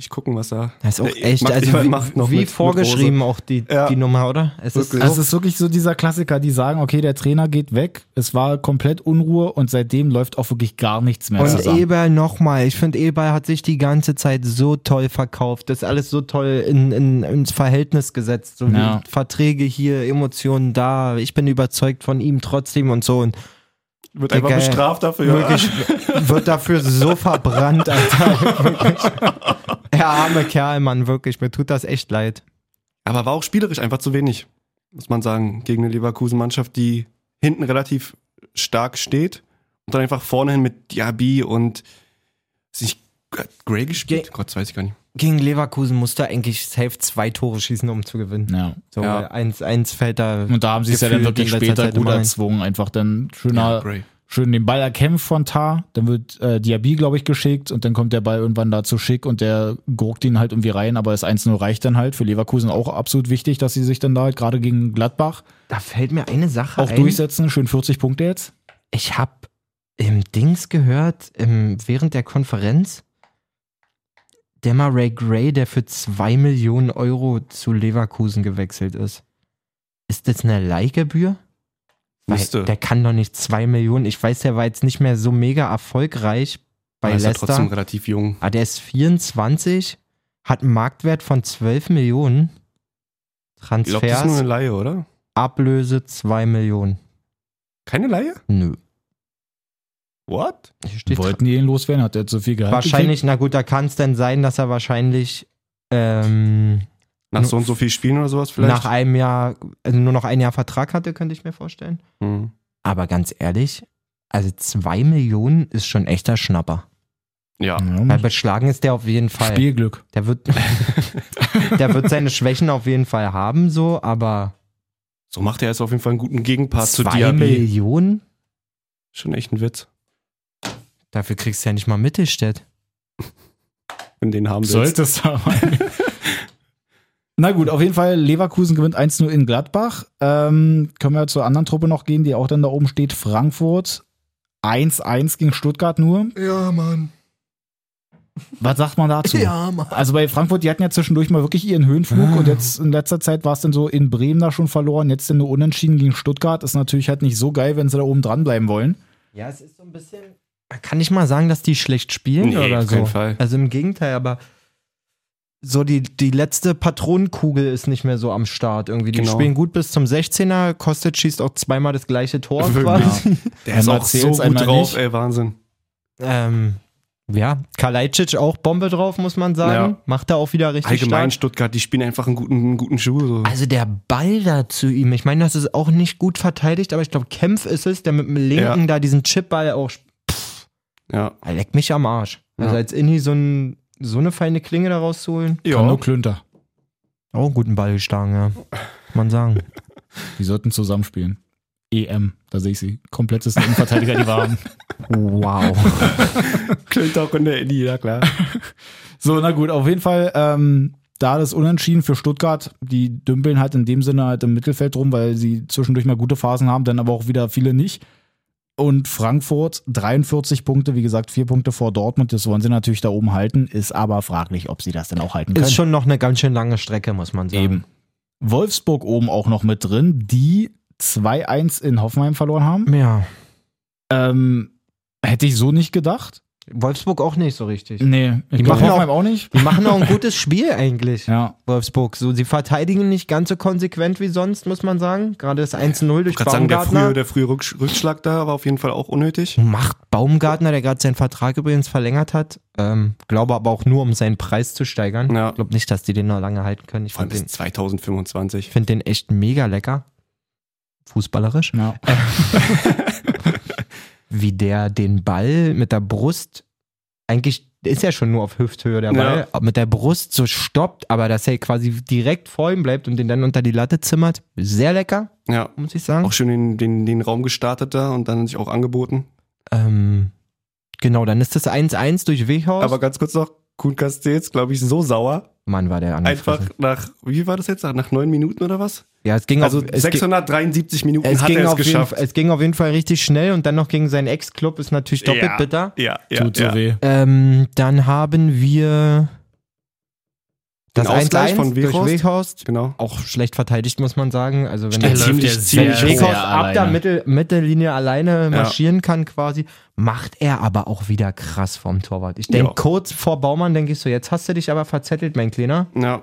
Speaker 1: Ich gucken, was da.
Speaker 2: Das ist auch
Speaker 1: Nee,
Speaker 2: echt,
Speaker 1: macht-
Speaker 2: also wie,
Speaker 1: macht noch
Speaker 2: wie
Speaker 1: mit- mit
Speaker 2: vorgeschrieben auch die,
Speaker 1: Ja.
Speaker 2: die Nummer, oder? Es ist
Speaker 1: Wirklich.
Speaker 3: Also es ist wirklich so dieser Klassiker, die sagen, okay, der Trainer geht weg, es war komplett Unruhe und seitdem läuft auch wirklich gar nichts mehr
Speaker 2: Und
Speaker 3: zusammen.
Speaker 2: Eberl nochmal. Ich finde, Eberl hat sich die ganze Zeit so toll verkauft. Das ist alles so toll in, in, ins Verhältnis gesetzt. So wie
Speaker 3: Ja.
Speaker 2: Verträge hier, Emotionen da. Ich bin überzeugt von ihm trotzdem und so. Und
Speaker 1: Wird
Speaker 2: Digga,
Speaker 1: einfach bestraft dafür.
Speaker 2: wirklich wird dafür so verbrannt, Alter. Wirklich. Der arme Kerl, Mann, wirklich. Mir tut das echt leid.
Speaker 1: Aber war auch spielerisch einfach zu wenig, muss man sagen, gegen eine Leverkusen-Mannschaft, die hinten relativ stark steht und dann einfach vorne hin mit Diaby und Ist nicht Gray gespielt? Gott, das weiß ich gar nicht.
Speaker 2: Gegen Leverkusen musste eigentlich safe zwei Tore schießen, um zu gewinnen.
Speaker 3: Ja.
Speaker 2: So,
Speaker 1: Ja.
Speaker 2: weil eins, eins fällt da.
Speaker 3: Und da haben sie es ja dann
Speaker 2: gefühlt
Speaker 3: wirklich
Speaker 2: in letzter
Speaker 3: später
Speaker 2: Zeit
Speaker 3: gut
Speaker 2: immer ein.
Speaker 3: erzwungen. Einfach dann
Speaker 2: Genau,
Speaker 3: schöner,
Speaker 1: Gray.
Speaker 3: schön den Ball erkämpft von Tar. Dann wird äh, Diaby, glaube ich, geschickt und dann kommt der Ball irgendwann da zu schick und der gurkt ihn halt irgendwie rein. Aber das 1-0 reicht dann halt. Für Leverkusen auch absolut wichtig, dass sie sich dann da halt gerade gegen Gladbach
Speaker 2: Da fällt mir eine Sache
Speaker 3: auch
Speaker 2: ein.
Speaker 3: durchsetzen. Schön 40 Punkte jetzt.
Speaker 2: Ich habe im Dings gehört, im, während der Konferenz, der mal Ray Gray, der für 2 Millionen Euro zu Leverkusen gewechselt ist. Ist das eine Leihgebühr? Weil
Speaker 1: Müsste.
Speaker 2: der kann doch nicht 2 Millionen. Ich weiß, der war jetzt nicht mehr so mega erfolgreich bei
Speaker 1: Aber ist ja trotzdem
Speaker 2: Leicester.
Speaker 1: relativ jung.
Speaker 2: Ah, der ist 24, hat einen Marktwert von 12 Millionen.
Speaker 1: Ich glaube, das ist nur
Speaker 2: Transfers,
Speaker 1: eine Laie, oder?
Speaker 2: Ablöse 2 Millionen.
Speaker 1: Keine Laie?
Speaker 2: Nö.
Speaker 1: What?
Speaker 2: Hier steht
Speaker 3: Wollten die ihn loswerden, hat er zu viel Gehalt
Speaker 2: Wahrscheinlich, na gut, da kann es denn sein, dass er wahrscheinlich ähm,
Speaker 1: Nach so und so viel Spielen oder sowas vielleicht?
Speaker 2: nach einem Jahr, also nur noch ein Jahr Vertrag hatte, könnte ich mir vorstellen.
Speaker 1: Hm.
Speaker 2: Aber ganz ehrlich, also zwei Millionen ist schon echter Schnapper. Hm.
Speaker 1: Ja.
Speaker 3: gekriegt.
Speaker 2: Weil beschlagen ist der auf jeden
Speaker 3: Ja,
Speaker 2: Fall.
Speaker 3: Spielglück.
Speaker 2: Der wird, der wird seine Schwächen auf jeden Fall haben, so, aber
Speaker 1: So macht er jetzt auf jeden Fall einen guten Gegenpart zu
Speaker 2: zwei
Speaker 1: Diaby.
Speaker 2: Millionen?
Speaker 1: Schon echt ein Witz,
Speaker 2: Dafür kriegst du ja nicht mal Mittelstädt.
Speaker 1: wenn du den haben willst.
Speaker 3: Solltest du aber. Na gut, auf jeden Fall, Leverkusen gewinnt 1-0 in Gladbach. Ähm, können wir zur anderen Truppe noch gehen, die auch dann da oben steht. Frankfurt 1-1 gegen Stuttgart nur.
Speaker 6: Ja, Mann.
Speaker 3: Was sagt man dazu?
Speaker 6: Ja, Mann.
Speaker 3: Also bei Frankfurt, die hatten ja zwischendurch mal wirklich ihren Höhenflug und jetzt in letzter Zeit war es dann so in Bremen da schon verloren, jetzt dann nur unentschieden gegen Stuttgart. Ist natürlich halt nicht so geil, wenn sie da oben dranbleiben wollen.
Speaker 2: Ja, es ist so ein bisschen. Man kann nicht mal sagen, dass die schlecht spielen
Speaker 1: Nee,
Speaker 2: oder
Speaker 1: auf
Speaker 2: so.
Speaker 1: keinen Fall.
Speaker 2: Also im Gegenteil, aber so die, die letzte Patronenkugel ist nicht mehr so am Start irgendwie. Die
Speaker 1: Genau.
Speaker 2: spielen gut bis zum 16er. Kostet schießt auch zweimal das gleiche Tor
Speaker 1: Wirklich.
Speaker 2: quasi.
Speaker 1: Der ist
Speaker 3: Einmal
Speaker 1: auch so
Speaker 3: zählt's,
Speaker 1: gut
Speaker 3: einmal
Speaker 1: drauf,
Speaker 3: nicht.
Speaker 1: ey, Wahnsinn.
Speaker 2: Ähm, ja, Kalajdzic auch Bombe drauf, muss man sagen.
Speaker 1: Ja.
Speaker 2: Macht er auch wieder richtig
Speaker 1: Allgemein
Speaker 2: stark.
Speaker 1: Stuttgart, die spielen einfach einen guten, einen guten Schuh. So.
Speaker 2: Also der Ball da zu ihm, ich meine, das ist auch nicht gut verteidigt, aber ich glaube, Kempf ist es, der mit dem linken
Speaker 1: Ja.
Speaker 2: da diesen Chipball auch sp-
Speaker 1: Ja.
Speaker 2: Ah, Leck mich am Arsch. Also
Speaker 1: Ja.
Speaker 2: als Inni so, ein, so eine feine Klinge da rauszuholen.
Speaker 3: Kann nur Klünter.
Speaker 2: Auch Oh, einen guten Ball geschlagen, ja. Kann man sagen.
Speaker 3: Die sollten zusammenspielen. EM, da sehe ich sie. Komplettes Innenverteidiger, die waren.
Speaker 2: Wow.
Speaker 1: Klingt auch in der Indie, ja klar.
Speaker 3: So, na gut, auf jeden Fall, ähm, da das Unentschieden für Stuttgart, die dümpeln halt in dem Sinne halt im Mittelfeld rum, weil sie zwischendurch mal gute Phasen haben, dann aber auch wieder viele nicht. Und Frankfurt 43 Punkte, wie gesagt, vier Punkte vor Dortmund, das wollen sie natürlich da oben halten, ist aber fraglich, ob sie das denn auch halten können.
Speaker 2: Ist schon noch eine ganz schön lange Strecke, muss man sagen.
Speaker 3: Eben. Wolfsburg oben auch noch mit drin, die 2-1 in Hoffenheim verloren haben.
Speaker 2: Ja.
Speaker 3: Ähm, hätte ich so nicht gedacht.
Speaker 2: Wolfsburg auch nicht so richtig.
Speaker 3: Nee, ich
Speaker 2: Die
Speaker 3: glaube
Speaker 2: machen auch-
Speaker 3: Hoffenheim auch nicht.
Speaker 2: Die machen auch ein gutes Spiel eigentlich,
Speaker 3: Ja,
Speaker 2: Wolfsburg. So, sie verteidigen nicht ganz so konsequent wie sonst, muss man sagen. Gerade das 1-0 durch
Speaker 1: Ich kann sagen, der frühe,
Speaker 2: Baumgartner.
Speaker 1: der frühe Rücksch- Rückschlag da war auf jeden Fall auch unnötig.
Speaker 2: Macht Baumgartner, der gerade seinen Vertrag übrigens verlängert hat. Ähm, glaube aber auch nur, um seinen Preis zu steigern.
Speaker 1: Ja.
Speaker 2: Ich glaube nicht, dass die den noch lange halten können. Ich
Speaker 1: Vor allem
Speaker 2: fand
Speaker 1: bis
Speaker 2: den,
Speaker 1: 2025.
Speaker 2: find den echt mega lecker. Fußballerisch.
Speaker 3: ja.
Speaker 2: wie der den Ball mit der Brust, eigentlich ist ja schon nur auf Hüfthöhe der Ball, mit der Brust so stoppt, aber dass er quasi direkt vor ihm bleibt und den dann unter die Latte zimmert. Sehr lecker,
Speaker 1: Ja.
Speaker 2: muss ich sagen.
Speaker 1: Auch schön den, den, den Raum gestartet da und dann sich auch angeboten.
Speaker 2: Ähm, genau, dann ist das 1-1 durch Weghaus.
Speaker 1: Aber ganz kurz noch, Kuhn Castells, glaube ich, so sauer.
Speaker 2: Mann, war der
Speaker 1: Einfach
Speaker 2: angefressen.
Speaker 1: nach, wie war das jetzt? Nach neun Minuten oder was?
Speaker 2: Ja, es ging
Speaker 1: Also
Speaker 2: auf, es ging,
Speaker 1: 673 Minuten
Speaker 2: es,
Speaker 1: hat
Speaker 2: ging
Speaker 1: er es
Speaker 2: auf jeden,
Speaker 1: geschafft.
Speaker 2: Fall- es ging auf jeden Fall richtig schnell und dann noch gegen seinen Ex-Club ist natürlich doppelt
Speaker 1: Ja.
Speaker 2: bitter.
Speaker 1: ja, ja,
Speaker 3: tut so
Speaker 1: ja.
Speaker 3: weh.
Speaker 2: Ähm, dann haben
Speaker 1: Den
Speaker 2: wir das
Speaker 1: Ausgleich
Speaker 2: 1-1
Speaker 1: von
Speaker 2: durch
Speaker 1: Weghorst.
Speaker 2: Weghorst.
Speaker 1: Genau.
Speaker 2: auch schlecht verteidigt, muss man sagen. Also wenn
Speaker 1: Der
Speaker 2: der
Speaker 1: läuft
Speaker 3: ziemlich,
Speaker 1: ja
Speaker 2: wenn
Speaker 1: ziemlich
Speaker 3: sehr
Speaker 2: Weghorst
Speaker 3: hoch.
Speaker 2: ab der Mittel, Mittellinie alleine marschieren kann quasi, macht er aber auch wieder krass vom Torwart. Ich denke,
Speaker 1: Ja.
Speaker 2: kurz vor Baumann denke ich so, jetzt hast du dich aber verzettelt, mein Kleiner.
Speaker 1: Ja.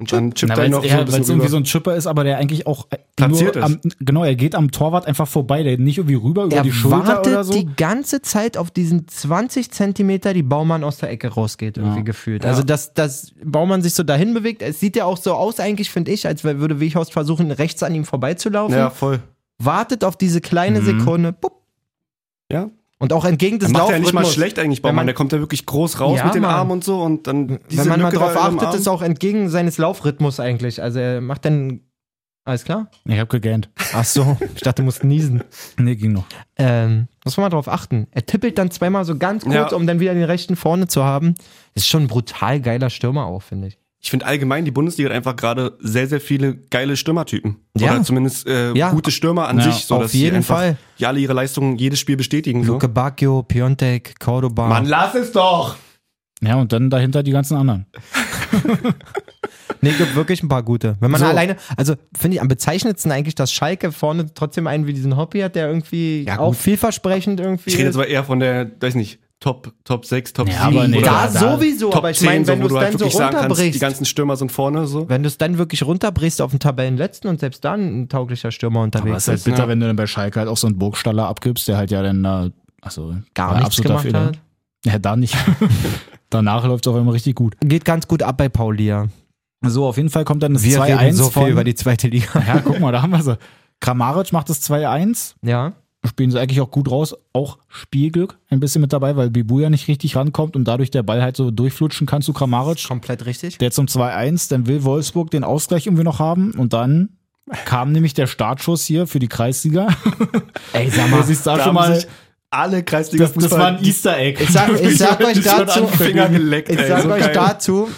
Speaker 1: Und dann chippt
Speaker 3: Na,
Speaker 1: er
Speaker 3: weil
Speaker 1: ihn
Speaker 3: es
Speaker 1: noch so ein
Speaker 3: eher- weil es
Speaker 1: bisschen
Speaker 3: irgendwie
Speaker 1: rüber.
Speaker 3: so ein Chipper ist, aber der eigentlich auch äh,
Speaker 1: Platziert
Speaker 3: nur
Speaker 1: ist.
Speaker 3: Am, genau, er geht am Torwart einfach vorbei, der geht nicht irgendwie rüber über
Speaker 2: Er
Speaker 3: die Schulter
Speaker 2: wartet
Speaker 3: oder so.
Speaker 2: die ganze Zeit auf diesen 20 Zentimeter, die Baumann aus der Ecke rausgeht, irgendwie gefühlt. Also, dass, dass Baumann sich so dahin bewegt, es sieht ja auch so aus eigentlich, finde ich, als würde Weghorst versuchen, rechts an ihm vorbeizulaufen.
Speaker 1: Ja, voll.
Speaker 2: Wartet auf diese kleine Sekunde, bupp,
Speaker 1: Ja.
Speaker 2: Und auch entgegen des
Speaker 1: Das macht er ja nicht mal
Speaker 2: Laufrhythmus.
Speaker 1: schlecht eigentlich,
Speaker 2: Wenn
Speaker 1: Baumann.
Speaker 2: man-
Speaker 1: Der kommt ja wirklich groß raus
Speaker 2: Ja,
Speaker 1: mit dem
Speaker 2: Mann.
Speaker 1: Arm und so und dann diese
Speaker 2: Wenn man mal
Speaker 1: Lücke
Speaker 2: drauf
Speaker 1: da im
Speaker 2: achtet,
Speaker 1: Arm.
Speaker 2: ist auch entgegen seines Laufrhythmus eigentlich. Also er macht dann. Alles klar?
Speaker 3: Ich habe gegähnt.
Speaker 2: Ach so, ich dachte, du musst niesen.
Speaker 3: Nee, ging noch.
Speaker 2: Ähm, muss man mal drauf achten. Er tippelt dann zweimal so ganz kurz,
Speaker 1: Ja.
Speaker 2: um dann wieder den rechten vorne zu haben. Ist schon ein brutal geiler Stürmer auch, finde ich.
Speaker 1: Ich finde allgemein, die Bundesliga hat einfach gerade sehr, sehr viele geile Stürmertypen.
Speaker 2: Ja.
Speaker 1: Oder zumindest äh,
Speaker 2: Ja.
Speaker 1: gute Stürmer an
Speaker 3: Ja,
Speaker 1: sich. So,
Speaker 2: auf
Speaker 1: dass die
Speaker 2: jeden
Speaker 1: einfach,
Speaker 2: Fall.
Speaker 1: Die alle ihre Leistungen jedes Spiel bestätigen. So.
Speaker 2: Luke Bacchio, Piontek, Cordoba.
Speaker 1: Mann, lass es doch!
Speaker 3: Ja, und dann dahinter die ganzen anderen.
Speaker 2: Nee, gibt wirklich ein paar gute. Wenn man alleine, also finde ich am bezeichnendsten eigentlich, dass Schalke vorne trotzdem einen wie diesen Hobby hat, der irgendwie
Speaker 1: Ja,
Speaker 2: auch
Speaker 1: gut.
Speaker 2: vielversprechend irgendwie.
Speaker 1: Ich rede jetzt
Speaker 2: ist.
Speaker 1: aber eher von der, weiß nicht, Top, Top 6, Top 7
Speaker 3: Ja, aber nee,
Speaker 1: oder
Speaker 2: da
Speaker 3: da-
Speaker 2: sowieso,
Speaker 1: Top
Speaker 2: aber ich
Speaker 1: 10,
Speaker 2: meine, wenn
Speaker 1: so, wo
Speaker 2: du es
Speaker 1: du halt
Speaker 2: dann so
Speaker 1: wirklich sagen kannst, die
Speaker 2: runterbrichst,
Speaker 1: ganzen Stürmer sind vorne so.
Speaker 2: wenn du es dann wirklich runterbrichst auf den Tabellenletzten und selbst dann ein tauglicher Stürmer
Speaker 3: Aber
Speaker 2: unterwegs
Speaker 3: es ist halt
Speaker 2: ist, ne,
Speaker 3: bitter,
Speaker 1: ja.
Speaker 3: wenn du dann bei Schalke halt auch so einen Burgstaller abgibst, der halt ja dann, äh, also war
Speaker 2: gar
Speaker 3: ein
Speaker 2: nichts gemacht
Speaker 1: ne?
Speaker 2: hat.
Speaker 3: Ja, da nicht. Danach läuft es auf einmal richtig gut.
Speaker 2: Geht ganz gut ab bei Paulia.
Speaker 3: So, auf jeden Fall kommt dann das
Speaker 2: Wir reden
Speaker 3: 2-1
Speaker 2: so viel
Speaker 3: von.
Speaker 2: über die zweite Liga.
Speaker 3: ja, guck mal, da haben wir sie. Kramaric macht das 2-1.
Speaker 2: Ja.
Speaker 3: Spielen sie eigentlich auch gut raus. Auch Spielglück ein bisschen mit dabei, weil Bibu ja nicht richtig rankommt und dadurch der Ball halt so durchflutschen kann zu Kramaric.
Speaker 2: Komplett richtig.
Speaker 3: Der zum 2-1, dann will Wolfsburg den Ausgleich irgendwie noch haben und dann kam nämlich der Startschuss hier für die Kreisliga.
Speaker 2: Ey, sag
Speaker 3: Du
Speaker 2: mal.
Speaker 3: siehst da,
Speaker 1: Da
Speaker 3: schon
Speaker 1: haben
Speaker 3: mal,
Speaker 1: sich alle kreisliga
Speaker 3: das, das war ein Easter Egg.
Speaker 2: Ich sag, ich sag euch dazu,
Speaker 1: Finger geleckt,
Speaker 2: ich
Speaker 1: ey,
Speaker 2: sag
Speaker 1: so
Speaker 2: euch
Speaker 1: geil.
Speaker 2: dazu,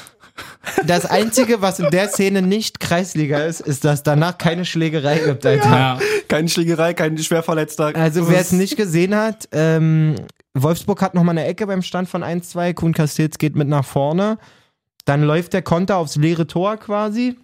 Speaker 2: das Einzige, was in der Szene nicht Kreisliga ist, ist, dass danach keine Schlägerei gibt, Alter.
Speaker 3: ja.
Speaker 1: Keine Schlägerei, kein Schwerverletzter.
Speaker 2: Also wer es nicht gesehen hat, ähm, Wolfsburg hat nochmal eine Ecke beim Stand von 1-2, Kuhn Castells geht mit nach vorne, dann läuft der Konter aufs leere Tor quasi,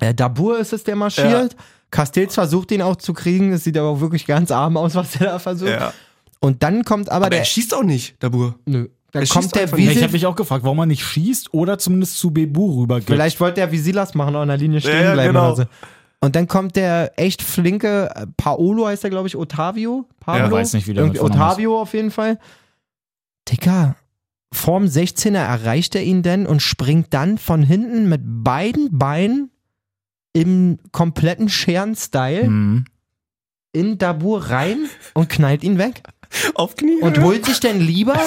Speaker 2: äh, Dabur ist es, der marschiert, Castells versucht ihn auch zu kriegen, es sieht aber auch wirklich ganz arm aus, was er da versucht.
Speaker 1: Ja.
Speaker 2: Und dann kommt aber,
Speaker 1: Aber
Speaker 2: der...
Speaker 1: er schießt auch nicht, Dabur.
Speaker 2: Nö, dann
Speaker 1: er
Speaker 2: kommt
Speaker 1: schießt
Speaker 2: der
Speaker 1: einfach nicht.
Speaker 3: Ja, Ich
Speaker 2: Wiesel...
Speaker 3: habe mich auch gefragt, warum man nicht schießt oder zumindest zu Bebu rübergeht.
Speaker 2: Vielleicht wollte er wie Silas machen, auch in der Linie stehen
Speaker 1: Ja, ja,
Speaker 2: bleiben
Speaker 1: genau.
Speaker 2: oder so. Und dann kommt der echt flinke äh, Paolo heißt er, glaube ich, Otavio. Pablo?
Speaker 1: Ja,
Speaker 3: weiß nicht, wie der
Speaker 2: Irgendwie
Speaker 3: mit Vornamen
Speaker 2: Otavio auf jeden Fall. Dicker, vorm 16er erreicht er ihn denn und springt dann von hinten mit beiden Beinen im kompletten Scheren-Style
Speaker 3: Mhm.
Speaker 2: in Dabur rein und knallt ihn weg.
Speaker 1: Auf Knie.
Speaker 2: Und holt sich denn lieber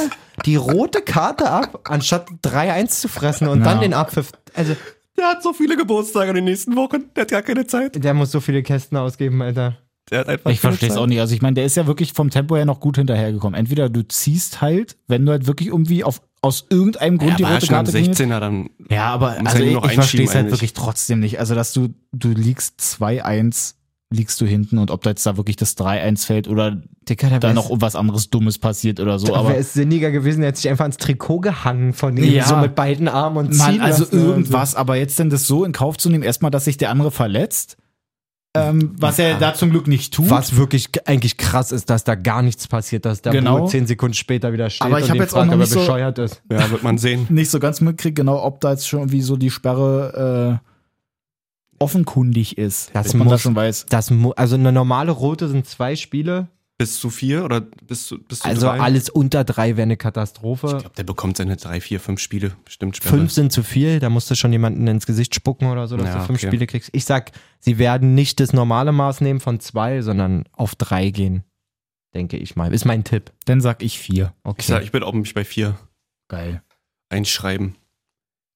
Speaker 2: die rote Karte ab, anstatt 3-1 zu fressen und
Speaker 3: Ja.
Speaker 2: dann den Abpfiff. Also,
Speaker 1: der hat so viele Geburtstage in den nächsten Wochen. Der hat gar keine Zeit.
Speaker 2: Der muss so viele Kästen ausgeben, Alter.
Speaker 1: Der hat einfach
Speaker 3: Ich verstehe es auch nicht. Also ich meine, der ist ja wirklich vom Tempo her noch gut hinterhergekommen. Entweder du ziehst halt, wenn du halt wirklich irgendwie auf, aus irgendeinem Grund
Speaker 1: Und
Speaker 3: die rote Karte kriegst.
Speaker 1: 16er dann.
Speaker 3: Ja, aber
Speaker 1: Muss
Speaker 3: also
Speaker 1: ja nur
Speaker 3: ich,
Speaker 1: noch
Speaker 3: ich verstehe es
Speaker 1: einschieben
Speaker 3: halt
Speaker 1: eigentlich.
Speaker 3: wirklich trotzdem nicht. Also dass du, du liegst 2-1, liegst du hinten und ob da jetzt da wirklich das 3-1 fällt oder
Speaker 2: Dicker, der
Speaker 3: da
Speaker 2: wär-
Speaker 3: noch was anderes Dummes passiert oder so.
Speaker 2: da
Speaker 3: Aber
Speaker 2: wäre es sinniger gewesen, er hätte sich einfach ans Trikot gehangen von ihm,
Speaker 3: Ja.
Speaker 2: so mit beiden Armen und
Speaker 3: Mann,
Speaker 2: ziehen
Speaker 3: also
Speaker 2: lassen oder
Speaker 3: irgendwas, aber jetzt denn das so in Kauf zu nehmen, erstmal, dass sich der andere verletzt, ähm, was er da zum Glück nicht tut.
Speaker 2: So. Was wirklich k- eigentlich krass ist, dass da gar nichts passiert, dass der
Speaker 3: Genau.
Speaker 2: Bruder zehn Sekunden später wieder steht
Speaker 3: Aber ich
Speaker 2: und
Speaker 3: hab
Speaker 2: ihn
Speaker 3: jetzt auch
Speaker 2: ob
Speaker 3: noch
Speaker 2: er
Speaker 3: nicht so-
Speaker 2: bescheuert ist.
Speaker 1: Ja, wird man sehen.
Speaker 3: nicht so ganz mitkriegt, genau, ob da jetzt schon irgendwie so die Sperre äh, offenkundig ist.
Speaker 2: Das
Speaker 3: ob man
Speaker 2: muss-
Speaker 3: das schon weiß.
Speaker 2: Das mu- also eine normale rote sind zwei Spiele,
Speaker 1: Bis zu vier oder bis zu, bis zu
Speaker 2: also
Speaker 1: drei?
Speaker 2: alles unter drei wäre eine Katastrophe.
Speaker 1: Ich glaube, der bekommt seine drei, vier, fünf Spiele bestimmt
Speaker 3: Also
Speaker 1: Sperre.
Speaker 2: Fünf sind zu viel, da musst du schon jemanden ins Gesicht spucken oder so, dass
Speaker 1: Ja,
Speaker 2: du fünf
Speaker 1: okay.
Speaker 2: Spiele kriegst. Ich sag, sie werden nicht das normale Maß nehmen von zwei, sondern auf drei gehen, denke ich mal. Ist mein Tipp.
Speaker 3: Dann sag ich vier.
Speaker 2: Okay.
Speaker 1: Ich, sag, ich bin auch mich bei vier
Speaker 3: Geil.
Speaker 1: einschreiben.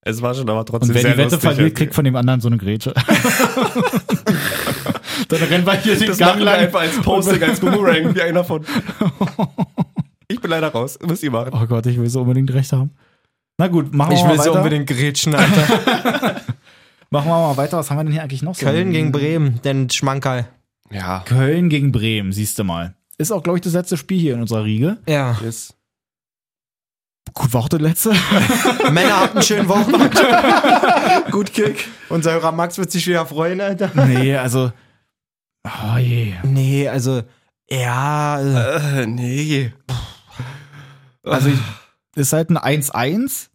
Speaker 1: Es war schon aber trotzdem
Speaker 3: Und wer
Speaker 1: sehr
Speaker 3: die Wette
Speaker 1: lustig.
Speaker 3: verliert, kriegt von dem anderen so eine Grätsche. Dann rennen wir hier den
Speaker 1: das
Speaker 3: Gang
Speaker 1: machen wir
Speaker 3: lang.
Speaker 1: einfach als Posting, als Boomerang, wie einer von. Ich bin leider raus. Müsst ihr machen.
Speaker 3: Oh Gott, ich will so unbedingt recht haben. Na gut, machen wir mal Oh, weiter.
Speaker 2: grätschen, Alter.
Speaker 3: Machen wir mal weiter. Was haben wir denn hier eigentlich noch? so?
Speaker 2: Köln gegen Bremen, denn Schmankerl.
Speaker 1: Ja.
Speaker 3: Köln gegen Bremen, siehst du mal. Ist auch, glaube ich, das letzte Spiel hier in unserer Riege.
Speaker 2: Ja.
Speaker 1: Yes.
Speaker 3: Gut, war auch das letzte.
Speaker 2: Männer habt einen schönen Wochenmarkt.
Speaker 1: Gut Kick.
Speaker 2: Unser Hörer Max wird sich wieder freuen, Alter.
Speaker 3: nee, also. Oh je.
Speaker 2: Nee, also, ja. Also,
Speaker 1: Äh, nee.
Speaker 3: Also ich, ist halt ein 1-1.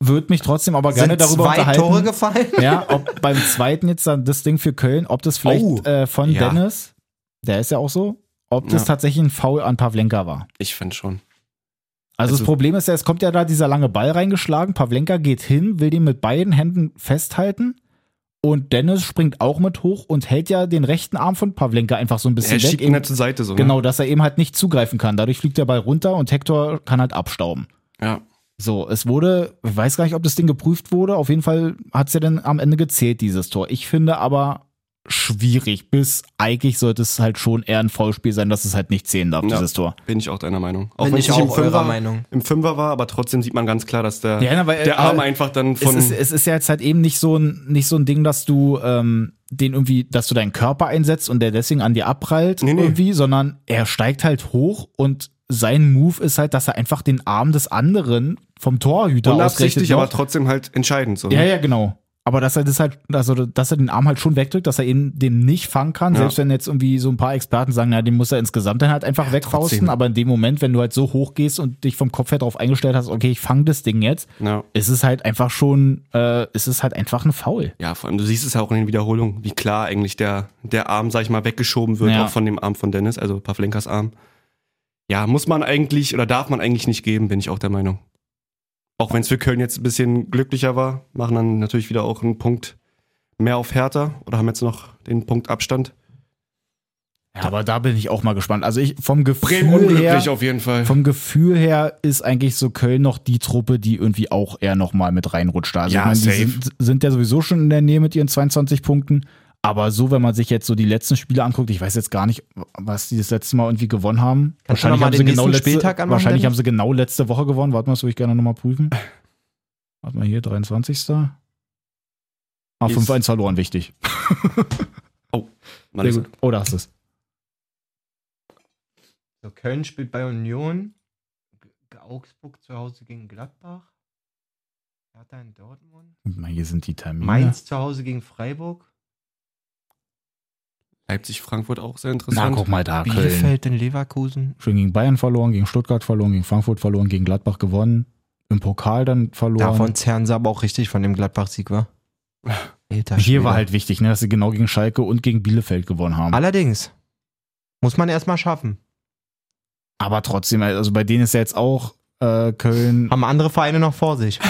Speaker 3: Würde mich trotzdem aber gerne
Speaker 2: sind
Speaker 3: darüber
Speaker 2: zwei
Speaker 3: unterhalten.
Speaker 2: Tore gefallen?
Speaker 3: ja, ob beim zweiten jetzt dann das Ding für Köln, ob das vielleicht
Speaker 1: Oh.
Speaker 3: äh, von
Speaker 1: Ja.
Speaker 3: Dennis, der ist ja auch so, ob das
Speaker 1: Ja.
Speaker 3: tatsächlich ein Foul an Pavlenka war.
Speaker 1: Ich finde schon.
Speaker 3: Also,
Speaker 1: Also-
Speaker 3: das Problem ist ja, es kommt ja da dieser lange Ball reingeschlagen, Pavlenka geht hin, will den mit beiden Händen festhalten Und Dennis springt auch mit hoch und hält ja den rechten Arm von Pavlenka einfach so ein bisschen
Speaker 1: Er
Speaker 3: weg.
Speaker 1: schiebt ihn halt zur Seite so.
Speaker 3: Genau, dass er eben halt nicht zugreifen kann. Dadurch fliegt der Ball runter und Hector kann halt abstauben.
Speaker 1: Ne? Ja.
Speaker 3: So, es wurde, ich weiß gar nicht, ob das Ding geprüft wurde. Auf jeden Fall hat es ja dann am Ende gezählt, dieses Tor. Ich finde aber schwierig, bis eigentlich sollte es halt schon eher ein Foulspiel sein, dass es halt nicht zählen darf,
Speaker 1: Ja.
Speaker 3: dieses Tor.
Speaker 1: Bin ich auch deiner Meinung. Auch
Speaker 2: Bin
Speaker 1: wenn
Speaker 2: ich
Speaker 1: ich nicht
Speaker 2: auch
Speaker 1: im Fünfer,
Speaker 2: eurer Meinung.
Speaker 1: im Fünfer war, aber trotzdem sieht man ganz klar, dass der,
Speaker 3: Ja, na, weil-
Speaker 1: der Arm
Speaker 3: aber
Speaker 1: einfach dann
Speaker 3: Es
Speaker 1: von.
Speaker 3: ist, es ist ja jetzt halt eben nicht so ein, nicht so ein Ding, dass du ähm, den irgendwie, dass du deinen Körper einsetzt und der deswegen an dir abprallt
Speaker 1: Nee, nee.
Speaker 3: irgendwie, sondern er steigt halt hoch und sein Move ist halt, dass er einfach den Arm des anderen vom Torhüter ausrichtet.
Speaker 1: unabsichtlich,
Speaker 3: noch.
Speaker 1: aber trotzdem halt entscheidend. So, ne?
Speaker 3: Ja, ja, genau. Aber dass er das halt, also dass er den Arm halt schon wegdrückt, dass er eben den nicht fangen kann,
Speaker 1: Ja.
Speaker 3: selbst wenn jetzt irgendwie so ein paar Experten sagen, na, den muss er insgesamt dann halt einfach wegfausten.
Speaker 1: trotzdem.
Speaker 3: Aber in dem Moment, wenn du halt so hoch gehst und dich vom Kopf her darauf eingestellt hast, okay, ich fange das Ding jetzt,
Speaker 1: ja.
Speaker 3: ist es halt einfach schon, äh, ist es halt einfach ein Foul.
Speaker 1: Ja, vor allem, du siehst es ja auch in den Wiederholungen, wie klar eigentlich der, der Arm, sag ich mal, weggeschoben wird,
Speaker 3: Ja.
Speaker 1: auch von dem Arm von Dennis, also Pavlenkas Arm. Ja, muss man eigentlich oder darf man eigentlich nicht geben, bin ich auch der Meinung. Auch wenn es für Köln jetzt ein bisschen glücklicher war, machen dann natürlich wieder auch einen Punkt mehr auf Hertha oder haben jetzt noch den Punkt Abstand.
Speaker 3: Ja, aber da bin ich auch mal gespannt. Also ich vom Gefühl her,
Speaker 1: auf jeden Fall.
Speaker 3: vom Gefühl her ist eigentlich so Köln noch die Truppe, die irgendwie auch eher nochmal mit reinrutscht. Also
Speaker 1: Ja,
Speaker 3: ich meine, die
Speaker 1: safe.
Speaker 3: sind, sind ja sowieso schon in der Nähe mit ihren 22 Punkten. Aber so, wenn man sich jetzt so die letzten Spiele anguckt, ich weiß jetzt gar nicht, was die das letzte Mal irgendwie gewonnen haben. genau
Speaker 2: Kannst du noch mal den nächsten Spieltag anmachen,
Speaker 3: wahrscheinlich
Speaker 2: Dennis?
Speaker 3: haben sie genau letzte Woche gewonnen. Warte mal, das würde ich gerne nochmal prüfen. Warte mal hier, 23. Ah,
Speaker 1: Ist-
Speaker 3: 5-1 verloren, wichtig.
Speaker 1: Mann, ist-
Speaker 3: Oh, da hast du es.
Speaker 2: So, Köln spielt bei Union. G- Augsburg zu Hause gegen Gladbach. Hertha in Dortmund.
Speaker 3: Guck mal, Hier sind die Termine.
Speaker 2: Mainz zu Hause gegen Freiburg.
Speaker 1: Leipzig, Frankfurt auch sehr
Speaker 3: Na,
Speaker 1: interessant.
Speaker 3: guck mal da, Köln.
Speaker 2: Bielefeld in Leverkusen.
Speaker 3: Schön gegen Bayern verloren, gegen Stuttgart verloren, gegen Frankfurt verloren, gegen Gladbach gewonnen, im Pokal dann verloren.
Speaker 2: Davon zerren sie aber auch richtig von dem Gladbach-Sieg, war. Alter
Speaker 3: Hier
Speaker 2: Schwede.
Speaker 3: war halt wichtig, ne, dass sie genau gegen Schalke und gegen Bielefeld gewonnen haben.
Speaker 2: Allerdings. Muss man erstmal schaffen.
Speaker 3: Aber trotzdem, also bei denen ist ja jetzt auch äh, Köln,
Speaker 2: Haben andere Vereine noch vor sich.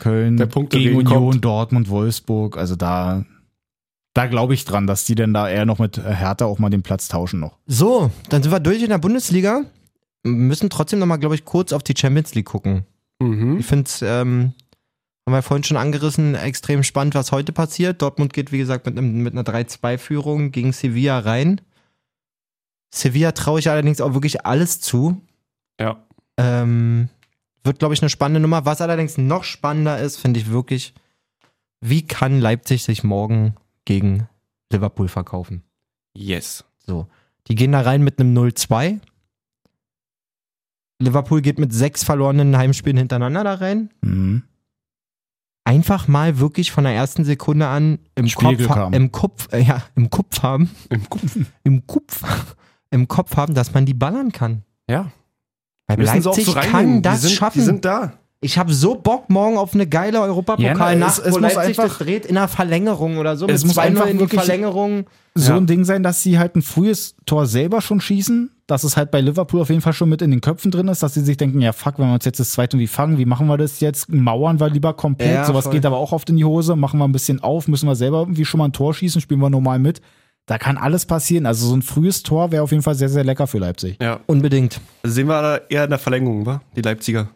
Speaker 3: Köln
Speaker 1: Der Punkt
Speaker 3: gegen
Speaker 1: dagegen
Speaker 3: Union,
Speaker 1: kommt.
Speaker 3: Dortmund, Wolfsburg. Also da, da glaube ich dran, dass die denn da eher noch mit Hertha auch mal den Platz tauschen noch.
Speaker 2: So, dann sind wir durch in der Bundesliga. Müssen trotzdem nochmal, glaube ich, kurz auf die Champions League gucken.
Speaker 1: Mhm.
Speaker 2: Ich finde es, ähm, haben wir vorhin schon angerissen, extrem spannend, was heute passiert. Dortmund geht, wie gesagt, mit, einem, mit einer 3-2-Führung gegen Sevilla rein. Sevilla traue ich allerdings auch wirklich alles zu.
Speaker 1: Ja.
Speaker 2: Ähm, wird, glaube ich, eine spannende Nummer. Was allerdings noch spannender ist, finde ich wirklich, wie kann Leipzig sich morgen gegen Liverpool verkaufen?
Speaker 1: Yes.
Speaker 2: So. Die gehen da rein mit einem 0-2. Liverpool geht mit sechs verlorenen Heimspielen hintereinander da rein.
Speaker 3: Mhm.
Speaker 2: Einfach mal wirklich von der ersten Sekunde an im
Speaker 3: Spielglück
Speaker 2: Kopf, ha-
Speaker 3: haben.
Speaker 2: Im Kopf, äh, ja, im Kopf haben,
Speaker 1: Im Kopf.
Speaker 2: im Kopf, im Kopf haben, dass man die ballern kann.
Speaker 1: Ja.
Speaker 2: Weil
Speaker 1: Müssen sie auch
Speaker 2: Leipzig
Speaker 1: so reinnehmen.
Speaker 2: kann das
Speaker 1: die sind,
Speaker 2: schaffen.
Speaker 1: Die sind da.
Speaker 2: ich habe so Bock morgen auf eine geile Europapokalnacht,
Speaker 3: Ja, na, es- es
Speaker 2: wo
Speaker 3: muss
Speaker 2: Leipzig das
Speaker 3: einfach-
Speaker 2: dreht in einer Verlängerung oder so.
Speaker 3: Es muss
Speaker 2: 2-0
Speaker 3: einfach
Speaker 2: in die
Speaker 3: wirklich-
Speaker 2: Verlängerung.
Speaker 3: so
Speaker 1: Ja.
Speaker 3: ein Ding sein, dass sie halt ein frühes Tor selber schon schießen, dass es halt bei Liverpool auf jeden Fall schon mit in den Köpfen drin ist, dass sie sich denken, ja fuck, wenn wir uns jetzt das zweite irgendwie fangen, wie machen wir das jetzt? Mauern wir lieber komplett,
Speaker 2: Ja,
Speaker 3: sowas
Speaker 2: voll.
Speaker 3: geht aber auch oft in die Hose, machen wir ein bisschen auf, müssen wir selber irgendwie schon mal ein Tor schießen, spielen wir normal mit. Da kann alles passieren. Also so ein frühes Tor wäre auf jeden Fall sehr, sehr lecker für Leipzig.
Speaker 1: Ja.
Speaker 2: Unbedingt.
Speaker 1: Also sehen wir da eher in der Verlängerung, wa? Die Leipziger.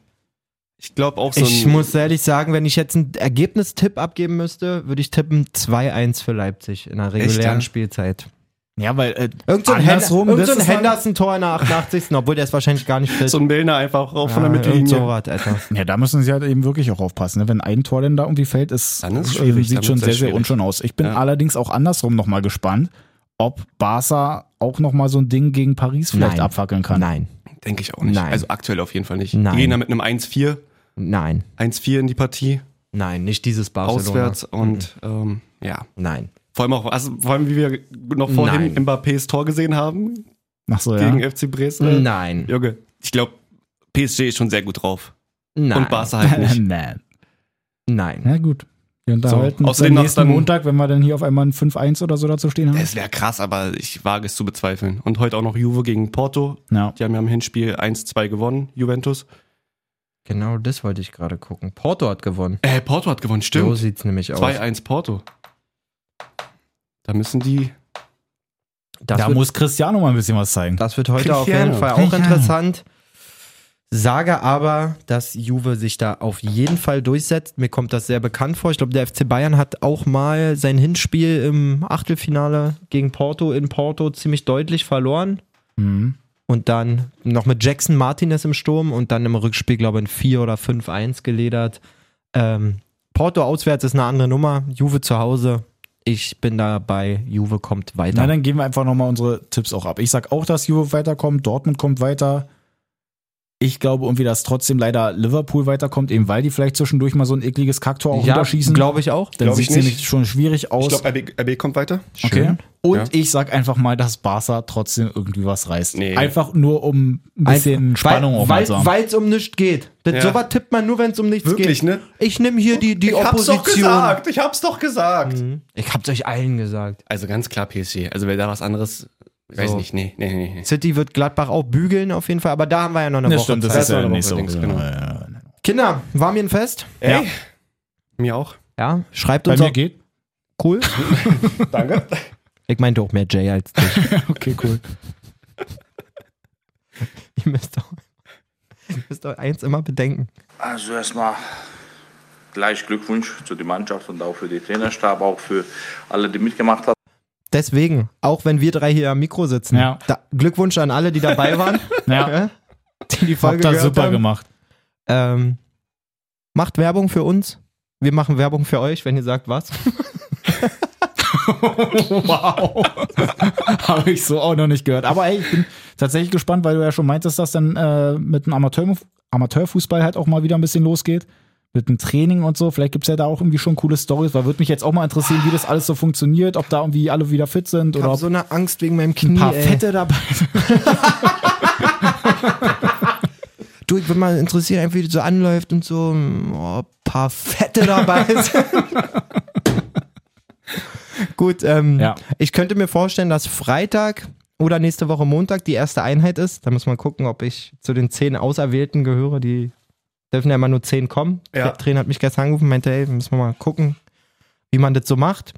Speaker 1: Ich glaube auch so
Speaker 2: ich
Speaker 1: ein,
Speaker 2: muss ehrlich sagen, wenn ich jetzt einen Ergebnistipp abgeben müsste, würde ich tippen 2-1 für Leipzig in der regulären
Speaker 1: ja?
Speaker 2: Spielzeit.
Speaker 3: Ja, weil äh,
Speaker 2: Irgend so ein,
Speaker 3: Andersrum,
Speaker 2: Hen- irgend so
Speaker 3: das
Speaker 2: ein
Speaker 3: ist halt- dann-
Speaker 2: Henderson-Tor in der 88. obwohl der ist wahrscheinlich gar nicht fit.
Speaker 1: so ein Billner einfach auch von
Speaker 2: Ja,
Speaker 1: der
Speaker 2: irgend
Speaker 1: Mittellinie.
Speaker 2: sowas, Alter.
Speaker 3: ja, da müssen sie halt eben wirklich auch aufpassen. Ne? Wenn ein Tor denn da irgendwie fällt, ist,
Speaker 1: Dann ist
Speaker 3: äh,
Speaker 1: schwierig,
Speaker 3: sieht
Speaker 1: dann
Speaker 3: schon
Speaker 1: wird's
Speaker 3: sehr,
Speaker 1: sehr
Speaker 3: sehr
Speaker 1: schwierig.
Speaker 3: unschön aus. Ich bin
Speaker 1: Ja.
Speaker 3: allerdings auch andersrum nochmal gespannt, ob Barca auch nochmal so ein Ding gegen Paris vielleicht
Speaker 2: Nein.
Speaker 3: abfackeln kann.
Speaker 2: Nein,
Speaker 1: Denke ich auch nicht.
Speaker 2: Nein.
Speaker 1: Also aktuell auf jeden Fall nicht.
Speaker 2: Nein.
Speaker 1: Die gehen da mit einem 1-4,
Speaker 2: nein,
Speaker 1: 1-4 in die Partie,
Speaker 2: nein, nicht dieses Barcelona. Mhm.
Speaker 1: auswärts und ähm, ja.
Speaker 2: Nein.
Speaker 1: Vor allem auch, also vor allem, wie wir noch vorhin
Speaker 2: Nein.
Speaker 1: Mbappés Tor gesehen haben
Speaker 3: Ach so, ja.
Speaker 1: gegen FC Dresden.
Speaker 2: Nein.
Speaker 1: Junge, äh, ich glaube, PSG ist schon sehr gut drauf.
Speaker 2: Nein.
Speaker 1: Und Barca halt nicht.
Speaker 3: Nein.
Speaker 2: Nein.
Speaker 3: Na gut. Wir
Speaker 1: So,
Speaker 3: unterhalten uns am
Speaker 1: außerdem noch
Speaker 3: nächsten
Speaker 1: dann-
Speaker 3: Montag, wenn wir dann hier auf einmal ein 5-1 oder so dazu stehen haben.
Speaker 1: Es wäre krass, aber ich wage es zu bezweifeln. Und heute auch noch Juve gegen Porto.
Speaker 3: Ja.
Speaker 1: Die haben ja im Hinspiel 1-2 gewonnen, Juventus.
Speaker 2: Genau das wollte ich gerade gucken. Porto hat gewonnen.
Speaker 1: Äh, Porto hat gewonnen,
Speaker 2: So
Speaker 1: stimmt.
Speaker 2: sieht's nämlich aus.
Speaker 1: 2-1 Porto. Da müssen die.
Speaker 2: Das,
Speaker 3: da
Speaker 2: wird,
Speaker 3: muss Cristiano mal ein bisschen was zeigen.
Speaker 2: das wird heute auf
Speaker 1: Cristiano.
Speaker 2: jeden Fall auch
Speaker 3: Cristiano.
Speaker 2: interessant. Sage aber, dass Juve sich da auf jeden Fall durchsetzt. Mir kommt das sehr bekannt vor. Ich glaube, der FC Bayern hat auch mal sein Hinspiel im Achtelfinale gegen Porto in Porto ziemlich deutlich verloren.
Speaker 3: Mhm.
Speaker 2: Und dann noch mit Jackson Martinez im Sturm und dann im Rückspiel, glaube ich, in 4 oder 5-1 geledert. Ähm, Porto auswärts ist eine andere Nummer. Juve zu Hause. Ich bin dabei. Juve kommt weiter.
Speaker 3: Na, dann geben wir einfach nochmal unsere Tipps auch ab. Ich sag auch, dass Juve weiterkommt, Dortmund kommt weiter. Ich glaube irgendwie, dass trotzdem leider Liverpool weiterkommt, eben weil die vielleicht zwischendurch mal so ein ekliges Kacktor auch runterschießen.
Speaker 2: glaube ich auch.
Speaker 3: dann
Speaker 1: glaub ich
Speaker 3: sieht es nämlich
Speaker 1: nicht.
Speaker 3: schon schwierig aus.
Speaker 1: Ich glaube, RB, RB kommt weiter.
Speaker 3: okay.
Speaker 2: Schön.
Speaker 3: Und
Speaker 1: Ja.
Speaker 3: ich sag einfach mal, dass Barca trotzdem irgendwie was reißt.
Speaker 1: Nee.
Speaker 3: Einfach nur um ein bisschen Spannung auch mal
Speaker 2: weil,
Speaker 3: zu
Speaker 2: weil,
Speaker 3: haben.
Speaker 2: Weil es um nichts geht. Das,
Speaker 1: Ja.
Speaker 2: Sowas tippt man nur, wenn es um nichts
Speaker 1: Wirklich,
Speaker 2: geht.
Speaker 1: ne?
Speaker 2: Ich nehme hier die, die
Speaker 1: ich
Speaker 2: Opposition.
Speaker 1: hab's doch gesagt. Ich hab's doch gesagt.
Speaker 2: Mhm. Ich hab's euch allen gesagt.
Speaker 1: Also ganz klar PSG. Also, wer da was anderes. Weiß
Speaker 2: So.
Speaker 1: nicht. Nee, nee, nee. nee.
Speaker 2: City wird Gladbach auch bügeln auf jeden Fall, aber da haben wir ja noch eine
Speaker 3: Ne,
Speaker 2: Woche.
Speaker 3: stimmt, das
Speaker 2: Zeit.
Speaker 3: ist ja
Speaker 1: Woche
Speaker 3: nächste Woche.
Speaker 1: links, genau.
Speaker 3: Ja, ja, ja.
Speaker 2: Kinder, war mir ein Fest?
Speaker 1: Ey. Mir auch.
Speaker 2: Ja, schreibt
Speaker 3: Bei
Speaker 2: uns
Speaker 3: mir
Speaker 2: auch.
Speaker 3: geht.
Speaker 2: Cool.
Speaker 1: Danke.
Speaker 2: Ich meinte auch mehr Jay als dich.
Speaker 3: Okay, cool.
Speaker 2: Ihr müsst doch, ihr müsst doch eins immer bedenken.
Speaker 4: Also erstmal gleich Glückwunsch zu der Mannschaft und auch für den Trainerstab, auch für alle, die mitgemacht haben.
Speaker 2: Deswegen, auch wenn wir drei hier am Mikro sitzen,
Speaker 3: Ja.
Speaker 2: da, Glückwunsch an alle, die dabei waren,
Speaker 3: Ja,
Speaker 2: ja, die die Folge
Speaker 3: habt das
Speaker 2: gehört
Speaker 3: super
Speaker 2: haben.
Speaker 3: gemacht.
Speaker 2: Ähm, macht Werbung für uns. Wir machen Werbung für euch, wenn ihr sagt was.
Speaker 3: Wow. Habe ich so auch noch nicht gehört. Aber ey, ich bin tatsächlich gespannt, weil du ja schon meintest, dass dann äh, mit dem Amateur Amateurfußball halt auch mal wieder ein bisschen losgeht. Mit dem Training und so. Vielleicht gibt es ja da auch irgendwie schon coole Stories, weil würde mich jetzt auch mal interessieren, wie das alles so funktioniert, ob da irgendwie alle wieder fit
Speaker 2: Ich
Speaker 3: sind oder
Speaker 2: habe
Speaker 3: ob
Speaker 2: so eine Angst wegen meinem Knie.
Speaker 3: ein paar
Speaker 2: ey.
Speaker 3: Fette dabei sind.
Speaker 2: Du, ich bin mal interessiert, einfach wie das so anläuft und so. Oh, paar Fette dabei sind. Gut, ähm,
Speaker 3: Ja.
Speaker 2: ich könnte mir vorstellen, dass Freitag oder nächste Woche Montag die erste Einheit ist. Da muss man gucken, ob ich zu den zehn Auserwählten gehöre. Die dürfen ja immer nur zehn kommen.
Speaker 1: Ja.
Speaker 2: Der Trainer hat mich gestern angerufen, meinte, hey, müssen wir mal gucken, wie man das so macht.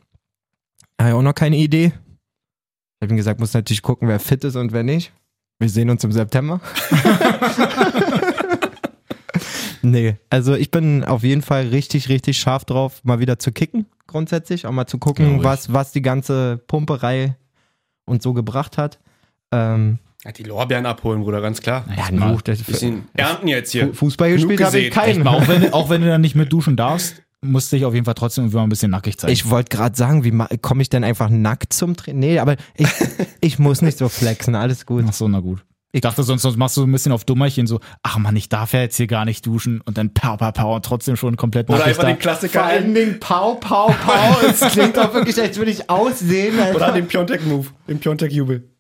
Speaker 2: Habe ich auch noch keine Idee. Ich habe ihm gesagt, muss natürlich gucken, wer fit ist und wer nicht. Wir sehen uns im September. nee, also ich bin auf jeden Fall richtig, richtig scharf drauf, mal wieder zu kicken, grundsätzlich. Auch mal zu
Speaker 3: Glaub
Speaker 2: gucken,
Speaker 3: ich.
Speaker 2: was, was die ganze Pumperei und so gebracht hat. Ähm,
Speaker 1: Ja, die Lorbeeren abholen, Bruder, ganz klar.
Speaker 2: ja,
Speaker 3: mal.
Speaker 2: nu, das,
Speaker 1: Bisschen ernten jetzt hier.
Speaker 2: Fu- Fußball
Speaker 1: Genug
Speaker 2: gespielt habe ich
Speaker 1: gesehen. Echt
Speaker 2: keinen.
Speaker 1: mal
Speaker 3: Auch wenn, auch wenn du dann nicht mit duschen darfst, musst du dich auf jeden Fall trotzdem irgendwie mal ein bisschen nackig zeigen.
Speaker 2: Ich wollte gerade sagen, wie komme ich denn einfach nackt zum Training? Nee, aber ich, ich muss nicht so flexen, alles gut.
Speaker 3: Ach so, na gut. Ich dachte, sonst, sonst machst du so ein bisschen auf Dummerchen so, ach man, ich darf ja jetzt hier gar nicht duschen und dann pow, pow, pow und trotzdem schon komplett
Speaker 1: Oder
Speaker 3: nackig
Speaker 1: einfach
Speaker 3: da.
Speaker 1: den Klassiker ein-
Speaker 2: Dingen Pau, Pau, Pau. Es klingt auch wirklich, als würde ich aussehen.
Speaker 1: Oder den Piontek-Move, den Piontek-Jubel.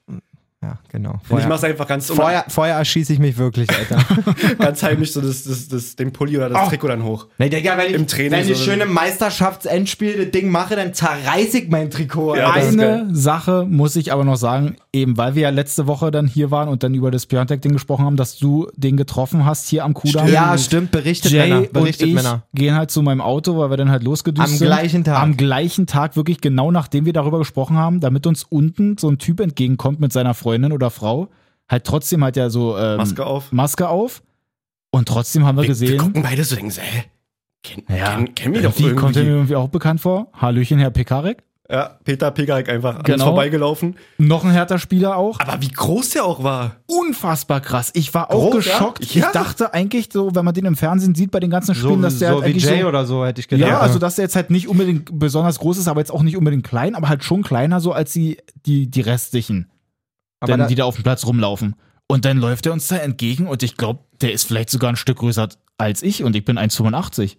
Speaker 2: Ja, genau.
Speaker 1: Und ich
Speaker 2: Vorher,
Speaker 1: mach's einfach ganz,
Speaker 2: vorher, vorher erschieße ich mich wirklich, Alter.
Speaker 1: ganz heimlich so das, das, das, den Pulli oder das Trikot dann hoch.
Speaker 2: Nee, Digga, wenn ich,
Speaker 1: Im Training
Speaker 2: wenn ich
Speaker 1: so-
Speaker 2: schön im Meisterschaftsendspiel das Ding mache, dann zerreiß ich mein Trikot.
Speaker 1: Ja,
Speaker 2: Alter.
Speaker 1: das ist
Speaker 3: Eine Sache muss ich aber noch sagen, eben weil wir ja letzte Woche dann hier waren und dann über das Biontech-Ding gesprochen haben, dass du den getroffen hast hier am Kudamm.
Speaker 2: ja stimmt, berichtet Männer.
Speaker 3: Jay und
Speaker 2: Berichtet
Speaker 3: ich
Speaker 2: Männer.
Speaker 3: gehen halt zu meinem Auto, weil wir dann halt losgedüst
Speaker 2: Am
Speaker 3: sind.
Speaker 2: gleichen Tag.
Speaker 3: Am gleichen Tag, wirklich genau nachdem wir darüber gesprochen haben, damit uns unten so ein Typ entgegenkommt mit seiner Freundin oder Frau. Halt trotzdem halt ja so ähm,
Speaker 1: Maske auf.
Speaker 3: Maske auf. Und trotzdem haben wir,
Speaker 1: Wir, wir
Speaker 3: gesehen.
Speaker 1: gucken beide so, denken so, hä? Ken,
Speaker 3: Ja.
Speaker 1: ken, kennen wir doch
Speaker 3: Die kommt er
Speaker 1: irgendwie.
Speaker 3: mir irgendwie auch bekannt vor. Hallöchen, Herr Pekarek.
Speaker 1: Ja, Peter Pegarek einfach an uns
Speaker 3: Genau.
Speaker 1: vorbeigelaufen.
Speaker 3: Noch ein härter Spieler auch.
Speaker 1: Aber wie groß der auch war.
Speaker 3: Unfassbar krass. Ich war auch
Speaker 1: Groß, ja?
Speaker 3: geschockt.
Speaker 1: Ja.
Speaker 3: Ich dachte eigentlich so, wenn man den im Fernsehen sieht bei den ganzen Spielen, dass der halt
Speaker 2: wie
Speaker 3: eigentlich
Speaker 2: Jay
Speaker 3: so,
Speaker 2: oder so, hätte ich gedacht.
Speaker 3: ja, also dass der jetzt halt nicht unbedingt besonders groß ist, aber jetzt auch nicht unbedingt klein, aber halt schon kleiner so als die, die, die restlichen,
Speaker 2: aber
Speaker 3: denn,
Speaker 2: da,
Speaker 3: die da auf dem Platz rumlaufen. Und dann läuft er uns da entgegen und ich glaube, der ist vielleicht sogar ein Stück größer als ich und ich bin 1,85.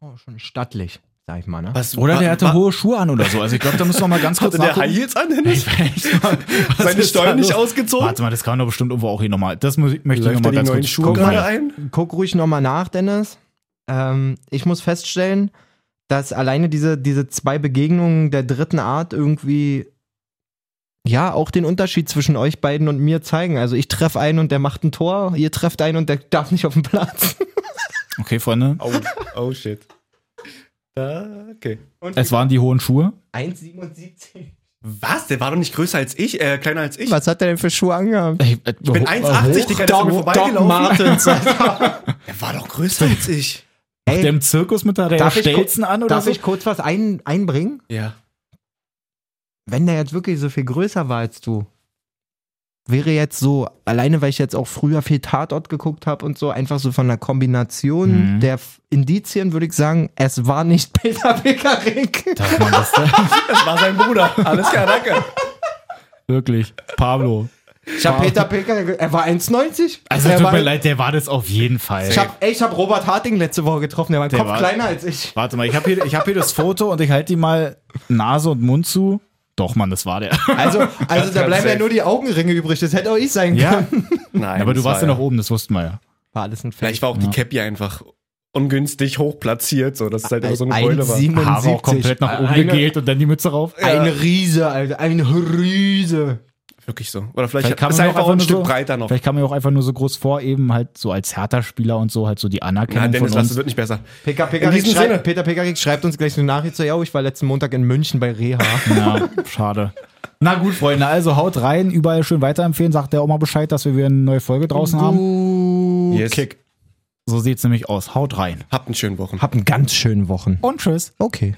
Speaker 2: oh, schon stattlich, sag ich mal, ne?
Speaker 1: Was,
Speaker 3: Oder der
Speaker 1: wa-
Speaker 3: hatte
Speaker 1: Ah, wa-
Speaker 3: hohe Schuhe an oder so. Also ich glaube, da müssen wir mal ganz kurz
Speaker 1: Hatte der High
Speaker 3: nachgucken.
Speaker 1: Heels an, Dennis?
Speaker 3: Was
Speaker 1: Seine
Speaker 3: ist da
Speaker 1: Steuern nicht
Speaker 3: los?
Speaker 1: ausgezogen?
Speaker 3: Warte mal, das kann doch bestimmt irgendwo auch hier nochmal. Das muss, ich- möchte ich
Speaker 1: Läuft er
Speaker 3: nochmal
Speaker 1: die
Speaker 3: ganz
Speaker 1: neuen
Speaker 3: kurz
Speaker 1: Schuhe
Speaker 3: gucken.
Speaker 1: gerade ein?
Speaker 2: guck ruhig nochmal nach, Dennis. Ähm, ich muss feststellen, dass alleine diese, diese zwei Begegnungen der dritten Art irgendwie ja auch den Unterschied zwischen euch beiden und mir zeigen. Also ich treffe einen und der macht ein Tor, ihr trefft einen und der darf nicht auf den Platz.
Speaker 3: Okay, Freunde.
Speaker 1: Oh, oh shit. Da, okay.
Speaker 3: Es waren die hohen Schuhe.
Speaker 2: 1,77.
Speaker 1: Was? Der war doch nicht größer als ich, äh, kleiner als ich.
Speaker 2: Was hat der denn für Schuhe angehabt?
Speaker 3: Ich
Speaker 1: bin 1,80, Digga, der ist an mir vorbeigelaufen.
Speaker 2: Martens.
Speaker 1: Er war doch größer als ich.
Speaker 3: Auf dem Zirkus mit der
Speaker 2: Darf ich
Speaker 3: Stelzen an oder
Speaker 2: Darf
Speaker 3: so?
Speaker 2: ich kurz was ein, einbringen?
Speaker 1: Ja.
Speaker 2: Wenn der jetzt wirklich so viel größer war als du, wäre jetzt so, alleine weil ich jetzt auch früher viel Tatort geguckt habe und so, einfach so von der Kombination
Speaker 3: Mhm.
Speaker 2: der F- Indizien würde ich sagen, es war nicht Peter Pickering.
Speaker 3: Darf man das
Speaker 1: Das war sein Bruder. Alles klar, danke.
Speaker 3: Wirklich. Pablo.
Speaker 2: Ich habe Peter Pickering, er war 1,90.
Speaker 3: Also
Speaker 2: er
Speaker 3: tut
Speaker 2: war,
Speaker 3: mir leid, der war das auf jeden Fall.
Speaker 2: Ich habe ich hab Robert Harting letzte Woche getroffen, der war
Speaker 3: Der
Speaker 2: Kopf
Speaker 3: war-
Speaker 2: kleiner als ich.
Speaker 3: Warte mal, ich habe hier, ich hab hier das Foto und ich halte die mal Nase und Mund zu. Doch, Mann, das war der.
Speaker 2: Also, also da bleiben ja
Speaker 1: safe.
Speaker 2: nur die Augenringe übrig, das hätte auch ich sein
Speaker 3: Ja,
Speaker 2: können.
Speaker 1: Nein.
Speaker 3: aber du
Speaker 1: das
Speaker 3: warst ja
Speaker 1: war
Speaker 3: noch oben, das wussten wir ja.
Speaker 2: War alles ein Fake.
Speaker 1: Vielleicht war auch die Cappy einfach ungünstig hoch platziert, so dass es halt immer so eine Beule war.
Speaker 2: 1,77.
Speaker 3: Haare auch komplett nach oben
Speaker 2: Eine-
Speaker 3: gegelt und dann die Mütze rauf.
Speaker 2: Eine Riese, Alter, eine Riese.
Speaker 1: Wirklich so. Oder vielleicht,
Speaker 3: Vielleicht kann
Speaker 1: ist
Speaker 3: man
Speaker 1: er
Speaker 3: noch
Speaker 1: einfach
Speaker 3: einfach
Speaker 1: ein
Speaker 3: nur
Speaker 1: Stück
Speaker 3: so-
Speaker 1: breiter noch.
Speaker 3: Vielleicht kam mir auch einfach nur so groß vor, eben halt so als Hertha-Spieler und so halt so die
Speaker 1: Na,
Speaker 3: Anerkennung
Speaker 1: Dennis,
Speaker 3: von
Speaker 1: das
Speaker 3: uns.
Speaker 1: wird nicht besser.
Speaker 2: Peter
Speaker 1: In
Speaker 2: Pekarik,
Speaker 1: diesem
Speaker 2: schreibt-
Speaker 1: Sinne.
Speaker 2: Peter Pekarik schreibt uns gleich eine Nachricht so, ja, ich war letzten Montag in München bei Reha.
Speaker 3: Ja, schade. Na gut, Freunde, also haut rein, überall schön weiterempfehlen, sagt der Oma Bescheid, dass wir wieder eine neue Folge draußen haben.
Speaker 1: Yes.
Speaker 3: Kick. So sieht's nämlich aus. Haut rein.
Speaker 1: Habt einen schönen Wochen.
Speaker 2: Hab einen ganz schönen Wochen.
Speaker 3: Und tschüss.
Speaker 2: Okay.